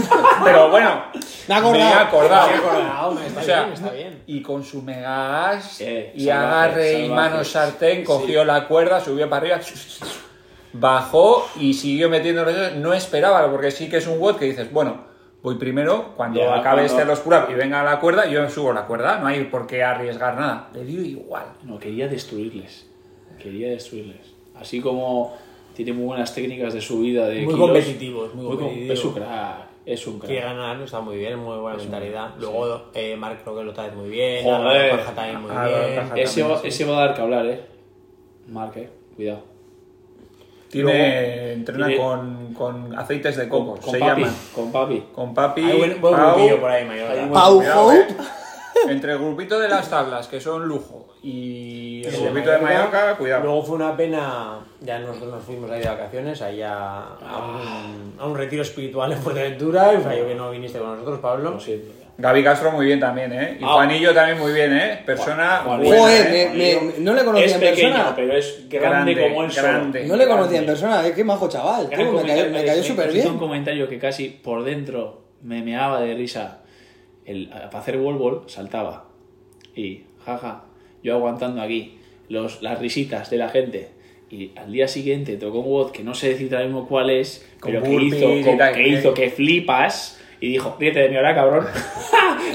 Speaker 6: pero bueno,
Speaker 7: Me he acordado.
Speaker 6: he acordado.
Speaker 4: Me he acordado, me está
Speaker 6: O sea,
Speaker 4: bien, está bien.
Speaker 6: Y con su mega gas
Speaker 5: Eh,
Speaker 6: y
Speaker 5: salvaje,
Speaker 6: agarre y
Speaker 5: salvaje.
Speaker 6: mano sartén, cogió la cuerda, subió para arriba, bajó y siguió metiendo los dedos. No esperaba, porque sí que es un WOD que dices, bueno, voy primero, cuando
Speaker 5: Ya,
Speaker 6: acabe
Speaker 5: cuando-
Speaker 6: este los pull y venga la cuerda, yo subo la cuerda, no hay por qué arriesgar nada. Le dio igual.
Speaker 5: No, quería destruirles. Quería destruirles. Así como tiene muy buenas técnicas de subida de
Speaker 4: Muy
Speaker 5: kilos.
Speaker 4: competitivos, muy
Speaker 5: com-
Speaker 4: competitivos.
Speaker 5: Es un crack. Es un
Speaker 4: Quiere
Speaker 5: crack.
Speaker 4: ganar, está muy bien, muy buena mentalidad. Luego eh, Mark creo que lo trae muy bien,
Speaker 5: Joder.
Speaker 4: Álvaro Paja también muy
Speaker 6: Álvaro
Speaker 4: bien.
Speaker 6: Paja.
Speaker 5: Ese va,
Speaker 6: También, sí.
Speaker 5: ese va a dar que hablar, eh. Marc, eh. Cuidado.
Speaker 6: Tiene,
Speaker 5: Luego,
Speaker 6: entrena
Speaker 5: tiene-
Speaker 6: con, con aceites de coco,
Speaker 5: Con, con
Speaker 6: se
Speaker 5: papi.
Speaker 6: llaman.
Speaker 5: Con papi.
Speaker 6: Con papi,
Speaker 4: Hay buen, buen
Speaker 6: Pau,
Speaker 4: grupillo por ahí, Mallorca.
Speaker 5: Hay un-
Speaker 7: Pau
Speaker 6: Cuidado,
Speaker 7: Hope.
Speaker 6: eh. Entre el grupito de las tablas, que son lujo, y el
Speaker 4: Sí,
Speaker 6: grupito de Mallorca, cuidado.
Speaker 4: Luego fue una pena, ya nosotros nos fuimos ahí de vacaciones, ahí a, a, un, a un retiro espiritual en Fuerteventura, y fallo que no viniste con nosotros, Pablo.
Speaker 5: Lo siento.
Speaker 6: Gaby Castro muy bien también, ¿eh? Y
Speaker 5: Ah.
Speaker 6: Juanillo también muy bien, ¿eh? Persona
Speaker 5: Juan-
Speaker 6: buena,
Speaker 7: Joder,
Speaker 6: ¿eh?
Speaker 7: me- me- me- no le conocía
Speaker 5: es
Speaker 7: en
Speaker 5: pequeño,
Speaker 7: persona.
Speaker 5: pero es grande,
Speaker 6: Grande,
Speaker 5: como él
Speaker 6: grande.
Speaker 5: solo.
Speaker 7: No le conocí en persona, eh, qué majo chaval. tú,
Speaker 5: Gran
Speaker 7: me
Speaker 5: comentario
Speaker 7: cayó, me
Speaker 5: que
Speaker 7: cayó
Speaker 5: hizo-
Speaker 7: súper
Speaker 5: hizo un
Speaker 7: bien.
Speaker 5: comentario que casi por dentro me meaba de risa. El, para hacer wall ball saltaba. Y jaja, yo aguantando aquí los, las risitas de la gente. Y al día siguiente tocó un WOD que no sé decir ahora mismo cuál es,
Speaker 6: Con
Speaker 5: pero que
Speaker 6: burpees
Speaker 5: hizo,
Speaker 6: y
Speaker 5: con-
Speaker 6: tal,
Speaker 5: que
Speaker 6: que-
Speaker 5: hizo que flipas. Y dijo, ríete de mi hora, cabrón.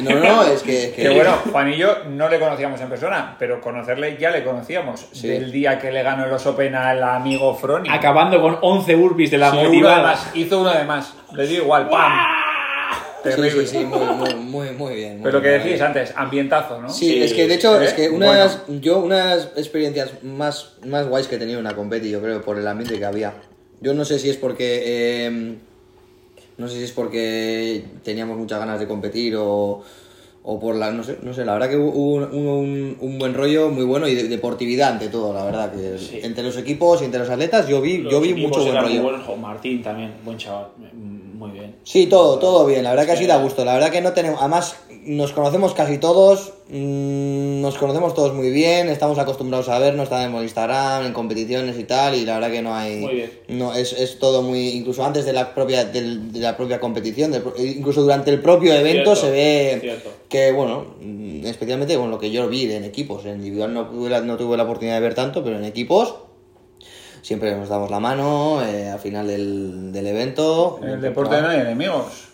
Speaker 7: No, no, es que. es que-
Speaker 6: Que bueno, Juanillo no le conocíamos en persona, pero conocerle ya le conocíamos.
Speaker 7: Sí.
Speaker 6: Del día que le ganó el Open al amigo Froni.
Speaker 5: Acabando con 11 burpees de la
Speaker 6: Sí, uno de
Speaker 5: motivada.
Speaker 6: más, hizo uno de más. Le dio igual, ¡pam!
Speaker 7: sí,
Speaker 6: Terrible.
Speaker 7: sí, sí, muy, muy, muy, muy bien. muy
Speaker 6: Pero lo que
Speaker 7: bien. eh.
Speaker 6: decís antes, ambientazo, ¿no?
Speaker 7: Sí, es que de hecho,
Speaker 6: ¿Eh?
Speaker 7: es que una
Speaker 6: Bueno.
Speaker 7: de las- yo una de las experiencias más, más guays que he tenido en la competi, yo creo, por el ambiente que había. Yo no sé si es porque eh, no sé si es porque teníamos muchas ganas de competir o, o por la no sé, no sé, la verdad que hubo un, un- un buen rollo muy bueno y de- deportividad ante todo, la verdad que
Speaker 5: Sí.
Speaker 7: entre los equipos y entre los atletas yo vi yo
Speaker 5: Los
Speaker 7: vi
Speaker 5: equipos
Speaker 7: mucho buen
Speaker 5: eran muy
Speaker 7: rollo.
Speaker 5: buenos. Jo, Martín también, buen chaval. Muy bien.
Speaker 7: Sí, todo, todo bien. La verdad que ha sido a gusto. La verdad que no tenemos. Además, nos conocemos casi todos. mm, nos conocemos todos muy bien. Estamos acostumbrados a vernos. Estamos en Instagram, en competiciones y tal. Y la verdad que no hay.
Speaker 5: Muy bien.
Speaker 7: No, es, es todo muy. Incluso antes de la propia, del- de la propia competición, del pro- incluso durante el propio evento
Speaker 5: Cierto,
Speaker 7: se ve
Speaker 5: cierto.
Speaker 7: que, bueno, mm, especialmente con lo que yo vi en equipos. En individual no tuve, la, no tuve la oportunidad de ver tanto, pero en equipos. Siempre nos damos la mano eh, al final del, del evento.
Speaker 6: En el deporte no hay enemigos.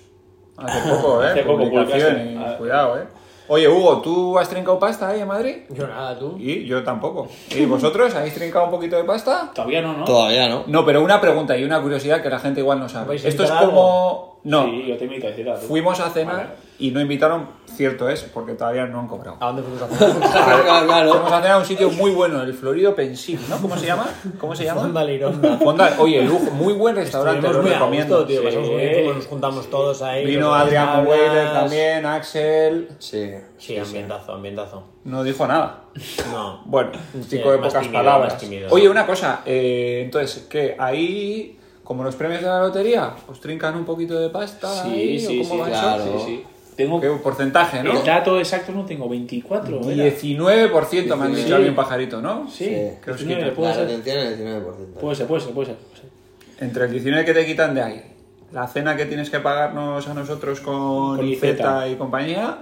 Speaker 6: Hace poco, ¿eh?
Speaker 5: Hace poco
Speaker 6: Publicación
Speaker 5: publicaste.
Speaker 6: y
Speaker 4: Ah.
Speaker 5: A ver.
Speaker 6: cuidado, ¿eh? Oye, Hugo, ¿tú has trincado pasta ahí en Madrid?
Speaker 4: Yo nada, tú.
Speaker 6: Y yo tampoco. ¿Y vosotros habéis trincado un poquito de pasta?
Speaker 5: Todavía no, ¿no?
Speaker 7: Todavía no.
Speaker 6: No, pero una pregunta y una curiosidad que la gente igual no sabe.
Speaker 4: ¿Vais a
Speaker 6: Esto es
Speaker 4: invitar
Speaker 6: como... No,
Speaker 5: Sí, yo te invito a decir a tú.
Speaker 6: fuimos a cenar
Speaker 5: Vale.
Speaker 6: y no invitaron, cierto es, porque todavía no han cobrado.
Speaker 4: ¿A dónde fuimos a hacer?
Speaker 7: Claro, claro.
Speaker 6: Fuimos a cenar a un sitio muy bueno, el Florido Pensil, ¿no? ¿Cómo se llama? ¿Cómo se llama?
Speaker 4: Fonda Lironda.
Speaker 6: Fonda- Oye, lujo, muy buen restaurante,
Speaker 4: Estuvimos
Speaker 6: lo
Speaker 4: muy a gusto,
Speaker 6: recomiendo.
Speaker 4: tío.
Speaker 5: sí.
Speaker 4: Pasamos bonito, nos juntamos todos ahí.
Speaker 6: Vino
Speaker 4: los
Speaker 6: Adrián
Speaker 4: tablas.
Speaker 6: Weiler también, Axel...
Speaker 7: Sí.
Speaker 4: Sí, ambientazo, ambientazo.
Speaker 6: No dijo nada.
Speaker 4: No.
Speaker 6: Bueno, un
Speaker 4: Sí,
Speaker 6: chico de
Speaker 4: más
Speaker 6: pocas
Speaker 4: tímido,
Speaker 6: palabras.
Speaker 4: más tímido.
Speaker 6: Oye, una cosa, eh, entonces, que ahí, como los premios de la lotería, os trincan un poquito de pasta.
Speaker 5: Sí,
Speaker 6: ahí, ¿o
Speaker 5: sí, sí,
Speaker 6: cómo va eso?
Speaker 7: claro.
Speaker 5: sí, sí. Tengo
Speaker 6: ¿Qué porcentaje, no?
Speaker 5: el dato exacto no tengo 24, ¿era?
Speaker 6: 19% me han dicho
Speaker 5: Sí.
Speaker 6: a mí un pajarito, ¿no?
Speaker 5: Sí,
Speaker 6: que os
Speaker 5: 19,
Speaker 6: quiten.
Speaker 5: puede
Speaker 7: La
Speaker 5: ser.
Speaker 7: retención es el 19%.
Speaker 5: Puede ser, puede ser, puede ser. puede ser.
Speaker 6: Entre el 19 que te quitan de ahí, la cena que tienes que pagarnos a nosotros con,
Speaker 5: Con
Speaker 6: Iceta
Speaker 5: Iceta.
Speaker 6: y compañía,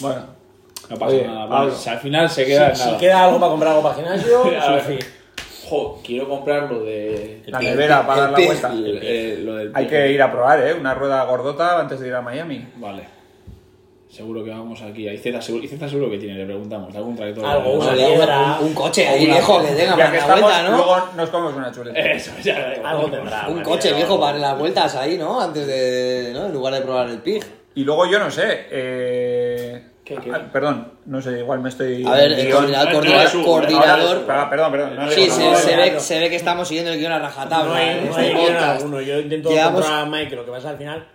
Speaker 6: bueno,
Speaker 5: No pasa
Speaker 6: Oye,
Speaker 5: nada.
Speaker 6: Pablo.
Speaker 5: pues, al final se queda en
Speaker 4: Si
Speaker 5: nada.
Speaker 4: queda algo para comprar algo para gimnasio,
Speaker 5: A ver.
Speaker 4: sí, sí.
Speaker 5: Jo, quiero comprar lo de.
Speaker 6: la nevera para dar la
Speaker 7: el
Speaker 6: vuelta.
Speaker 7: pez.
Speaker 5: el- eh, lo del
Speaker 6: Hay que ir a probar, ¿eh? Una rueda gordota antes de ir a Miami.
Speaker 5: Vale. Seguro que vamos aquí. A IZ seguro, IZ seguro que tiene, le preguntamos. Algún tractor.
Speaker 4: Algo,
Speaker 5: Vamos
Speaker 4: una
Speaker 5: a-
Speaker 7: Había
Speaker 4: Pues piedra.
Speaker 7: un, un coche ahí viejo que
Speaker 6: Ya
Speaker 7: tenga para
Speaker 6: que
Speaker 7: la
Speaker 6: estamos,
Speaker 7: vuelta, ¿no?
Speaker 6: luego nos comemos una chuleta.
Speaker 5: Eso, ya da igual.
Speaker 4: Algo tendrá.
Speaker 7: Un
Speaker 4: María,
Speaker 7: coche viejo
Speaker 4: algo.
Speaker 7: para las vueltas ahí, ¿no? Antes de. ¿no? En lugar de probar el pig.
Speaker 6: Y luego yo no sé. Eh...
Speaker 5: ¿Qué, qué?
Speaker 6: ah, perdón, no sé, igual me estoy.
Speaker 7: A ver, el
Speaker 6: guión.
Speaker 7: coordinador,
Speaker 5: no,
Speaker 7: coordinador,
Speaker 5: no, no,
Speaker 7: coordinador.
Speaker 6: Ahora- Perdón, perdón. no le
Speaker 7: Sí,
Speaker 6: digo
Speaker 7: se,
Speaker 6: nada.
Speaker 7: se
Speaker 4: no.
Speaker 7: ve, se ve que estamos siguiendo el guión a
Speaker 4: No
Speaker 7: rajatabla.
Speaker 4: hay,
Speaker 7: en
Speaker 4: no
Speaker 7: este
Speaker 4: hay guión
Speaker 7: podcast.
Speaker 4: alguno. Yo intento
Speaker 7: Llevamos-
Speaker 4: controlar a Mike. Lo que pasa al final,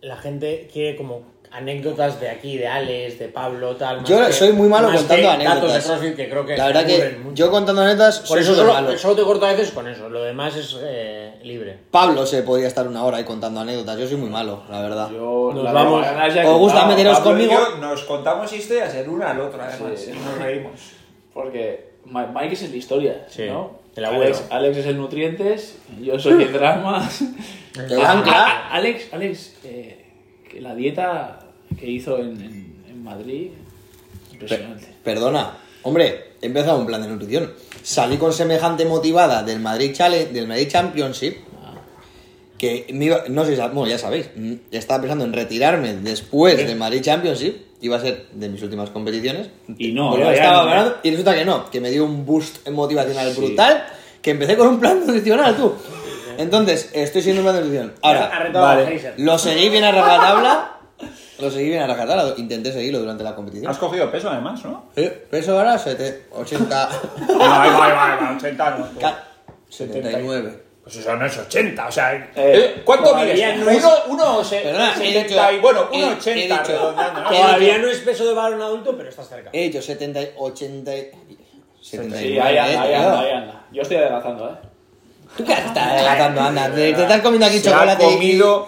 Speaker 4: la gente quiere como anécdotas de aquí, de Alex, de Pablo, tal. más
Speaker 7: Yo
Speaker 4: que-
Speaker 7: soy muy malo
Speaker 4: más
Speaker 7: contando
Speaker 4: que Datos de
Speaker 7: anécdotas.
Speaker 4: CrossFit que creo que
Speaker 7: La verdad que
Speaker 4: aburren mucho.
Speaker 7: yo contando netas
Speaker 4: Por
Speaker 7: soy
Speaker 4: eso
Speaker 7: súper
Speaker 4: solo,
Speaker 7: malo.
Speaker 4: solo te corto a veces con eso. Lo demás es eh, libre.
Speaker 7: Pablo se podía estar una hora ahí contando anécdotas. Yo soy muy malo, la verdad.
Speaker 5: Yo,
Speaker 4: Nos
Speaker 5: Pues la
Speaker 4: vamos.
Speaker 5: ganar
Speaker 7: ¿Os
Speaker 5: ya que-
Speaker 7: gusta
Speaker 5: ah,
Speaker 7: meter-
Speaker 6: Pablo
Speaker 7: conmigo.
Speaker 6: y yo nos contamos historias el una al otro, además.
Speaker 5: Sí.
Speaker 6: y Nos reímos.
Speaker 5: Porque Ma- Mike es el de historia,
Speaker 4: Sí,
Speaker 5: ¿no?
Speaker 4: el abuelo.
Speaker 5: Alex, Alex es el nutrientes, yo soy el drama. Ah,
Speaker 7: El ancla.
Speaker 5: Alex, Alex, eh, que la dieta que hizo en, en- en Madrid, impresionante.
Speaker 7: Perdona, hombre, he empezado un plan de nutrición. Salí con semejante motivada del Madrid Challenge, del Madrid Championship, que me iba- no sé si sab- bueno, ya sabéis, mm, estaba pensando en retirarme después de Madrid Championship, iba a ser de mis últimas competiciones.
Speaker 5: Y no,
Speaker 7: Bueno,
Speaker 5: ya, ya,
Speaker 7: estaba
Speaker 5: no.
Speaker 7: ganando, y resulta que no, que me dio un boost motivacional brutal, que empecé con un plan nutricional, tú. Entonces, estoy siendo un plan de nutrición.
Speaker 8: Ha
Speaker 7: Ahora,
Speaker 8: retado a Fraser.
Speaker 7: lo seguí bien a rajatabla, lo seguí bien a rajatabla, intenté seguirlo durante la competición.
Speaker 5: Ah,
Speaker 6: Has cogido peso además, ¿no?
Speaker 7: Sí, peso ahora sete- 80,
Speaker 6: No, ahí va, ahí va, ahí va, 80 no.
Speaker 7: ca- 79.
Speaker 6: Pues eso no es 80, o sea...
Speaker 8: Eh,
Speaker 6: ¿Cuánto
Speaker 8: todavía
Speaker 6: mides?
Speaker 8: no es-
Speaker 6: uno, uno se-
Speaker 7: Perdona, he
Speaker 6: 70 y
Speaker 7: dicho-
Speaker 6: bueno,
Speaker 7: he-
Speaker 6: uno
Speaker 7: he
Speaker 6: 80
Speaker 7: dicho-
Speaker 6: redondeando, ¿no?
Speaker 7: he
Speaker 8: Todavía
Speaker 5: eh.
Speaker 8: no es peso de varón adulto, pero está cerca.
Speaker 7: He dicho 70, y 80, y- 79.
Speaker 5: Sí, ahí anda, ahí
Speaker 7: eh,
Speaker 5: anda,
Speaker 7: tío.
Speaker 5: ahí anda. Yo estoy adelgazando, ¿eh?
Speaker 7: ¿Tú qué estás adelgazando, anda? Te, te estás comiendo aquí
Speaker 6: Se ha
Speaker 7: chocolate. y-
Speaker 6: comido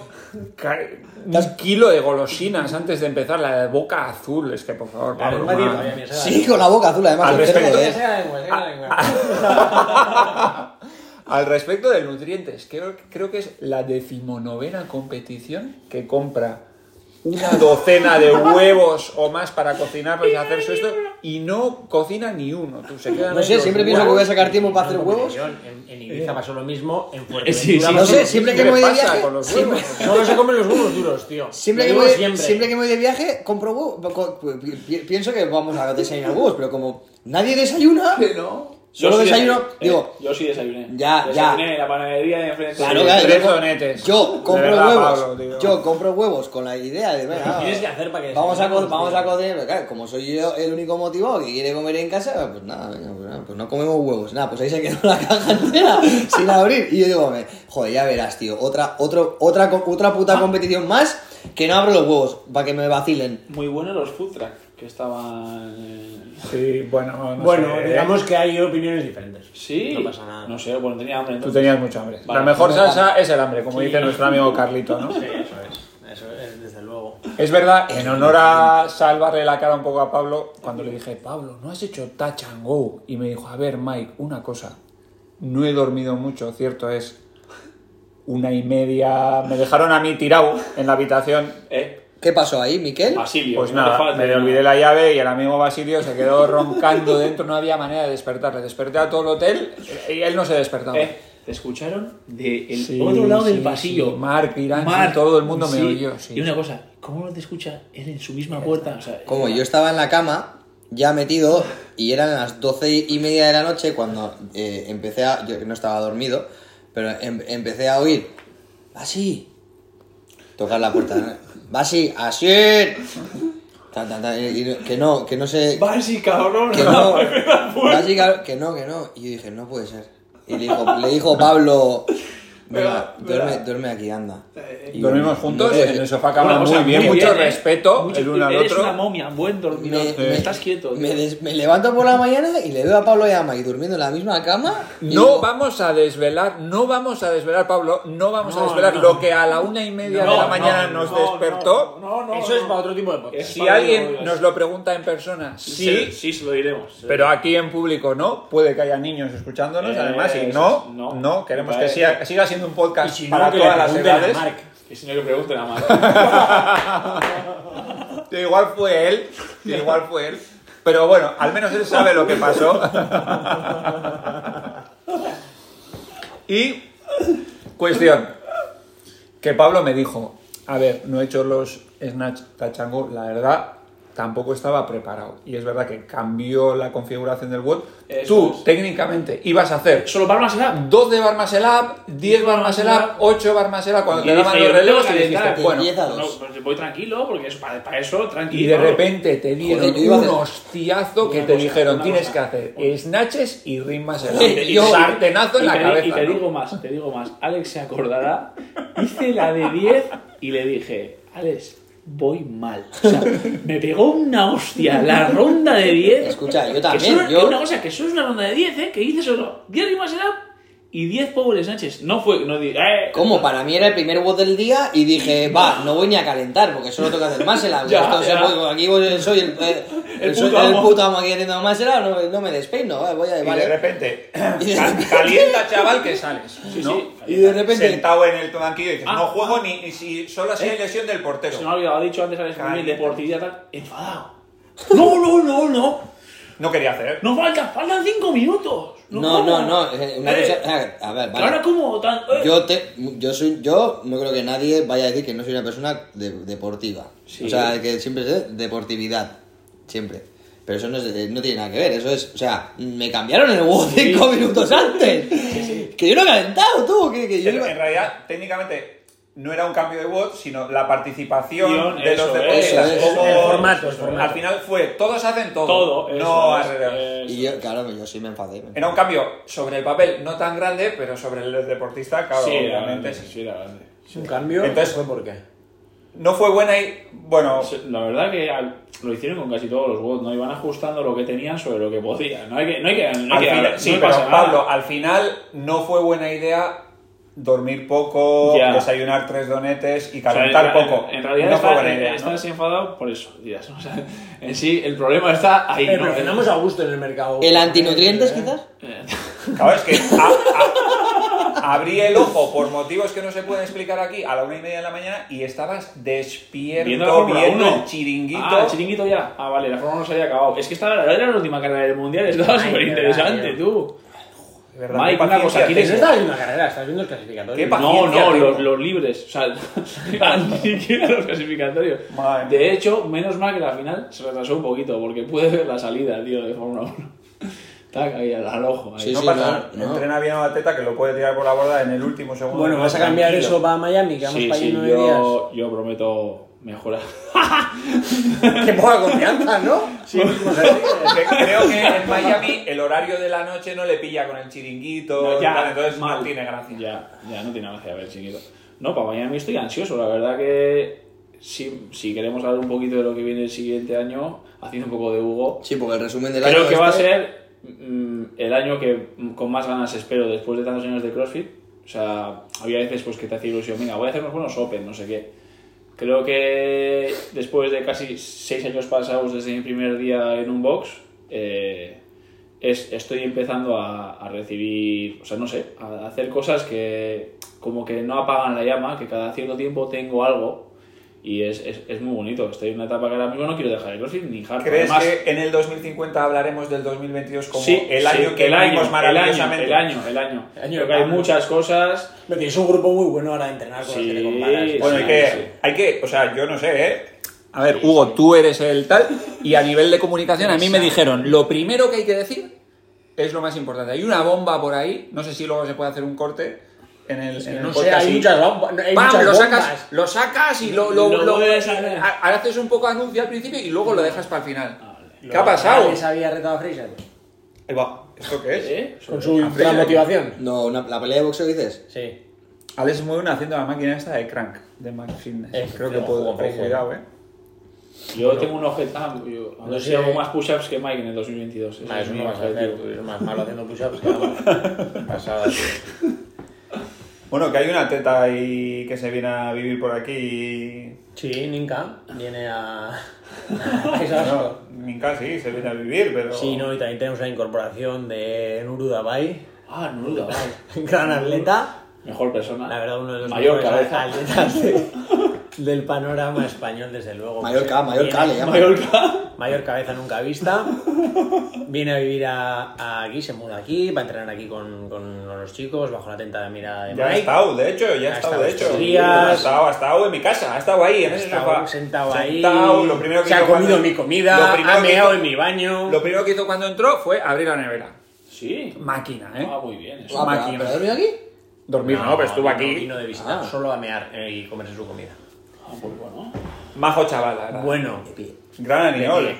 Speaker 6: ca- un kilo de golosinas antes de empezar la boca azul. Es que, por favor,
Speaker 8: Claro,
Speaker 6: Pablo,
Speaker 8: no tiene
Speaker 6: madre.
Speaker 8: todavía, mira, se va.
Speaker 7: Sí, con la boca azul, además.
Speaker 6: Al
Speaker 7: el cerdo,
Speaker 6: respecto,
Speaker 7: eh.
Speaker 8: Saca la lengua, saca la lengua.
Speaker 4: Ah,
Speaker 6: Al respecto de nutrientes, creo, creo que es la decimonovena competición que compra una docena de huevos o más para cocinarlos y hacer su esto y no cocina ni uno. Tú se quedan
Speaker 7: No
Speaker 6: ahí
Speaker 7: sé,
Speaker 6: los
Speaker 7: siempre pienso que voy a sacar tiempo para hacer huevos.
Speaker 4: En, en Ibiza pasó lo mismo, en Fuerteventura
Speaker 5: Sí, sí,
Speaker 7: No
Speaker 4: pasó
Speaker 5: sí.
Speaker 4: lo
Speaker 7: sé,
Speaker 4: mismo.
Speaker 7: siempre
Speaker 6: ¿Qué
Speaker 7: que
Speaker 6: le
Speaker 7: voy de
Speaker 6: pasa
Speaker 7: viaje.
Speaker 6: con los
Speaker 7: siempre-
Speaker 6: huevos?
Speaker 4: Solo se comen los huevos duros, tío.
Speaker 7: Siempre
Speaker 4: Lo
Speaker 7: que,
Speaker 4: digo
Speaker 7: voy,
Speaker 4: siempre.
Speaker 7: siempre que voy de viaje, compro huevos. co- co- pi- pi- Pienso que vamos a desayunar huevos, pero como nadie desayuna, solo
Speaker 5: Yo
Speaker 7: desayuno,
Speaker 5: sí desayuné, eh,
Speaker 7: digo,
Speaker 5: Yo sí desayuné.
Speaker 7: Ya, ya.
Speaker 5: Desayuné en la panadería de enfrente.
Speaker 7: claro,
Speaker 5: Sí.
Speaker 7: claro, yo
Speaker 6: tres
Speaker 7: co-
Speaker 6: donetes.
Speaker 7: Yo
Speaker 6: De
Speaker 7: compro
Speaker 6: verdad,
Speaker 7: huevos.
Speaker 6: Pablo, tío.
Speaker 7: yo compro huevos con la idea de, venga,
Speaker 8: Tienes que hacer para que
Speaker 7: vamos a, co-
Speaker 8: desayunemos,
Speaker 7: vamos
Speaker 8: tío.
Speaker 7: a comer. pero claro, como soy yo el único motivo que quiere comer en casa, pues nada, venga, pues, nada, pues no comemos huevos. Nada, pues ahí se quedó la caja entera sin abrir. Y yo digo, "Me- joder, ya verás, tío, otra, otro, otra, co- otra puta competición más que no abro los huevos para que me vacilen.
Speaker 5: Muy buenos los food truck que estaban. eh,
Speaker 6: Sí, bueno, no
Speaker 4: Bueno,
Speaker 6: sé, ¿eh?
Speaker 4: digamos que hay opiniones diferentes.
Speaker 5: Sí.
Speaker 4: No pasa nada.
Speaker 5: No sé, bueno, tenía hambre.
Speaker 6: Tú
Speaker 5: entonces.
Speaker 6: tenías mucha hambre.
Speaker 5: Vale,
Speaker 6: la mejor
Speaker 7: pues,
Speaker 6: salsa es el hambre, como dice nuestro amigo Carlito, ¿no?
Speaker 4: Sí, eso es. Eso es, desde luego.
Speaker 6: Es verdad, en honor a salvarle la cara un poco a Pablo, cuando le dije, Pablo, ¿no has hecho touch and go? Y me dijo, a ver, Mike, una cosa, no he dormido mucho, cierto es, una y media, me dejaron a mí tirado en la habitación.
Speaker 5: Eh,
Speaker 7: ¿Qué pasó ahí, Miquel?
Speaker 5: Basilio.
Speaker 6: Pues
Speaker 5: no te
Speaker 6: nada,
Speaker 5: faltes,
Speaker 6: me
Speaker 5: no.
Speaker 6: olvidé la llave y el amigo Basilio se quedó roncando dentro, no había manera de despertarle. Desperté a todo el hotel y él no se despertaba.
Speaker 5: Eh, ¿Te escucharon? De el
Speaker 6: Sí,
Speaker 5: otro lado
Speaker 6: sí,
Speaker 5: del pasillo.
Speaker 6: sí, Marc, Irán, sí, todo el mundo me oyó, sí.
Speaker 5: Y una cosa, ¿cómo no te escucha él en su misma puerta? O sea,
Speaker 7: Como yo estaba en la cama, ya metido, y eran las doce y media de la noche cuando eh, empecé a. Yo no estaba dormido, pero em- empecé a oír. Así. Tocar la puerta. ¿no? Así, así. Tan, tan, tan, y- y- que no, que no sé.
Speaker 5: Basi, cabrón.
Speaker 7: Que no. Basi, claro, que no, que no. Y yo dije, no puede ser. Y le dijo, le dijo Pablo. Venga, duerme, duerme aquí, anda. Y
Speaker 6: Dormimos
Speaker 7: yo-
Speaker 6: juntos
Speaker 7: yo-
Speaker 6: en el sofá cama,
Speaker 5: Mm, eh, Una cosa
Speaker 6: muy bien,
Speaker 5: muy
Speaker 6: mucho
Speaker 5: bien, eh.
Speaker 6: respeto
Speaker 5: Mucho-
Speaker 6: el uno al
Speaker 5: eres
Speaker 6: otro.
Speaker 5: una momia, buen dormido.
Speaker 7: Me- me-
Speaker 5: estás quieto. tío.
Speaker 7: eh. Me, des- me levanto por la mañana y le veo a Pablo y a Mike durmiendo en la misma cama. y
Speaker 6: No
Speaker 7: digo,
Speaker 6: vamos a desvelar, no vamos a desvelar, Pablo, no vamos a
Speaker 4: No,
Speaker 6: desvelar
Speaker 4: no.
Speaker 6: lo que a la una y media de la mañana nos despertó.
Speaker 5: No, no,
Speaker 4: eso es
Speaker 5: no.
Speaker 4: para otro tipo de podcast.
Speaker 5: Es
Speaker 6: Si
Speaker 5: para
Speaker 6: alguien
Speaker 5: ellos.
Speaker 6: nos lo pregunta en persona,
Speaker 5: Sí,
Speaker 6: sí,
Speaker 5: sí, se lo diremos.
Speaker 6: pero aquí en público no. Puede que haya niños escuchándonos,
Speaker 5: Eh,
Speaker 6: además, y
Speaker 5: eso
Speaker 6: no,
Speaker 5: es- no.
Speaker 6: no, queremos
Speaker 5: Vale.
Speaker 6: que siga, siga siendo un
Speaker 4: Y
Speaker 6: podcast
Speaker 4: si no,
Speaker 6: para
Speaker 4: que
Speaker 6: todas
Speaker 4: le
Speaker 6: las
Speaker 4: pregunten a
Speaker 6: edades.
Speaker 4: Marc.
Speaker 5: Que si no, que pregunten a Marc.
Speaker 6: Que igual fue él, que igual fue él. Pero bueno, al menos él sabe lo que pasó. y cuestión, que Pablo me dijo, a ver, no he hecho los snatch tachango, la verdad, tampoco estaba preparado. Y es verdad que cambió la configuración del WOD.
Speaker 5: Eso
Speaker 6: Tú,
Speaker 5: es.
Speaker 6: técnicamente, ibas a hacer
Speaker 5: Solo para más edad.
Speaker 6: 12 bar más el up, 10 bar más el up, 8 bar más el up, cuando
Speaker 5: Y
Speaker 6: te daban
Speaker 5: dije,
Speaker 6: los
Speaker 5: yo tengo
Speaker 6: relevos
Speaker 5: que
Speaker 6: y dijiste,
Speaker 5: calentar.
Speaker 6: bueno,
Speaker 7: De 10 a 2.
Speaker 5: No, pues voy tranquilo, porque es para, para eso, tranquilo.
Speaker 6: Y de repente te dieron
Speaker 7: Joder, yo iba a
Speaker 6: un
Speaker 7: hacer-
Speaker 6: hostiazo que
Speaker 5: Una
Speaker 6: te
Speaker 5: cosa,
Speaker 6: dijeron
Speaker 5: una
Speaker 6: tienes
Speaker 5: cosa.
Speaker 6: que hacer snatches y rimas el
Speaker 7: Sí,
Speaker 6: aire. Y
Speaker 7: yo-
Speaker 6: un sartenazo en
Speaker 5: y
Speaker 6: la
Speaker 5: te, di-
Speaker 6: cabeza.
Speaker 5: Y te
Speaker 6: ¿no?
Speaker 5: digo más, te digo más. Alex se acordará. Hice la de 10 y le dije, Alex, voy mal. O sea, me pegó una hostia la ronda de 10.
Speaker 7: Escucha, yo
Speaker 5: Que
Speaker 7: también.
Speaker 5: solo- que
Speaker 7: yo,
Speaker 5: una cosa, que eso es una ronda de 10, ¿eh? Que hice solo 10 rimas en up y 10 pobres Sánchez. No fue, no di- ¡eh!
Speaker 7: como para mí era el primer WOD del día y dije, va, no voy ni a calentar porque solo toca hacer más el up.
Speaker 5: Ya,
Speaker 7: Esto se
Speaker 5: ya.
Speaker 7: puede- aquí voy- soy el, eh,
Speaker 5: El
Speaker 7: soy
Speaker 5: puto
Speaker 7: el
Speaker 5: amo.
Speaker 7: puto amo aquí haciendo más el up, no, no me despeino, eh, voy a
Speaker 6: Y
Speaker 7: vale.
Speaker 6: de repente,
Speaker 7: Y de repente-
Speaker 6: calienta chaval que sales.
Speaker 5: Sí,
Speaker 6: ¿no?
Speaker 5: sí.
Speaker 7: Y de repente,
Speaker 6: Sentado en el banquillo y dices,
Speaker 5: Ah. ¿Eh?
Speaker 6: no juego ni, ni si solo si hay lesión del portero.
Speaker 5: Se me ha olvidado, ha dicho antes Alex muy bien,
Speaker 6: Caliente.
Speaker 5: deportividad, tal, enfadado. No, no, no, no.
Speaker 6: no quería hacer.
Speaker 5: No falta, faltan cinco minutos.
Speaker 7: No, no,
Speaker 5: faltan.
Speaker 7: no. eh, Una
Speaker 5: Eh,
Speaker 7: cosa, a ver, vale.
Speaker 5: Ahora como tan. eh,
Speaker 7: Yo, te, yo, soy, yo no creo que nadie vaya a decir que no soy una persona de- deportiva.
Speaker 5: Sí.
Speaker 7: O sea, que siempre es deportividad. Siempre. Pero eso no, es- no tiene nada que ver. Eso es. O sea, me cambiaron el huevo cinco minutos antes. Que yo no he calentado, tú. Que, que yo
Speaker 6: En,
Speaker 7: iba-
Speaker 6: en realidad, técnicamente, no era un cambio de voz, sino la participación
Speaker 5: Guión,
Speaker 6: de
Speaker 5: eso
Speaker 6: los
Speaker 5: eh, es,
Speaker 6: deportistas.
Speaker 7: eso es.
Speaker 6: Como-
Speaker 8: El formato, el formato.
Speaker 6: Al final fue, todos hacen todo.
Speaker 5: todo.
Speaker 6: no
Speaker 5: eso
Speaker 6: al
Speaker 5: es, Eh,
Speaker 6: revés.
Speaker 5: eso
Speaker 7: Y yo, claro, yo sí me enfadé. me enfadé.
Speaker 6: Era un cambio sobre el papel no tan grande, pero sobre el deportista, claro,
Speaker 5: Sí, era
Speaker 6: obviamente.
Speaker 5: grande, sí, era grande.
Speaker 8: Es un cambio.
Speaker 6: Entonces-
Speaker 8: fue por qué.
Speaker 6: No fue buena y, bueno,
Speaker 5: La verdad que al- lo hicieron con casi todos los bots, ¿no? Iban ajustando lo que tenían sobre lo que podían. No hay que. No hay que, no
Speaker 6: al
Speaker 5: hay que-
Speaker 6: final-
Speaker 5: no
Speaker 6: sí, pero
Speaker 5: pasa nada.
Speaker 6: Pablo, al final no fue buena idea dormir poco,
Speaker 5: Ya.
Speaker 6: desayunar tres donetes y
Speaker 5: O sea,
Speaker 6: calentar
Speaker 5: en-
Speaker 6: poco.
Speaker 5: En, en realidad
Speaker 6: no
Speaker 5: está-
Speaker 6: fue buena idea. ¿no?
Speaker 5: estás enfadado por eso, dirás. O sea, en sí, el problema está ahí.
Speaker 8: Eh,
Speaker 5: ¿no?
Speaker 8: pero cenamos a gusto en el mercado.
Speaker 7: ¿El antinutrientes, quizás?
Speaker 5: Eh,
Speaker 6: Claro, es que a- a- abrí el ojo por motivos que no se pueden explicar aquí a la una y media de la mañana y estabas despierto
Speaker 5: Viendo
Speaker 6: viendo,
Speaker 5: la Fórmula 1.
Speaker 6: el chiringuito.
Speaker 5: Ah, el chiringuito ya. Ah, vale, la forma no se había acabado. Es que esta era era la última carrera del mundial, estaba
Speaker 8: Ay,
Speaker 5: súper interesante,
Speaker 8: verdad,
Speaker 5: tú.
Speaker 6: De verdad,
Speaker 5: Mike,
Speaker 6: qué
Speaker 5: una
Speaker 6: paciencia
Speaker 5: cosa, ¿quién
Speaker 8: No
Speaker 5: es
Speaker 6: tienes.
Speaker 8: estás viendo la carrera, estás viendo el clasificatorio.
Speaker 6: ¿Qué pa-
Speaker 5: No,
Speaker 6: Paciencia,
Speaker 5: no,
Speaker 6: tío.
Speaker 5: los, los libres. O sea, ni siquiera los clasificatorios.
Speaker 6: Madre mía.
Speaker 5: De hecho, menos mal que la final se retrasó un poquito, porque pude ver la salida, tío, de Fórmula 1. Tac, ahí al, al ojo. ahí.
Speaker 7: Sí,
Speaker 6: No
Speaker 7: sí,
Speaker 6: pasa
Speaker 7: no,
Speaker 6: nada.
Speaker 7: no.
Speaker 6: Entrena bien a la teta que lo puede tirar por la borda en el último segundo.
Speaker 8: Bueno,
Speaker 6: No,
Speaker 8: vas a cambiar
Speaker 6: tranquilo.
Speaker 8: eso para Miami, que vamos
Speaker 5: Sí,
Speaker 8: para allí
Speaker 5: sí,
Speaker 8: en nueve días.
Speaker 5: yo, yo prometo mejorar.
Speaker 8: Qué poca confianza, ¿no? Sí,
Speaker 6: Que Creo que en Miami el horario de la noche no le pilla con el chiringuito,
Speaker 5: No, ya,
Speaker 6: y tal, entonces
Speaker 5: mal.
Speaker 6: no tiene gracia.
Speaker 5: Ya, ya no tiene gracia, a ver, chiquito. No, para mañana estoy ansioso, la verdad que si, si queremos hablar un poquito de lo que viene el siguiente año, haciendo un poco de Hugo,
Speaker 7: Sí, porque el resumen del año.
Speaker 5: creo que va a
Speaker 7: este-
Speaker 5: ser mm, el año que mm, con más ganas espero después de tantos años de CrossFit. O sea, había veces pues que te hacía ilusión, venga, voy a hacer unos buenos Open, no sé qué. Creo que después de casi seis años pasados desde mi primer día en un box, eh, es- estoy empezando a, a recibir, o sea, no sé, a hacer cosas que como que no apagan la llama, que cada cierto tiempo tengo algo y es, es, es muy bonito. Estoy en una etapa que ahora mismo no quiero dejar el CrossFit ni hardcore.
Speaker 6: ¿Crees
Speaker 5: Además,
Speaker 6: que en el 2050 hablaremos del 2022 como
Speaker 5: Sí,
Speaker 6: el
Speaker 5: sí,
Speaker 6: año que
Speaker 5: el año,
Speaker 6: vivimos maravillosamente?
Speaker 5: El año, el año, el
Speaker 8: El
Speaker 5: año.
Speaker 8: año
Speaker 5: Creo
Speaker 8: de
Speaker 5: que hay
Speaker 8: Pablo.
Speaker 5: muchas cosas.
Speaker 8: Pero tienes un grupo muy bueno ahora de entrenar con los que
Speaker 5: Sí.
Speaker 8: te comparas.
Speaker 6: Bueno, hay
Speaker 5: Sí,
Speaker 6: que,
Speaker 5: sí.
Speaker 6: hay que, o sea, yo no sé, ¿eh? A ver, Hugo, tú eres el tal, y a nivel de comunicación a mí me dijeron, lo primero que hay que decir es lo más importante. Hay una bomba por ahí, no sé si luego se puede hacer un corte en el, en el
Speaker 8: No sé,
Speaker 6: podcast
Speaker 8: hay
Speaker 6: y-
Speaker 8: muchas bombas. Hay
Speaker 6: ¡Pam!
Speaker 8: muchas
Speaker 6: Lo
Speaker 8: bombas.
Speaker 6: sacas, lo sacas y lo, lo,
Speaker 5: Lo
Speaker 6: lo-
Speaker 5: vuelves a hacer.
Speaker 6: ha- haces un poco de anuncio al principio y luego lo dejas para el final.
Speaker 8: Ah,
Speaker 6: ¿Qué ha
Speaker 8: Lo-
Speaker 6: pasado?
Speaker 8: ¿Nadie se había retado a Fraser?
Speaker 6: Ahí va. ¿Esto qué es?
Speaker 5: ¿Eh?
Speaker 8: Con su gran motivación.
Speaker 7: No, una- la pelea de boxeo dices.
Speaker 8: Sí.
Speaker 6: Alex es muy bueno haciendo la máquina esta de crank, de Max Fitness.
Speaker 8: Eh,
Speaker 6: Creo que
Speaker 8: ojo,
Speaker 6: puedo.
Speaker 8: ojo.
Speaker 6: Cuidado, eh.
Speaker 5: Yo tengo un objetivo. Ah, yo- a ver
Speaker 8: No
Speaker 5: si
Speaker 8: sé.
Speaker 5: hago más push-ups que Mike en el 2022. Ese
Speaker 8: Nah,
Speaker 5: es
Speaker 8: eso
Speaker 5: mi
Speaker 8: no vas a
Speaker 5: objetivo.
Speaker 8: hacer. Tú eres más malo haciendo push-ups que vamos. Pasada.
Speaker 6: Bueno, que hay una teta ahí que se viene a vivir por aquí. y-
Speaker 8: Sí, Ninka viene a...
Speaker 6: Bueno, Minka sí, se viene a vivir, pero.
Speaker 8: Sí, no, y también tenemos la incorporación de Nuru Dabai,
Speaker 5: Ah, no duda, vale.
Speaker 8: gran atleta.
Speaker 5: Mejor persona.
Speaker 8: La verdad, uno de los
Speaker 5: Mayor
Speaker 8: mejores Ah,
Speaker 5: cabeza.
Speaker 8: atletas de- del panorama español, desde luego.
Speaker 7: Mallorca, Mallorca, le
Speaker 8: Viene-
Speaker 7: llaman.
Speaker 5: Mallorca.
Speaker 8: Mayor cabeza nunca vista. Viene a vivir a, a aquí, se muda aquí, va a entrenar aquí con, con los chicos, bajo la atenta mirada de
Speaker 6: Ya ha
Speaker 8: Mike.
Speaker 6: estado, de hecho, ya ha estado,
Speaker 8: Ha estado
Speaker 6: de
Speaker 8: estos
Speaker 6: hecho.
Speaker 8: días.
Speaker 6: Ha estado, ha estado en mi casa, ha estado ahí, en ese
Speaker 8: Estaba
Speaker 6: sofá.
Speaker 8: sentado ahí.
Speaker 6: Sentado, lo primero que
Speaker 8: se ha
Speaker 6: hizo
Speaker 8: comido
Speaker 6: cuando-
Speaker 8: mi comida,
Speaker 6: lo primero
Speaker 8: ha
Speaker 6: que
Speaker 8: meado
Speaker 6: hizo-
Speaker 8: en mi baño.
Speaker 6: Lo primero que hizo cuando entró fue abrir la nevera.
Speaker 5: Sí.
Speaker 6: Máquina, ¿eh?
Speaker 5: Ah, muy bien. Eso.
Speaker 7: Ah, pero-
Speaker 6: Máquina.
Speaker 7: ¿Pero dormido aquí?
Speaker 6: Dormir, no, pero estuvo
Speaker 8: vino-
Speaker 6: aquí.
Speaker 8: vino de visita,
Speaker 7: Ah.
Speaker 8: solo a mear eh, y comerse su comida.
Speaker 5: Ah, pues bueno.
Speaker 6: Majo chaval, la verdad.
Speaker 8: Bueno,
Speaker 6: Gran animal.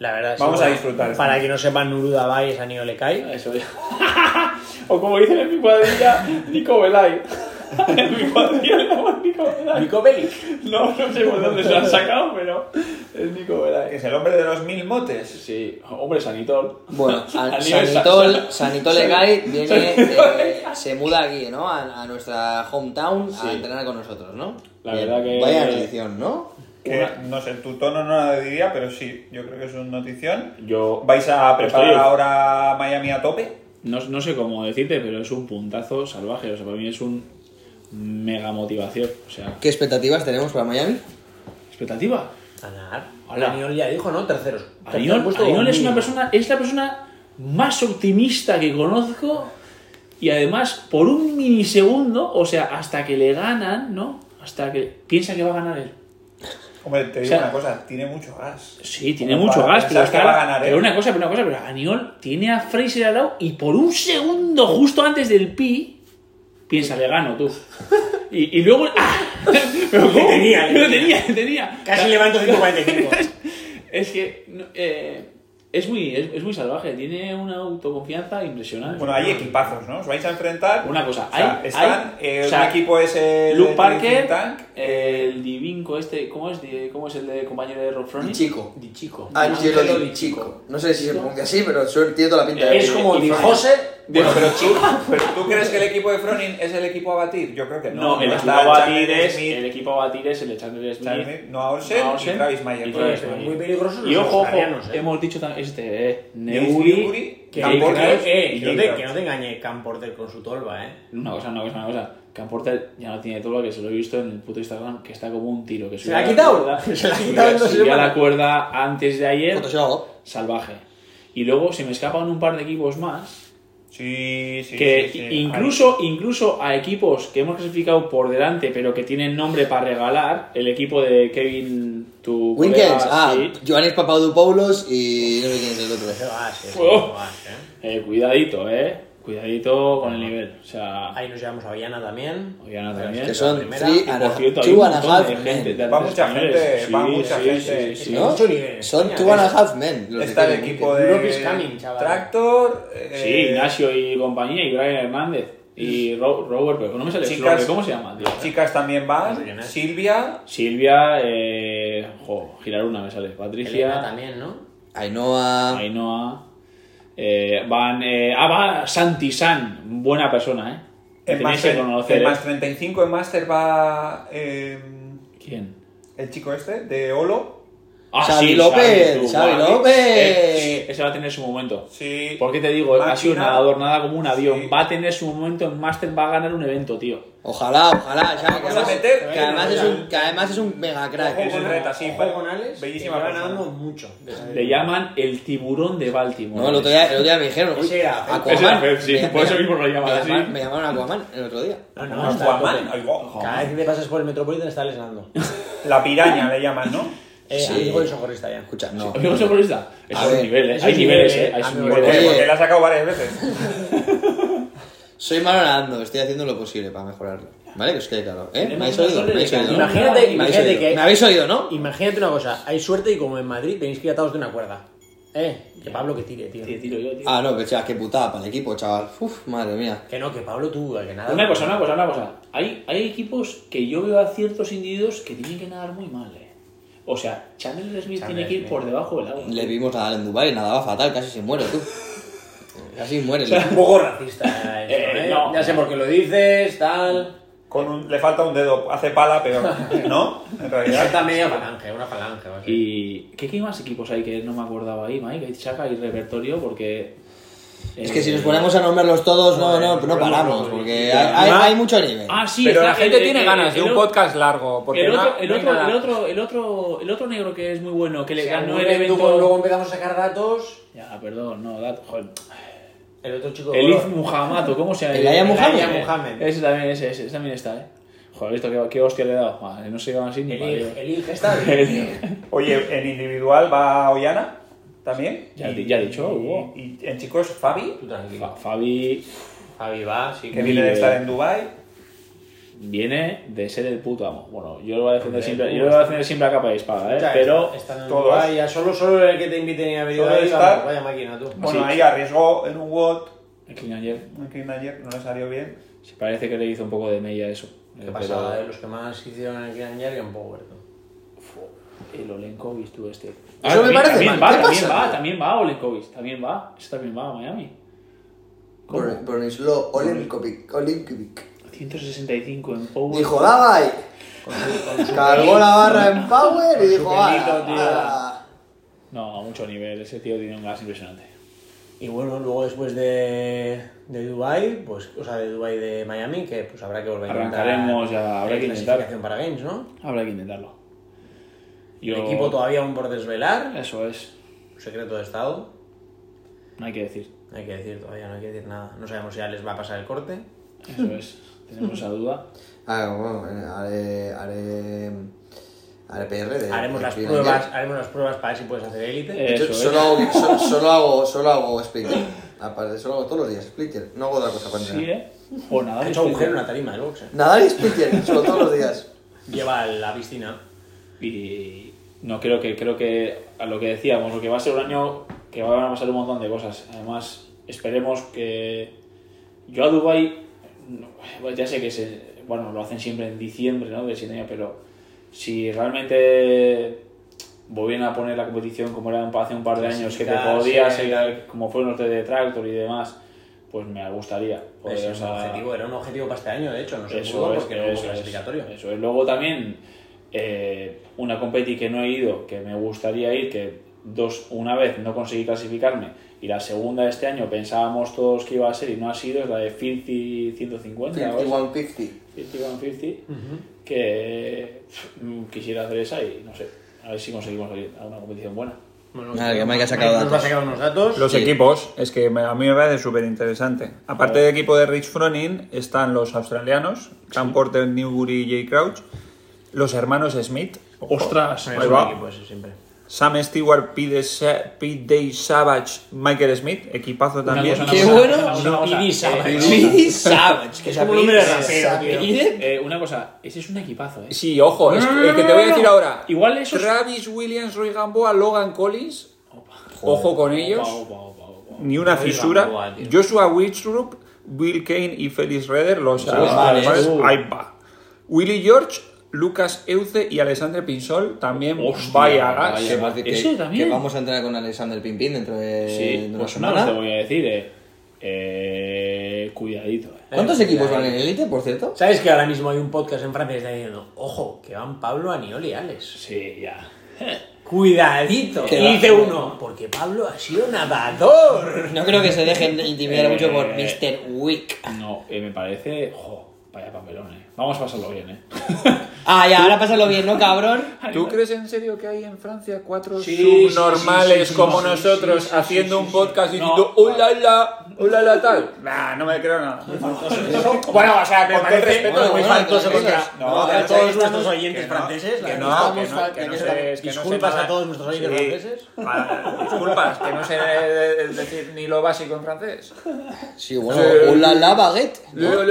Speaker 8: la verdad es
Speaker 6: Vamos
Speaker 8: que,
Speaker 6: a disfrutar.
Speaker 8: Para que no sepan, Nuru Dabai es Anío Lecai.
Speaker 5: Eso ya. o como dicen en mi cuadrilla, Nico Belay. en mi cuadrilla le llaman Nico Belay.
Speaker 8: Nico Bellic.
Speaker 5: No, no sé por dónde se lo han sacado, pero es Nico Belay.
Speaker 6: Es el hombre de los mil motes.
Speaker 5: Sí, hombre, Sanitol.
Speaker 7: Bueno,
Speaker 5: Al
Speaker 7: San-
Speaker 5: nivel
Speaker 7: Sanitol,
Speaker 5: San-
Speaker 7: Sanitol
Speaker 5: San-
Speaker 7: Egay viene,
Speaker 5: Sanitol
Speaker 7: eh, se muda aquí, ¿no? A, a nuestra hometown
Speaker 5: Sí.
Speaker 7: a entrenar con nosotros, ¿no?
Speaker 5: La verdad que-
Speaker 7: Vaya notición, ¿no?
Speaker 6: Que no sé, tu tono no lo diría, pero sí, yo creo que es una notición.
Speaker 5: Yo
Speaker 6: ¿Vais a preparar
Speaker 5: Estoy-
Speaker 6: ahora Miami a tope?
Speaker 5: no, no sé cómo decirte, pero es un puntazo salvaje. O sea, para mí es un mega motivación. O sea,
Speaker 7: ¿Qué expectativas tenemos para Miami?
Speaker 5: expectativa.
Speaker 4: Ganar.
Speaker 5: Hola.
Speaker 4: Aniol ya dijo, ¿no? Terceros. Tercer
Speaker 5: Aniol,
Speaker 4: puesto
Speaker 5: Aniol es una
Speaker 4: mínimo.
Speaker 5: persona, es la persona más optimista que conozco y además por un minisegundo, o sea, hasta que le ganan, ¿no? Hasta que piensa que va a ganar él.
Speaker 6: Hombre, te digo
Speaker 5: O sea,
Speaker 6: una cosa, tiene mucho gas.
Speaker 5: Sí, tiene
Speaker 6: Como
Speaker 5: mucho
Speaker 6: para
Speaker 5: gas, pero,
Speaker 6: pensar
Speaker 5: está,
Speaker 6: que va a ganar
Speaker 5: pero
Speaker 6: él.
Speaker 5: una cosa, pero una cosa, pero Aniol tiene a Fraser al lado y por un segundo, justo antes del pi, piensa, le gano tú. Y, y luego... ¡Ah! Pero ¿cómo?
Speaker 4: tenía, le
Speaker 5: Lo
Speaker 4: tenía.
Speaker 5: tenía, le tenía.
Speaker 4: Casi levanto 145.
Speaker 5: Es que no, eh, es, muy, es, es muy salvaje, tiene una autoconfianza impresionante.
Speaker 6: Bueno, hay equipazos, ¿no? Os vais a enfrentar.
Speaker 5: Una cosa,
Speaker 6: O sea,
Speaker 5: hay-
Speaker 6: están,
Speaker 5: hay-
Speaker 6: eh,
Speaker 5: o sea,
Speaker 6: un equipo es el
Speaker 5: Luke
Speaker 6: Think
Speaker 5: Parker,
Speaker 6: Tank, eh,
Speaker 5: el divinco este, ¿cómo es, Di- cómo es el de compañero de Rob Froning? Ah,
Speaker 7: Chico.
Speaker 5: Di Chico.
Speaker 7: Angelo
Speaker 5: Angelo
Speaker 7: Ah, Di
Speaker 5: Di
Speaker 7: Chico. No sé si se pronuncia así, pero suel- tiene toda la pinta de.
Speaker 5: Es como
Speaker 7: y
Speaker 5: Di
Speaker 7: Fran-
Speaker 4: José.
Speaker 6: Bueno, pero tú, pero tú crees que el equipo de Fronin es el equipo a batir? Yo creo que no.
Speaker 5: No, el, equipo
Speaker 6: está
Speaker 5: a batir
Speaker 6: Chandler
Speaker 5: es,
Speaker 6: Smith,
Speaker 5: el equipo a batir es el de Chandler Smith.
Speaker 6: Chandler Smith, Noah Olsen
Speaker 5: Noah
Speaker 6: y Travis Mayer.
Speaker 5: y
Speaker 6: Travis
Speaker 5: Travis Mayer.
Speaker 9: Muy peligrosos
Speaker 5: Y
Speaker 9: los
Speaker 5: ojo, ojo,
Speaker 9: australianos, ¿eh?
Speaker 5: hemos dicho también este, eh,
Speaker 6: Nils Newbury,
Speaker 5: Neuri,
Speaker 6: que-
Speaker 5: que-
Speaker 4: Que, que,
Speaker 6: Porter.
Speaker 4: eh, que no te,
Speaker 6: Jake
Speaker 4: que no te engañe Cam Porter con su tolva, ¿eh?
Speaker 5: Una cosa, una cosa, una cosa. Cam Porter ya no tiene todo lo que se lo he visto en el puto Instagram, que está como un tiro. Que
Speaker 4: ¿Se la ha quitado? Se la ha quitado en dos
Speaker 5: Subía
Speaker 4: semanas.
Speaker 5: la cuerda antes de ayer,
Speaker 7: Photoshop.
Speaker 5: salvaje. Y luego se me escapan un par de equipos más
Speaker 6: Sí, sí,
Speaker 5: que
Speaker 6: sí, sí.
Speaker 5: incluso, incluso a equipos que hemos clasificado por delante, pero que tienen nombre para regalar, el equipo de Kevin, tu colega,
Speaker 7: Winkens, ah,
Speaker 5: sí.
Speaker 7: Giovanni Papadopoulos y no sé quién es el otro.
Speaker 4: Te vas, eh,
Speaker 5: Fuego.
Speaker 4: te vas, eh.
Speaker 5: Eh, cuidadito, eh. Cuidadito con el nivel. O sea,
Speaker 4: Ahí nos llevamos a Viana también.
Speaker 5: Ollana también.
Speaker 7: Que son
Speaker 4: primera,
Speaker 7: three
Speaker 5: Y
Speaker 7: and
Speaker 5: por
Speaker 7: a-
Speaker 5: cierto, hay
Speaker 7: two
Speaker 5: un
Speaker 7: and a
Speaker 5: montón
Speaker 7: half
Speaker 5: de gente. de
Speaker 7: men.
Speaker 6: Va
Speaker 5: atletas
Speaker 6: mucha gente,
Speaker 5: españoles.
Speaker 6: va
Speaker 5: Sí,
Speaker 6: mucha
Speaker 5: sí,
Speaker 6: gente.
Speaker 5: sí, sí.
Speaker 7: ¿No?
Speaker 4: Mucho nivel.
Speaker 7: Son
Speaker 4: Coño,
Speaker 7: two and a
Speaker 4: es-
Speaker 7: half men. los
Speaker 6: Está el
Speaker 7: Kevin
Speaker 6: equipo
Speaker 7: Winkens.
Speaker 6: de
Speaker 4: Europe is coming, chaval.
Speaker 6: Tractor. eh,
Speaker 5: Sí, Ignacio y compañía, y Brian Hernández, y Ro- Robert, pero no me sale su
Speaker 6: Chicas-
Speaker 5: nombre, ¿cómo se llama? tío?
Speaker 6: Chicas también
Speaker 4: No sé quién
Speaker 6: van.
Speaker 4: es.
Speaker 6: Silvia.
Speaker 5: Silvia, eh, jo, Giraruna me sale,
Speaker 4: Elena
Speaker 5: Patricia,
Speaker 4: también, ¿no?
Speaker 7: Ainhoa.
Speaker 5: Ainhoa, eh, van, eh, ah, va Santi San, buena persona, ¿eh?
Speaker 6: En
Speaker 5: Tenéis
Speaker 6: más,
Speaker 5: que
Speaker 6: tre-
Speaker 5: conocer,
Speaker 6: en
Speaker 5: ¿eh?
Speaker 6: más 35 en Master va eh,
Speaker 5: ¿Quién?
Speaker 6: el chico este de Olo.
Speaker 5: Ah,
Speaker 7: Xavi
Speaker 5: sí,
Speaker 7: López,
Speaker 5: tú,
Speaker 7: Xavi
Speaker 5: guau.
Speaker 7: López.
Speaker 5: Eh, ese va a tener su momento.
Speaker 6: Sí.
Speaker 5: ¿Por qué te digo? eh? Ha sido un
Speaker 6: Máquina.
Speaker 5: nadador, nada como un avión.
Speaker 6: Sí.
Speaker 5: Va a tener su momento en Master, va a ganar un evento, tío.
Speaker 7: Ojalá, ojalá, Xavi, que
Speaker 6: Vamos a
Speaker 7: además,
Speaker 6: meter-
Speaker 7: que además es un, que además es un mega
Speaker 6: Ojo
Speaker 7: crack.
Speaker 6: con Reta, sí.
Speaker 4: Ojo con Alex,
Speaker 6: Bellísima
Speaker 4: que lleva
Speaker 6: persona.
Speaker 4: ganando mucho. desde-
Speaker 5: Le llaman el tiburón de Baltimore.
Speaker 7: No, el otro día, el otro día me dijeron, uy,
Speaker 4: Ese era-
Speaker 7: Aquaman.
Speaker 5: Ese era Pep, sí,
Speaker 7: Me-
Speaker 5: por eso
Speaker 7: me-
Speaker 5: mismo lo llaman
Speaker 7: me
Speaker 5: así.
Speaker 7: llamaron- Me llamaron Aquaman el otro día.
Speaker 4: No, no, está a
Speaker 6: Aquaman,
Speaker 4: tope.
Speaker 6: ay, wow.
Speaker 4: Cada vez que te pasas por el Metropolitan está lesionando.
Speaker 6: La piraña le llaman, ¿no?
Speaker 4: Eh,
Speaker 7: Sí.
Speaker 4: Amigo del socorrista ya.
Speaker 7: Escucha, no.
Speaker 5: Amigo socorrista.
Speaker 7: A
Speaker 5: Eso es
Speaker 7: ver.
Speaker 5: un nivel, ¿eh?
Speaker 4: Eso
Speaker 5: Hay
Speaker 4: es
Speaker 5: niveles,
Speaker 4: nivel,
Speaker 5: ¿eh? Hay
Speaker 4: eh.
Speaker 5: sus
Speaker 4: Amigo
Speaker 6: Porque,
Speaker 5: niveles.
Speaker 7: Oye.
Speaker 6: porque la ha sacado varias veces.
Speaker 7: Soy malo nadando, estoy haciendo lo posible para mejorarlo. ¿Vale? Que os quede claro. ¿Eh? ¿Me habéis oído? ¿Me habéis oído? ¿no?
Speaker 4: Imagínate-
Speaker 7: ¿Me habéis
Speaker 4: imagínate
Speaker 7: oído?
Speaker 4: que-
Speaker 7: ¿Me habéis oído, no?
Speaker 4: Imagínate una cosa, hay suerte y como en Madrid tenéis que ir atados de una cuerda. Eh, que Pablo que tire, tío.
Speaker 5: Te tiro yo, tío.
Speaker 7: Ah, no, pero chaval, qué putada para el equipo, chaval. Uf, madre mía.
Speaker 4: Que no, que Pablo tú, que nada.
Speaker 5: Una cosa, una cosa, una cosa. Hay, hay equipos que yo veo a ciertos individuos que tienen que nadar muy mal, ¿eh? O sea, Chandler Smith tiene que ir por debajo del agua.
Speaker 7: Le vimos nadar en Dubai, nadaba fatal, casi se muere, tú. Casi muere.
Speaker 4: Un
Speaker 7: le-
Speaker 4: poco racista eso,
Speaker 5: Eh,
Speaker 4: ¿eh?
Speaker 5: no.
Speaker 4: Ya sé por qué lo dices, tal.
Speaker 6: Con un- le falta un dedo, hace pala, pero no, en realidad.
Speaker 4: Falta media falange, una falange. o así.
Speaker 5: ¿Y ¿qué, qué más equipos hay que no me acordaba ahí, Mike? Hay Chaka y Repertorio porque...
Speaker 7: Es que si
Speaker 5: eh,
Speaker 7: nos ponemos a nombrarlos todos, no, no, no paramos, porque hay, hay- hay mucho nivel.
Speaker 5: Ah, sí,
Speaker 6: Pero
Speaker 5: está-
Speaker 6: la gente
Speaker 5: el-
Speaker 6: tiene
Speaker 5: el-
Speaker 6: ganas de
Speaker 5: el
Speaker 6: un
Speaker 5: otro-
Speaker 6: podcast largo. Porque
Speaker 5: el,
Speaker 6: no-
Speaker 5: otro, el,
Speaker 6: no hay
Speaker 5: otro,
Speaker 6: nada.
Speaker 5: el, otro, el, otro, el otro negro que es muy bueno, que le
Speaker 4: Se
Speaker 5: ganó el
Speaker 4: aburren, tú,
Speaker 5: evento...
Speaker 4: Luego empezamos a sacar datos.
Speaker 5: Ya, perdón, no, dat, joder.
Speaker 4: El otro chico.
Speaker 5: Eliz Muhammad, ¿o ¿cómo se llama?
Speaker 7: El Aya Muhammad.
Speaker 5: Aya
Speaker 4: Muhammad.
Speaker 5: Ese también, ese, ese, ese también está, ¿eh? Joder, visto qué, qué hostia le he dado. Madre, no se iba así ni para
Speaker 4: Eliz,
Speaker 5: Dios.
Speaker 4: Eliz está bien, tío.
Speaker 6: Oye, en individual va Ollana también.
Speaker 5: Ya di- ya he dicho,
Speaker 6: y-
Speaker 5: Hugo.
Speaker 6: Y, en chicos, Fabi,
Speaker 4: Tú tranquilo.
Speaker 5: Fa- Fabi
Speaker 4: Javi va, sí.
Speaker 6: que viene de
Speaker 5: bien.
Speaker 6: estar en Dubai.
Speaker 5: viene de ser el puto amo. Bueno, yo lo voy a
Speaker 4: Hombre,
Speaker 5: defender siempre,
Speaker 4: tú
Speaker 5: yo lo voy a defender siempre a capa y espada, ¿eh? Pero...
Speaker 4: Está en
Speaker 6: todos-
Speaker 4: Dubái, ya solo, solo el que te inviten a venir
Speaker 6: Solo
Speaker 4: ahí,
Speaker 6: está-
Speaker 4: vamos, vaya máquina tú.
Speaker 6: Bueno, ahí arriesgó en un WOD,
Speaker 5: El Klinganger
Speaker 6: un clean ayer, no le salió bien.
Speaker 5: se parece que le hizo un poco de mella eso.
Speaker 4: Qué
Speaker 5: Pero-
Speaker 4: pasada, eh, los que más hicieron el Gran Jerry en Power. tú.
Speaker 5: El Olenkovic, tú este.
Speaker 7: Eso me parece
Speaker 5: también
Speaker 7: mal.
Speaker 5: Va,
Speaker 7: ¿Qué
Speaker 5: también
Speaker 7: pasa?
Speaker 5: va, también va Olenkovic, también va. Eso también va a Miami. ¿Cómo?
Speaker 7: Bor- Borislav Olimkovic. Olimkovic.
Speaker 5: 165 en Power.
Speaker 7: Dijo, Davai. Cargó la barra en Power y dijo,
Speaker 4: pelito, tío.
Speaker 7: ah.
Speaker 5: No, a mucho nivel. Ese tío tiene un gas impresionante.
Speaker 4: Y bueno, luego después de, de Dubai, pues, o sea, de Dubai de Miami, que pues habrá que volver a intentar
Speaker 5: Arrancaremos ya, habrá
Speaker 4: la
Speaker 5: que intentar.
Speaker 4: clasificación para Games, ¿no?
Speaker 5: Habrá que intentarlo. Yo-
Speaker 4: El equipo todavía aún por desvelar.
Speaker 5: Eso es.
Speaker 4: Secreto de Estado.
Speaker 5: No hay que decir.
Speaker 4: No hay que decir todavía, no hay que decir nada. No sabemos si ya les va a pasar el corte.
Speaker 5: Eso es. Tenemos esa duda.
Speaker 7: Ah, bueno, bueno, haré. Haré. Haré PR de.
Speaker 4: Haremos
Speaker 7: de
Speaker 4: las
Speaker 7: Finlandia.
Speaker 4: pruebas, haremos las pruebas para ver si puedes hacer élite.
Speaker 5: Eh,
Speaker 7: Yo
Speaker 5: Eso es.
Speaker 7: solo, hago, so- solo hago. Solo hago Splitter. Aparte, solo hago todos los días Splitter. No hago otra cosa para
Speaker 5: Sí,
Speaker 7: entrenar.
Speaker 5: ¿eh? O nada.
Speaker 4: Ha hecho agujero en la tarima del boxe.
Speaker 7: Nadar y Splitter, solo todos los días.
Speaker 4: Lleva la piscina.
Speaker 5: Y no creo que, creo que a lo que decíamos, lo que va a ser un año que van a pasar un montón de cosas. Además, esperemos que. Yo a Dubai no, bueno, ya sé que se, bueno, lo hacen siempre en diciembre, ¿no? De año, pero si realmente volvieran a poner la competición como era hace un par de años, que te
Speaker 4: Clasificarse.
Speaker 5: podías, eh, como fueron los de Detractor y demás, pues me gustaría. poder,
Speaker 4: Ese
Speaker 5: o
Speaker 4: es Pues un
Speaker 5: sea,
Speaker 4: objetivo, era un objetivo para este año, de hecho, no se pudo porque no hubo clasificatorio.
Speaker 5: eso es. Luego también eh, una competi que no he ido, que me gustaría ir, que dos, una vez no conseguí clasificarme y la segunda de este año pensábamos todos que iba a ser y no ha sido, es la de 50 150. o algo así.
Speaker 7: 5150.
Speaker 5: 50-150, que pff, mm, quisiera hacer esa y no sé, a ver si conseguimos salir a una competición buena.
Speaker 4: Bueno,
Speaker 7: Nada, que Mike ha sacado
Speaker 4: Mike nos va a
Speaker 7: datos.
Speaker 4: sacar unos datos.
Speaker 6: Los
Speaker 7: Sí.
Speaker 6: equipos, es que me- a mí me parece súper interesante. Aparte del equipo de Rich Froning, están los australianos, Cam Porter, Newbury y Jay Crouch, los hermanos Smith, ojo,
Speaker 5: ¡Ostras!
Speaker 6: ahí
Speaker 4: Es un
Speaker 6: va,
Speaker 4: equipo ese siempre.
Speaker 6: Sam Stewart, Pete Sa- Pete Day Savage, Michael Smith, equipazo
Speaker 5: Una
Speaker 6: también.
Speaker 5: cosa,
Speaker 7: Qué
Speaker 5: una cosa,
Speaker 7: bueno.
Speaker 5: una cosa, una cosa.
Speaker 4: Piri Savage.
Speaker 5: Eh,
Speaker 7: Sí, Savage, que
Speaker 4: Es como un nombre de rapero,
Speaker 7: Savage.
Speaker 4: tío.
Speaker 5: eh, una cosa, ese es un equipazo, ¿eh?
Speaker 6: Sí, ojo, es- el que te voy a decir ahora.
Speaker 5: Igual eso es-
Speaker 6: Travis Williams, Roy Gamboa, Logan Collins. Ojo con ellos.
Speaker 5: Opa, opa, opa, opa.
Speaker 6: Ni una
Speaker 4: Roy
Speaker 6: fisura.
Speaker 4: Gamboa, tío.
Speaker 6: Joshua Witchrup, Bill Kane y Felix Redder, los alemanes.
Speaker 5: vale. uh.
Speaker 6: Ahí va. Willie George, Lucas Euce y Alexandre Pinsol también.
Speaker 5: Hostia,
Speaker 6: vaya gas.
Speaker 5: vaya gas.
Speaker 7: Que-
Speaker 5: Ese también.
Speaker 7: Que vamos a entrar con Alexander Pimpin dentro de,
Speaker 5: Sí,
Speaker 7: Eh, de una
Speaker 5: pues
Speaker 7: semana.
Speaker 5: no te voy a decir, eh. Eh, cuidadito, eh.
Speaker 7: ¿Cuántos
Speaker 4: Eh,
Speaker 7: equipos
Speaker 4: ya,
Speaker 7: van en
Speaker 4: eh.
Speaker 7: élite, por cierto?
Speaker 4: ¿Sabes que ahora mismo hay un podcast en Francia que está diciendo, ojo, que van Pablo Anioli y Alex?
Speaker 5: Sí, ya.
Speaker 4: Cuidadito.
Speaker 7: Que
Speaker 4: Y
Speaker 7: va.
Speaker 4: dice uno, porque Pablo ha sido nadador.
Speaker 7: No creo que se dejen intimidar
Speaker 5: Eh,
Speaker 7: mucho por Mr. Wick.
Speaker 5: No, eh, me parece. Jo, vaya papelón, eh. Vamos a pasarlo bien, eh.
Speaker 7: Ah, ya, ahora pásalo bien, ¿no, cabrón?
Speaker 6: ¿Tú crees en serio que hay en Francia cuatro
Speaker 5: Sí,
Speaker 6: subnormales
Speaker 5: sí, sí, sí,
Speaker 6: como
Speaker 5: sí,
Speaker 6: nosotros
Speaker 5: sí, sí,
Speaker 6: haciendo
Speaker 5: sí,
Speaker 6: un
Speaker 5: sí,
Speaker 6: podcast
Speaker 5: sí.
Speaker 6: diciendo
Speaker 5: No.
Speaker 6: hola, hola, hola, hola, tal? Nah, no me creo nada. bueno, o sea, con todo el respeto,
Speaker 7: bueno,
Speaker 6: muy
Speaker 7: bueno,
Speaker 6: faltoso
Speaker 7: que no
Speaker 6: contra-
Speaker 7: seas-
Speaker 6: No,
Speaker 4: A
Speaker 6: pero
Speaker 4: todos
Speaker 6: sí,
Speaker 4: nuestros
Speaker 6: estamos-
Speaker 4: oyentes
Speaker 6: que no,
Speaker 4: franceses, la
Speaker 6: que no,
Speaker 4: verdad,
Speaker 6: que
Speaker 4: estamos
Speaker 6: no, que no se- es que no se
Speaker 4: Disculpas
Speaker 6: nada.
Speaker 4: a todos nuestros oyentes
Speaker 6: Sí.
Speaker 4: franceses.
Speaker 6: Ah, Disculpas, que no sé eh, decir ni lo básico en francés.
Speaker 7: Sí, bueno,
Speaker 6: Sí.
Speaker 7: hola, la baguette.
Speaker 6: Le, le,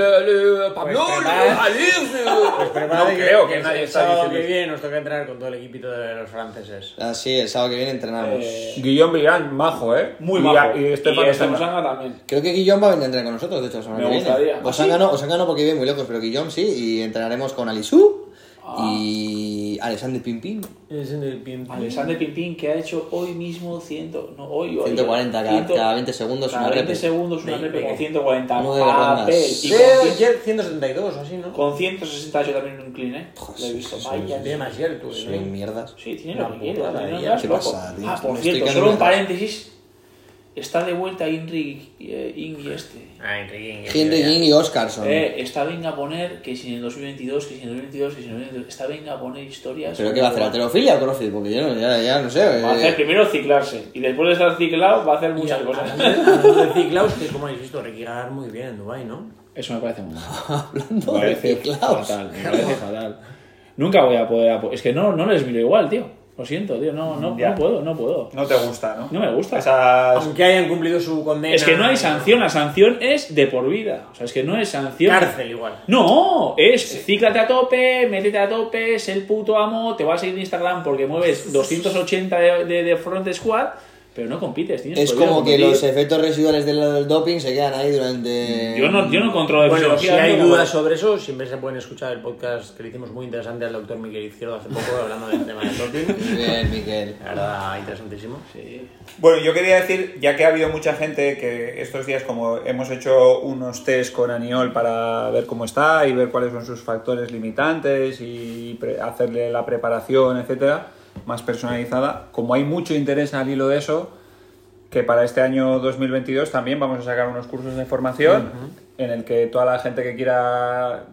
Speaker 6: le, Pablo,
Speaker 4: Pues
Speaker 6: le,
Speaker 4: prepara- pues
Speaker 6: Alex, le- No
Speaker 4: Prepárate
Speaker 6: creo que
Speaker 4: el-
Speaker 6: nadie
Speaker 4: el
Speaker 6: está
Speaker 4: sábado que
Speaker 6: diciendo.
Speaker 4: viene nos toca entrenar con todo el equipito de los franceses.
Speaker 7: Ah, sí, el sábado que viene entrenamos.
Speaker 5: Eh.
Speaker 6: Guillaume Briand, majo, ¿eh?
Speaker 5: Muy
Speaker 6: Y-
Speaker 5: bajo.
Speaker 6: Y Estefano Sanga.
Speaker 5: Sanga también.
Speaker 7: Creo que Guillón va a venir a entrenar con nosotros, de hecho, la semana
Speaker 5: Me
Speaker 7: que
Speaker 5: gustaría. ¿Ah,
Speaker 7: viene. Os han, ganado, os han ganado porque vive muy lejos, pero Guillón sí, y entrenaremos con Alisú
Speaker 5: Ah.
Speaker 7: y Alexander Pimpin.
Speaker 4: Es en el pin-
Speaker 5: Alexander
Speaker 7: Mm.
Speaker 5: Pimpín que ha hecho hoy mismo 100, no, hoy, hoy,
Speaker 7: 140 cada-
Speaker 5: 100,
Speaker 7: cada 20 segundos
Speaker 5: cada Ah,
Speaker 7: una
Speaker 5: 20
Speaker 7: rep.
Speaker 5: segundos una rep con
Speaker 4: Veinte.
Speaker 5: 140
Speaker 7: Nueve
Speaker 5: papel
Speaker 7: rondas.
Speaker 5: y
Speaker 4: Sí,
Speaker 5: con, cien-
Speaker 4: ayer 172 o así, ¿no?
Speaker 5: con 168 también en un clean, eh. Lo he visto. Vaya,
Speaker 4: Tiene más ayer, tú.
Speaker 7: Soy
Speaker 4: ¿eh?
Speaker 7: mierdas.
Speaker 5: Sí, tiene lo
Speaker 4: Una
Speaker 5: que quiere.
Speaker 4: putada,
Speaker 5: tiene
Speaker 4: ¿eh?
Speaker 5: unas
Speaker 7: ¿Qué
Speaker 5: loco.
Speaker 7: pasa, tío?
Speaker 5: Ah, por
Speaker 7: Me
Speaker 5: cierto,
Speaker 7: estoy
Speaker 5: solo un
Speaker 7: calentando.
Speaker 5: paréntesis. Está de vuelta Inri, eh, Ingi este.
Speaker 4: Ah, Enrique Inglés,
Speaker 7: Henry
Speaker 4: ya.
Speaker 7: Jin y Oscarson.
Speaker 5: Eh, está venga a poner que si en el 2022, que si en el 2022, que si en el 2022. Está venga a poner historias.
Speaker 7: ¿Pero qué va a hacer? ¿Alterofilia o crossfit? Porque yo no, ya, ya no sé.
Speaker 5: Va a hacer
Speaker 7: eh,
Speaker 5: primero ciclarse y después de estar ciclado va a hacer muchas cosas.
Speaker 4: Hablando de ciclaos, que como habéis visto, Ricky Gagar muy bien en Dubai, ¿no?
Speaker 5: Eso me parece muy mal.
Speaker 7: Hablando
Speaker 5: Me
Speaker 7: de
Speaker 5: parece
Speaker 7: teclados.
Speaker 5: fatal, me parece fatal. Nunca voy a poder. apo- Es que no, no les miro igual, tío. Lo siento, tío. No, no,
Speaker 6: Ya.
Speaker 5: no puedo, no puedo.
Speaker 6: No te gusta, ¿no?
Speaker 5: No me gusta.
Speaker 6: Esas-
Speaker 4: Aunque hayan cumplido su condena.
Speaker 5: Es que no hay sanción, la sanción es de por vida. O sea, es que no es sanción.
Speaker 4: Cárcel igual.
Speaker 5: No, es cíclate a tope, métete a tope, es el puto amo, te vas a seguir en Instagram porque mueves 280 de, de- de front squad, pero no compites, tienes
Speaker 7: Es
Speaker 5: prohibido
Speaker 7: como que los
Speaker 5: competir.
Speaker 7: efectos residuales del doping se quedan ahí durante.
Speaker 5: Yo no, yo no controlo
Speaker 8: Pues
Speaker 5: de
Speaker 4: Bueno, si
Speaker 5: fisiología,
Speaker 4: hay
Speaker 5: no,
Speaker 4: dudas sobre eso, siempre se pueden escuchar el podcast que le hicimos muy interesante al doctor Miguel Izquierdo hace poco, hablando del tema del doping.
Speaker 7: Muy Bien, Miquel.
Speaker 4: La verdad, interesantísimo.
Speaker 6: Bueno, yo quería decir, ya que ha habido mucha gente que estos días, como hemos hecho unos test con Aniol para ver cómo está y ver cuáles son sus factores limitantes y pre- hacerle la preparación, etcétera, más personalizada, como hay mucho interés al hilo de eso, que para este año 2022 también vamos a sacar unos cursos de formación en el que toda la gente que quiera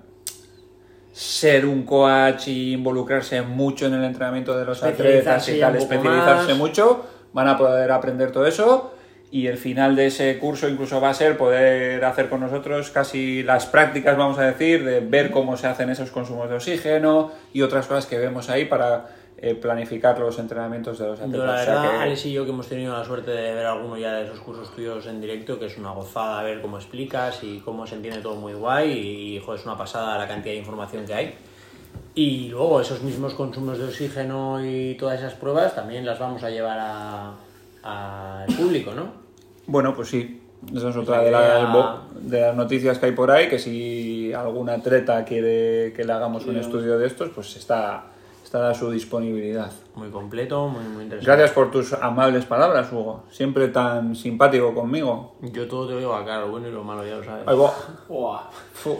Speaker 6: ser un coach y involucrarse mucho en el entrenamiento de los atletas
Speaker 10: Especializarse
Speaker 6: y
Speaker 10: ya un
Speaker 6: tal,
Speaker 10: poco
Speaker 6: especializarse
Speaker 10: más.
Speaker 6: mucho, van a poder aprender todo eso. Y el final de ese curso incluso va a ser poder hacer con nosotros casi las prácticas, vamos a decir, de ver cómo se hacen esos consumos de oxígeno y otras cosas que vemos ahí para eh, planificar los entrenamientos de los atletas.
Speaker 4: Yo la
Speaker 6: O sea
Speaker 4: verdad,
Speaker 6: que-
Speaker 4: Alex y yo que hemos tenido la suerte de ver alguno ya de esos cursos tuyos en directo, que es una gozada ver cómo explicas y cómo se entiende todo muy guay y, y, joder, es una pasada la cantidad de información que hay. Y luego esos mismos consumos de oxígeno y todas esas pruebas también las vamos a llevar a- al público, ¿no?
Speaker 6: Bueno, pues sí. Esa es otra
Speaker 4: la
Speaker 6: de,
Speaker 4: idea-
Speaker 6: las bo- de las noticias que hay por ahí, que si algún atleta quiere que le hagamos un estudio de estos, pues está, está a su disponibilidad.
Speaker 4: Muy completo, muy, muy interesante.
Speaker 6: Gracias por tus amables palabras, Hugo. Siempre tan simpático conmigo.
Speaker 4: Yo todo te lo digo a cara, lo bueno y lo malo, ya lo sabes.
Speaker 6: Algo...
Speaker 8: Buah.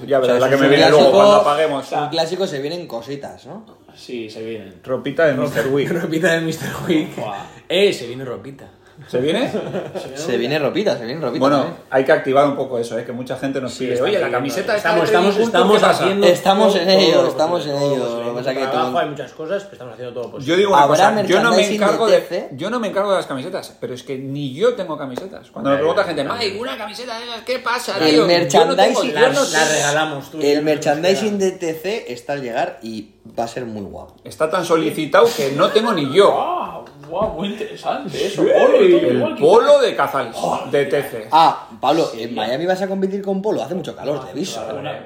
Speaker 6: ya verás
Speaker 7: O sea,
Speaker 6: la que
Speaker 7: es
Speaker 6: me
Speaker 7: un
Speaker 6: viene luego
Speaker 7: clásico-
Speaker 6: cuando apaguemos.
Speaker 7: Un clásico se vienen cositas, ¿no?
Speaker 8: Sí, se vienen.
Speaker 6: Ropita de Mr. Wii.
Speaker 4: Ropita de Mr. Wick.
Speaker 8: Buah.
Speaker 4: eh, se viene ropita.
Speaker 6: ¿Se viene?
Speaker 7: Se viene ropita, se viene ropita.
Speaker 6: Bueno,
Speaker 7: ¿eh?
Speaker 6: hay que activar un poco eso, ¿eh? que mucha gente nos pide.
Speaker 4: está
Speaker 6: Oye, la
Speaker 4: pidiendo,
Speaker 6: camiseta está
Speaker 4: estamos-
Speaker 6: de Training
Speaker 4: estamos-
Speaker 6: Junto, ¿qué
Speaker 4: estamos
Speaker 6: pasa?".
Speaker 4: haciendo-
Speaker 7: estamos en
Speaker 4: todo
Speaker 7: ello,
Speaker 4: lo
Speaker 7: estamos en
Speaker 4: posible, todo lo
Speaker 7: ello. Lo
Speaker 4: posible.
Speaker 7: que pasa es que
Speaker 4: Trabajo,
Speaker 7: todo-
Speaker 4: hay muchas cosas, pero estamos haciendo todo lo posible.
Speaker 6: Yo digo una
Speaker 7: ¿Habrá
Speaker 6: cosa, yo no me
Speaker 7: merchandising
Speaker 6: encargo
Speaker 7: de
Speaker 6: de,
Speaker 7: TC?
Speaker 6: yo no me encargo de las camisetas, pero es que ni yo tengo camisetas. Cuando me pregunta gente, "Ay, una camiseta de esas, ¿qué pasa,
Speaker 7: El
Speaker 6: tío?
Speaker 7: merchandising-
Speaker 6: yo no tengo- yo no
Speaker 7: Las-
Speaker 6: tengo".
Speaker 4: La regalamos tú.
Speaker 7: El merchandising de TC está al llegar y va a ser muy guapo.
Speaker 6: Está tan solicitado que no tengo ni yo
Speaker 8: Ah, guau, muy interesante eso. Polo y todo igual
Speaker 6: el
Speaker 8: que-
Speaker 6: polo de Cazal de TC.
Speaker 7: Ah, Pablo, en Miami vas a competir con Polo. Hace mucho calor, te aviso.
Speaker 8: Una, eh,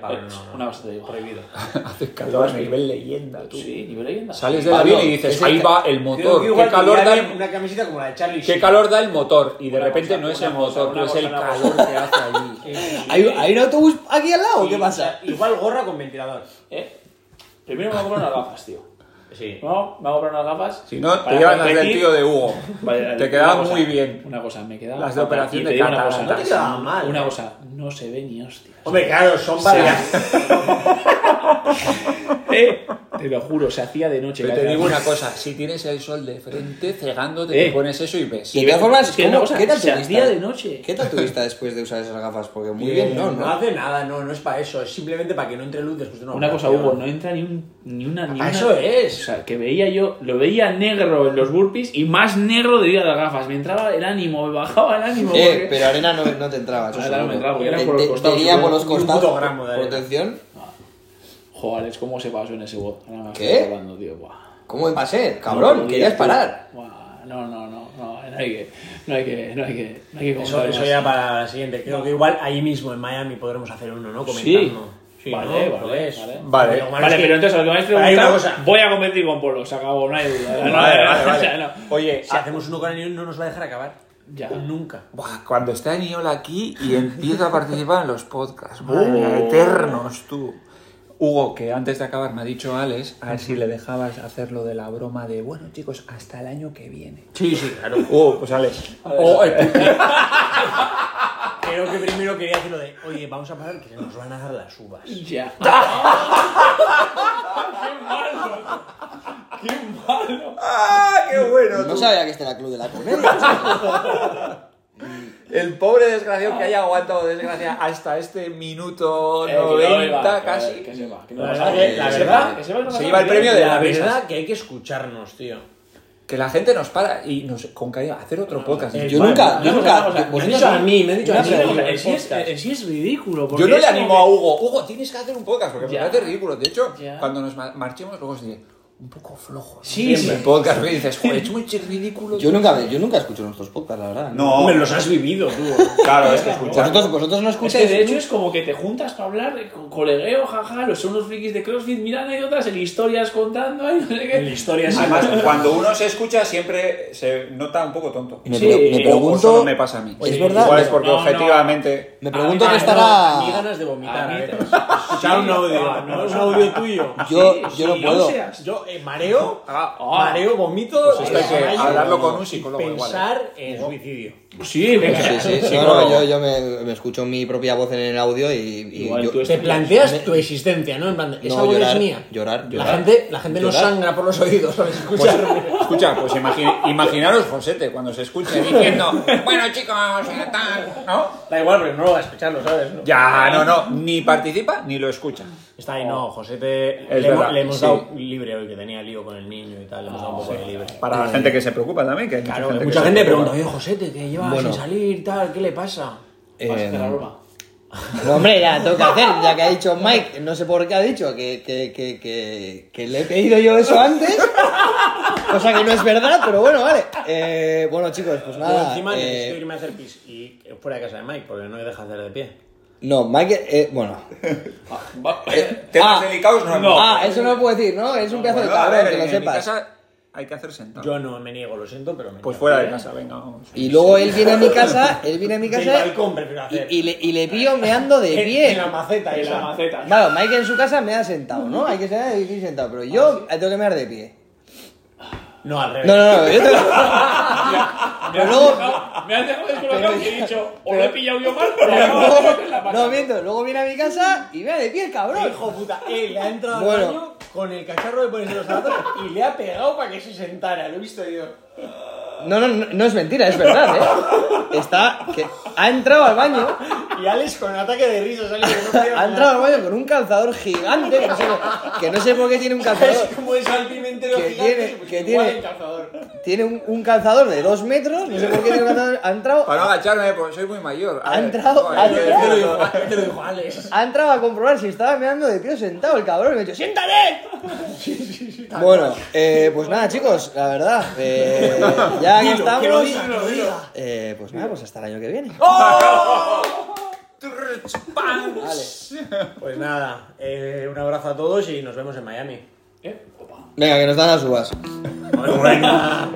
Speaker 8: una cosa te digo. Prohibido.
Speaker 6: Hace calor a nivel leyenda, tú. Ah,
Speaker 8: Sí, nivel leyenda.
Speaker 6: Sales del
Speaker 7: Pablo,
Speaker 6: avión y dices,
Speaker 7: ese-
Speaker 6: "Ahí va el motor, qué calor da el,
Speaker 10: Una camiseta como la de Charlie
Speaker 6: qué
Speaker 10: Sheen.
Speaker 6: calor da el motor" y de
Speaker 8: Una
Speaker 6: repente
Speaker 8: cosa,
Speaker 6: no es
Speaker 8: una
Speaker 6: el
Speaker 8: cosa,
Speaker 6: motor,
Speaker 8: una
Speaker 6: no es el
Speaker 8: cosa, una
Speaker 6: calor
Speaker 8: cosa.
Speaker 6: que hace allí.
Speaker 7: ¿Hay, hay un autobús aquí al lado? ¿Qué pasa?
Speaker 10: Igual gorra con ventilador.
Speaker 8: ¿Eh? Primero me voy a comprar unas gafas, tío.
Speaker 10: Sí.
Speaker 8: No, me voy a comprar unas gafas.
Speaker 6: Si no, te
Speaker 8: para
Speaker 6: llevas las del
Speaker 8: competir.
Speaker 6: tío de Hugo.
Speaker 8: Vale,
Speaker 6: Te
Speaker 8: una
Speaker 6: quedaban
Speaker 8: cosa,
Speaker 6: muy bien.
Speaker 8: Una cosa, me quedaba.
Speaker 6: Las de operación
Speaker 8: y
Speaker 6: de
Speaker 8: te digo una
Speaker 6: Cata,
Speaker 8: cosa.
Speaker 6: no te
Speaker 10: quedaban mal,
Speaker 8: Una
Speaker 10: ¿eh?
Speaker 8: cosa, no se ve ni hostia.
Speaker 10: Hombre, claro, son varias.
Speaker 8: Eh, te lo juro, se hacía de noche.
Speaker 6: Pero te
Speaker 8: Cata.
Speaker 6: digo una cosa, si tienes el sol de frente cegándote,
Speaker 8: Eh.
Speaker 6: te pones eso y ves.
Speaker 7: De todas formas,
Speaker 8: Es que una
Speaker 7: ¿cómo-
Speaker 8: cosa,
Speaker 7: ¿qué tal
Speaker 8: se hacía de
Speaker 7: tuviste?
Speaker 8: noche.
Speaker 7: ¿Qué tal tuviste después de usar esas gafas? Porque muy bien, ¿no?
Speaker 10: Eh,
Speaker 7: Eh,
Speaker 10: No
Speaker 7: ¿no?
Speaker 4: Ah,
Speaker 10: hace nada, no, no es para eso. Es simplemente para que no entre luz después de una
Speaker 8: Una cosa,
Speaker 10: operación.
Speaker 8: Hugo, no entra ni, un, ni una. Ni
Speaker 10: Ah,
Speaker 8: una-
Speaker 10: eso es.
Speaker 8: O sea, que veía yo, lo veía negro en los burpees y más negro debido a las gafas. Me entraba el ánimo, me bajaba el ánimo.
Speaker 7: Eh,
Speaker 8: porque-
Speaker 7: pero arena no, no te entraba. eso
Speaker 8: Ah, claro,
Speaker 7: seguro.
Speaker 8: me entraba, porque era
Speaker 7: Te-
Speaker 8: por los
Speaker 7: te-
Speaker 8: costados,
Speaker 7: Tenía
Speaker 8: yo
Speaker 7: por los
Speaker 10: un puto
Speaker 7: costados
Speaker 10: gramo de arena.
Speaker 7: protección.
Speaker 8: Jo, Alex, ¿cómo se pasó en ese bot? Ahora me
Speaker 7: ¿Qué?
Speaker 8: estoy acordando, tío. Buah.
Speaker 7: ¿Cómo iba a ser?
Speaker 8: No
Speaker 7: Cabrón,
Speaker 8: podía,
Speaker 7: querías
Speaker 8: tío.
Speaker 7: parar.
Speaker 8: Buah, No, no, no, no, no hay que, no hay que, no hay que, no hay que
Speaker 4: Eso,
Speaker 8: contar
Speaker 4: eso
Speaker 8: más.
Speaker 4: ya para la siguiente. Creo que igual ahí mismo en Miami podremos hacer uno, ¿no?
Speaker 8: Sí,
Speaker 4: Comentando. Sí,
Speaker 8: vale,
Speaker 4: ¿no? ¿Lo
Speaker 8: vale,
Speaker 4: ves?
Speaker 8: vale.
Speaker 6: Vale.
Speaker 4: Lo malo
Speaker 8: Vale,
Speaker 4: es que-
Speaker 8: pero entonces lo que me habéis
Speaker 4: Pero hay una
Speaker 8: preguntado,
Speaker 4: cosa.
Speaker 8: voy a competir con Polo, se acabó, no hay duda. No,
Speaker 6: Vale, vale,
Speaker 8: no, no,
Speaker 6: vale.
Speaker 8: o sea, no.
Speaker 6: Oye,
Speaker 4: Si hacemos uno con él no nos va a dejar acabar.
Speaker 8: Ya.
Speaker 4: Nunca.
Speaker 6: buah, cuando está Niola aquí y empieza a participar en los podcasts, madre mía, eternos tú. Hugo, que antes de acabar me ha dicho Alex, a ver si le dejabas hacer lo de la broma de, bueno chicos, hasta el año que viene.
Speaker 4: Sí, sí, claro.
Speaker 6: Hugo, pues Alex.
Speaker 4: Creo que primero quería decir lo de, oye, vamos a parar que se nos van a dar las uvas.
Speaker 8: Ya. ¡Qué malo! ¡Qué malo!
Speaker 6: ¡Ah, qué bueno!
Speaker 7: No sabía que este era el club de la comedia.
Speaker 6: El pobre desgraciado que haya aguantado desgracia hasta este minuto
Speaker 8: Ah. Eh, que no, Eva,
Speaker 6: 90
Speaker 8: que-
Speaker 6: casi.
Speaker 8: Que se va, que no
Speaker 4: La
Speaker 8: pasa
Speaker 4: verdad,
Speaker 8: nada.
Speaker 4: que, la
Speaker 8: Que se
Speaker 4: verdad-
Speaker 8: va, que se va, que no
Speaker 6: se
Speaker 8: pasa
Speaker 6: lleva el
Speaker 8: nada.
Speaker 6: premio de
Speaker 4: la
Speaker 6: la
Speaker 4: verdad que hay que escucharnos, tío.
Speaker 6: Que la gente nos para y nos con caída hacer
Speaker 8: Ah,
Speaker 6: otro podcast.
Speaker 8: eh,
Speaker 7: Yo nunca, yo
Speaker 8: Vamos a- vamos a-
Speaker 7: nunca.
Speaker 8: me
Speaker 4: Me
Speaker 7: pues
Speaker 4: han
Speaker 7: mira,
Speaker 4: dicho a mí, me han dicho
Speaker 8: Una
Speaker 4: a mí.
Speaker 8: pregunta,
Speaker 4: el
Speaker 8: en sí es-
Speaker 4: podcast.
Speaker 8: en sí es ridículo.
Speaker 6: Yo
Speaker 8: porque
Speaker 6: no
Speaker 8: es
Speaker 6: le
Speaker 8: como
Speaker 6: animo
Speaker 8: que-
Speaker 6: a Hugo, Hugo, tienes que hacer un podcast, porque
Speaker 8: Ya.
Speaker 6: me parece ridículo. De hecho,
Speaker 8: Ya.
Speaker 6: cuando nos ma- marchemos, luego se dice, un poco flojo. ¿no?
Speaker 8: Sí,
Speaker 6: Siempre.
Speaker 8: sí.
Speaker 6: El podcast me dices, joder, es muy ch- ridículo.
Speaker 7: Yo nunca, yo nunca escucho nuestros podcasts, la verdad.
Speaker 4: Hombre, los has vivido, tú.
Speaker 6: claro, es que escuchar.
Speaker 7: Vosotros, vosotros no
Speaker 8: Es
Speaker 7: escucháis.
Speaker 8: que de hecho es como que te juntas para hablar eh, con colegueo, jaja, los son unos frikis de CrossFit, mira anécdotas, en historias contando, ahí, no sé qué. Ah,
Speaker 4: En la historia es
Speaker 6: cuando uno se escucha, siempre se nota un poco tonto.
Speaker 7: Me,
Speaker 8: Sí,
Speaker 7: pre-
Speaker 8: o-
Speaker 7: me
Speaker 8: o
Speaker 7: pregunto.
Speaker 6: solo me pasa a mí.
Speaker 7: Es
Speaker 8: Sí,
Speaker 7: verdad.
Speaker 6: Igual es porque
Speaker 8: No, no.
Speaker 6: objetivamente.
Speaker 7: Me pregunto
Speaker 8: Ah,
Speaker 7: qué
Speaker 8: no,
Speaker 7: estará.
Speaker 4: Ni ganas de vomitar.
Speaker 8: A
Speaker 4: A
Speaker 8: mí
Speaker 4: ver.
Speaker 8: te-
Speaker 4: Ya un audio,
Speaker 8: Ah,
Speaker 4: no es un audio tuyo.
Speaker 7: Yo,
Speaker 8: Sí,
Speaker 7: yo
Speaker 8: sí,
Speaker 7: no puedo.
Speaker 8: náuseas.
Speaker 4: Yo eh, mareo,
Speaker 6: Ah,
Speaker 4: mareo, vomito,
Speaker 6: Pues esto hay que
Speaker 4: desmayo,
Speaker 6: hablarlo con
Speaker 4: y
Speaker 6: un psicólogo igual, ¿eh?
Speaker 4: Pensar en suicidio.
Speaker 8: Sí, venga.
Speaker 7: Sí, sí, sí, no, no, yo, yo me, me escucho mi propia voz en el audio y, y
Speaker 8: Igual
Speaker 7: yo-
Speaker 8: tú
Speaker 4: Te
Speaker 8: estás-
Speaker 4: planteas tu existencia, ¿no? En plan, esa
Speaker 7: No,
Speaker 4: voz
Speaker 7: llorar,
Speaker 4: es mía.
Speaker 7: llorar,
Speaker 4: La
Speaker 7: llorar.
Speaker 4: gente, la gente no
Speaker 7: Llorar.
Speaker 4: sangra por los oídos al escucharme.
Speaker 6: Pues, escucha, pues imagi- imaginaros Josete cuando se escuche diciendo, bueno chicos, eh, tal, ¿no?
Speaker 8: Da igual, porque no lo va a escuchar, lo sabes, ¿no?
Speaker 6: Ya, no, no, ni participa ni lo escucha.
Speaker 4: Está ahí, no, José te...
Speaker 6: Es
Speaker 4: le, hemos-
Speaker 6: verdad,
Speaker 4: le hemos
Speaker 6: sí.
Speaker 4: dado libre hoy, que tenía lío con el niño y tal, le hemos dado un poco de libre.
Speaker 6: Para
Speaker 7: Eh,
Speaker 6: la gente que se preocupa también, que hay
Speaker 4: Claro,
Speaker 6: mucha gente,
Speaker 4: mucha
Speaker 6: que se
Speaker 4: gente pregunta,
Speaker 6: preocupa.
Speaker 4: oye, José, ¿te que llevas
Speaker 7: Bueno. Pues
Speaker 4: sin salir tal? ¿Qué le pasa?
Speaker 5: Vas a hacer la broma.
Speaker 7: Em, No, hombre, ya tengo que hacer, ya que ha dicho Mike, no sé por qué ha dicho que, que, que, que, que le he pedido yo eso antes. Cosa que no es verdad, pero bueno, vale. Eh, bueno, chicos, pues
Speaker 4: Yo
Speaker 7: nada.
Speaker 4: encima necesito
Speaker 7: eh,
Speaker 4: irme a hacer pis y fuera de casa de Mike, porque no me deja hacer de pie.
Speaker 7: no, Mike, eh, bueno.
Speaker 5: Va-
Speaker 6: Eh, Temas
Speaker 7: Ah,
Speaker 6: delicados no,
Speaker 5: no.
Speaker 7: Ah, eso no lo puedo decir, ¿no? Es un pedazo de
Speaker 6: Bueno, a
Speaker 7: cabrón,
Speaker 6: ver,
Speaker 7: que lo
Speaker 6: en mi
Speaker 7: sepas.
Speaker 6: casa hay que hacer sentado.
Speaker 4: Yo no me niego, lo siento, pero me
Speaker 6: Pues
Speaker 4: niego.
Speaker 6: fuera
Speaker 7: ¿Eh?
Speaker 6: de casa, venga, vamos.
Speaker 7: Y luego él viene a mi casa, él viene a mi
Speaker 4: Del
Speaker 7: casa
Speaker 4: balcón prefiero hacer.
Speaker 7: y, y le, y le pillo meando de
Speaker 4: En-
Speaker 7: pie.
Speaker 4: En la maceta, en la maceta.
Speaker 7: Claro, Mike en su casa me ha sentado, ¿no? Hay que ser hay que ir sentado, pero yo tengo que mear de pie.
Speaker 4: No, al revés.
Speaker 7: No, no, no, yo tengo...
Speaker 5: Me has
Speaker 7: Pero luego-
Speaker 5: dejado- me has dejado descolocado y he dicho, o lo he pillado yo mal, o lo acabo de meter en la
Speaker 7: Luego-
Speaker 5: pata.
Speaker 7: No, miento, luego viene a mi casa y mea de pie el cabrón.
Speaker 4: Hijo puta, él ha entrado
Speaker 7: Bueno.
Speaker 4: al baño con el cacharro de ponerse los zapatos y le ha pegado para que se sentara, lo he visto yo.
Speaker 7: No, no, no, no es mentira, es verdad, ¿eh? Está... que ha entrado al baño,
Speaker 4: Y Alex con ataque de risa sale que no podía
Speaker 7: ha entrado al baño con un calzador gigante, que no sé, que no sé por qué tiene un calzador...
Speaker 4: Es como el salpimentero
Speaker 7: Que
Speaker 4: gigante,
Speaker 7: tiene-
Speaker 4: pues,
Speaker 7: que
Speaker 4: igual
Speaker 7: tiene-
Speaker 4: el cazador.
Speaker 7: Tiene un, un calzador de dos metros, no sé por qué tiene un calzador... Ha entrado...
Speaker 6: Para no agacharme, porque soy muy mayor. A
Speaker 7: Ha
Speaker 6: ver,
Speaker 7: entrado-
Speaker 6: no,
Speaker 7: ha
Speaker 6: yo-
Speaker 7: entrado.
Speaker 6: yo lo digo.
Speaker 4: Te lo dijo Alex.
Speaker 7: Ha entrado a comprobar si estaba meando de pie o sentado el cabrón y me ha dicho ¡Siéntate! Bueno, eh, pues nada chicos, la verdad, eh, ya que estamos, eh, pues nada, pues hasta el año que viene. Vale.
Speaker 4: Pues nada, eh, un abrazo a todos y nos vemos en Miami.
Speaker 7: Venga, que nos dan las uvas.
Speaker 4: Venga,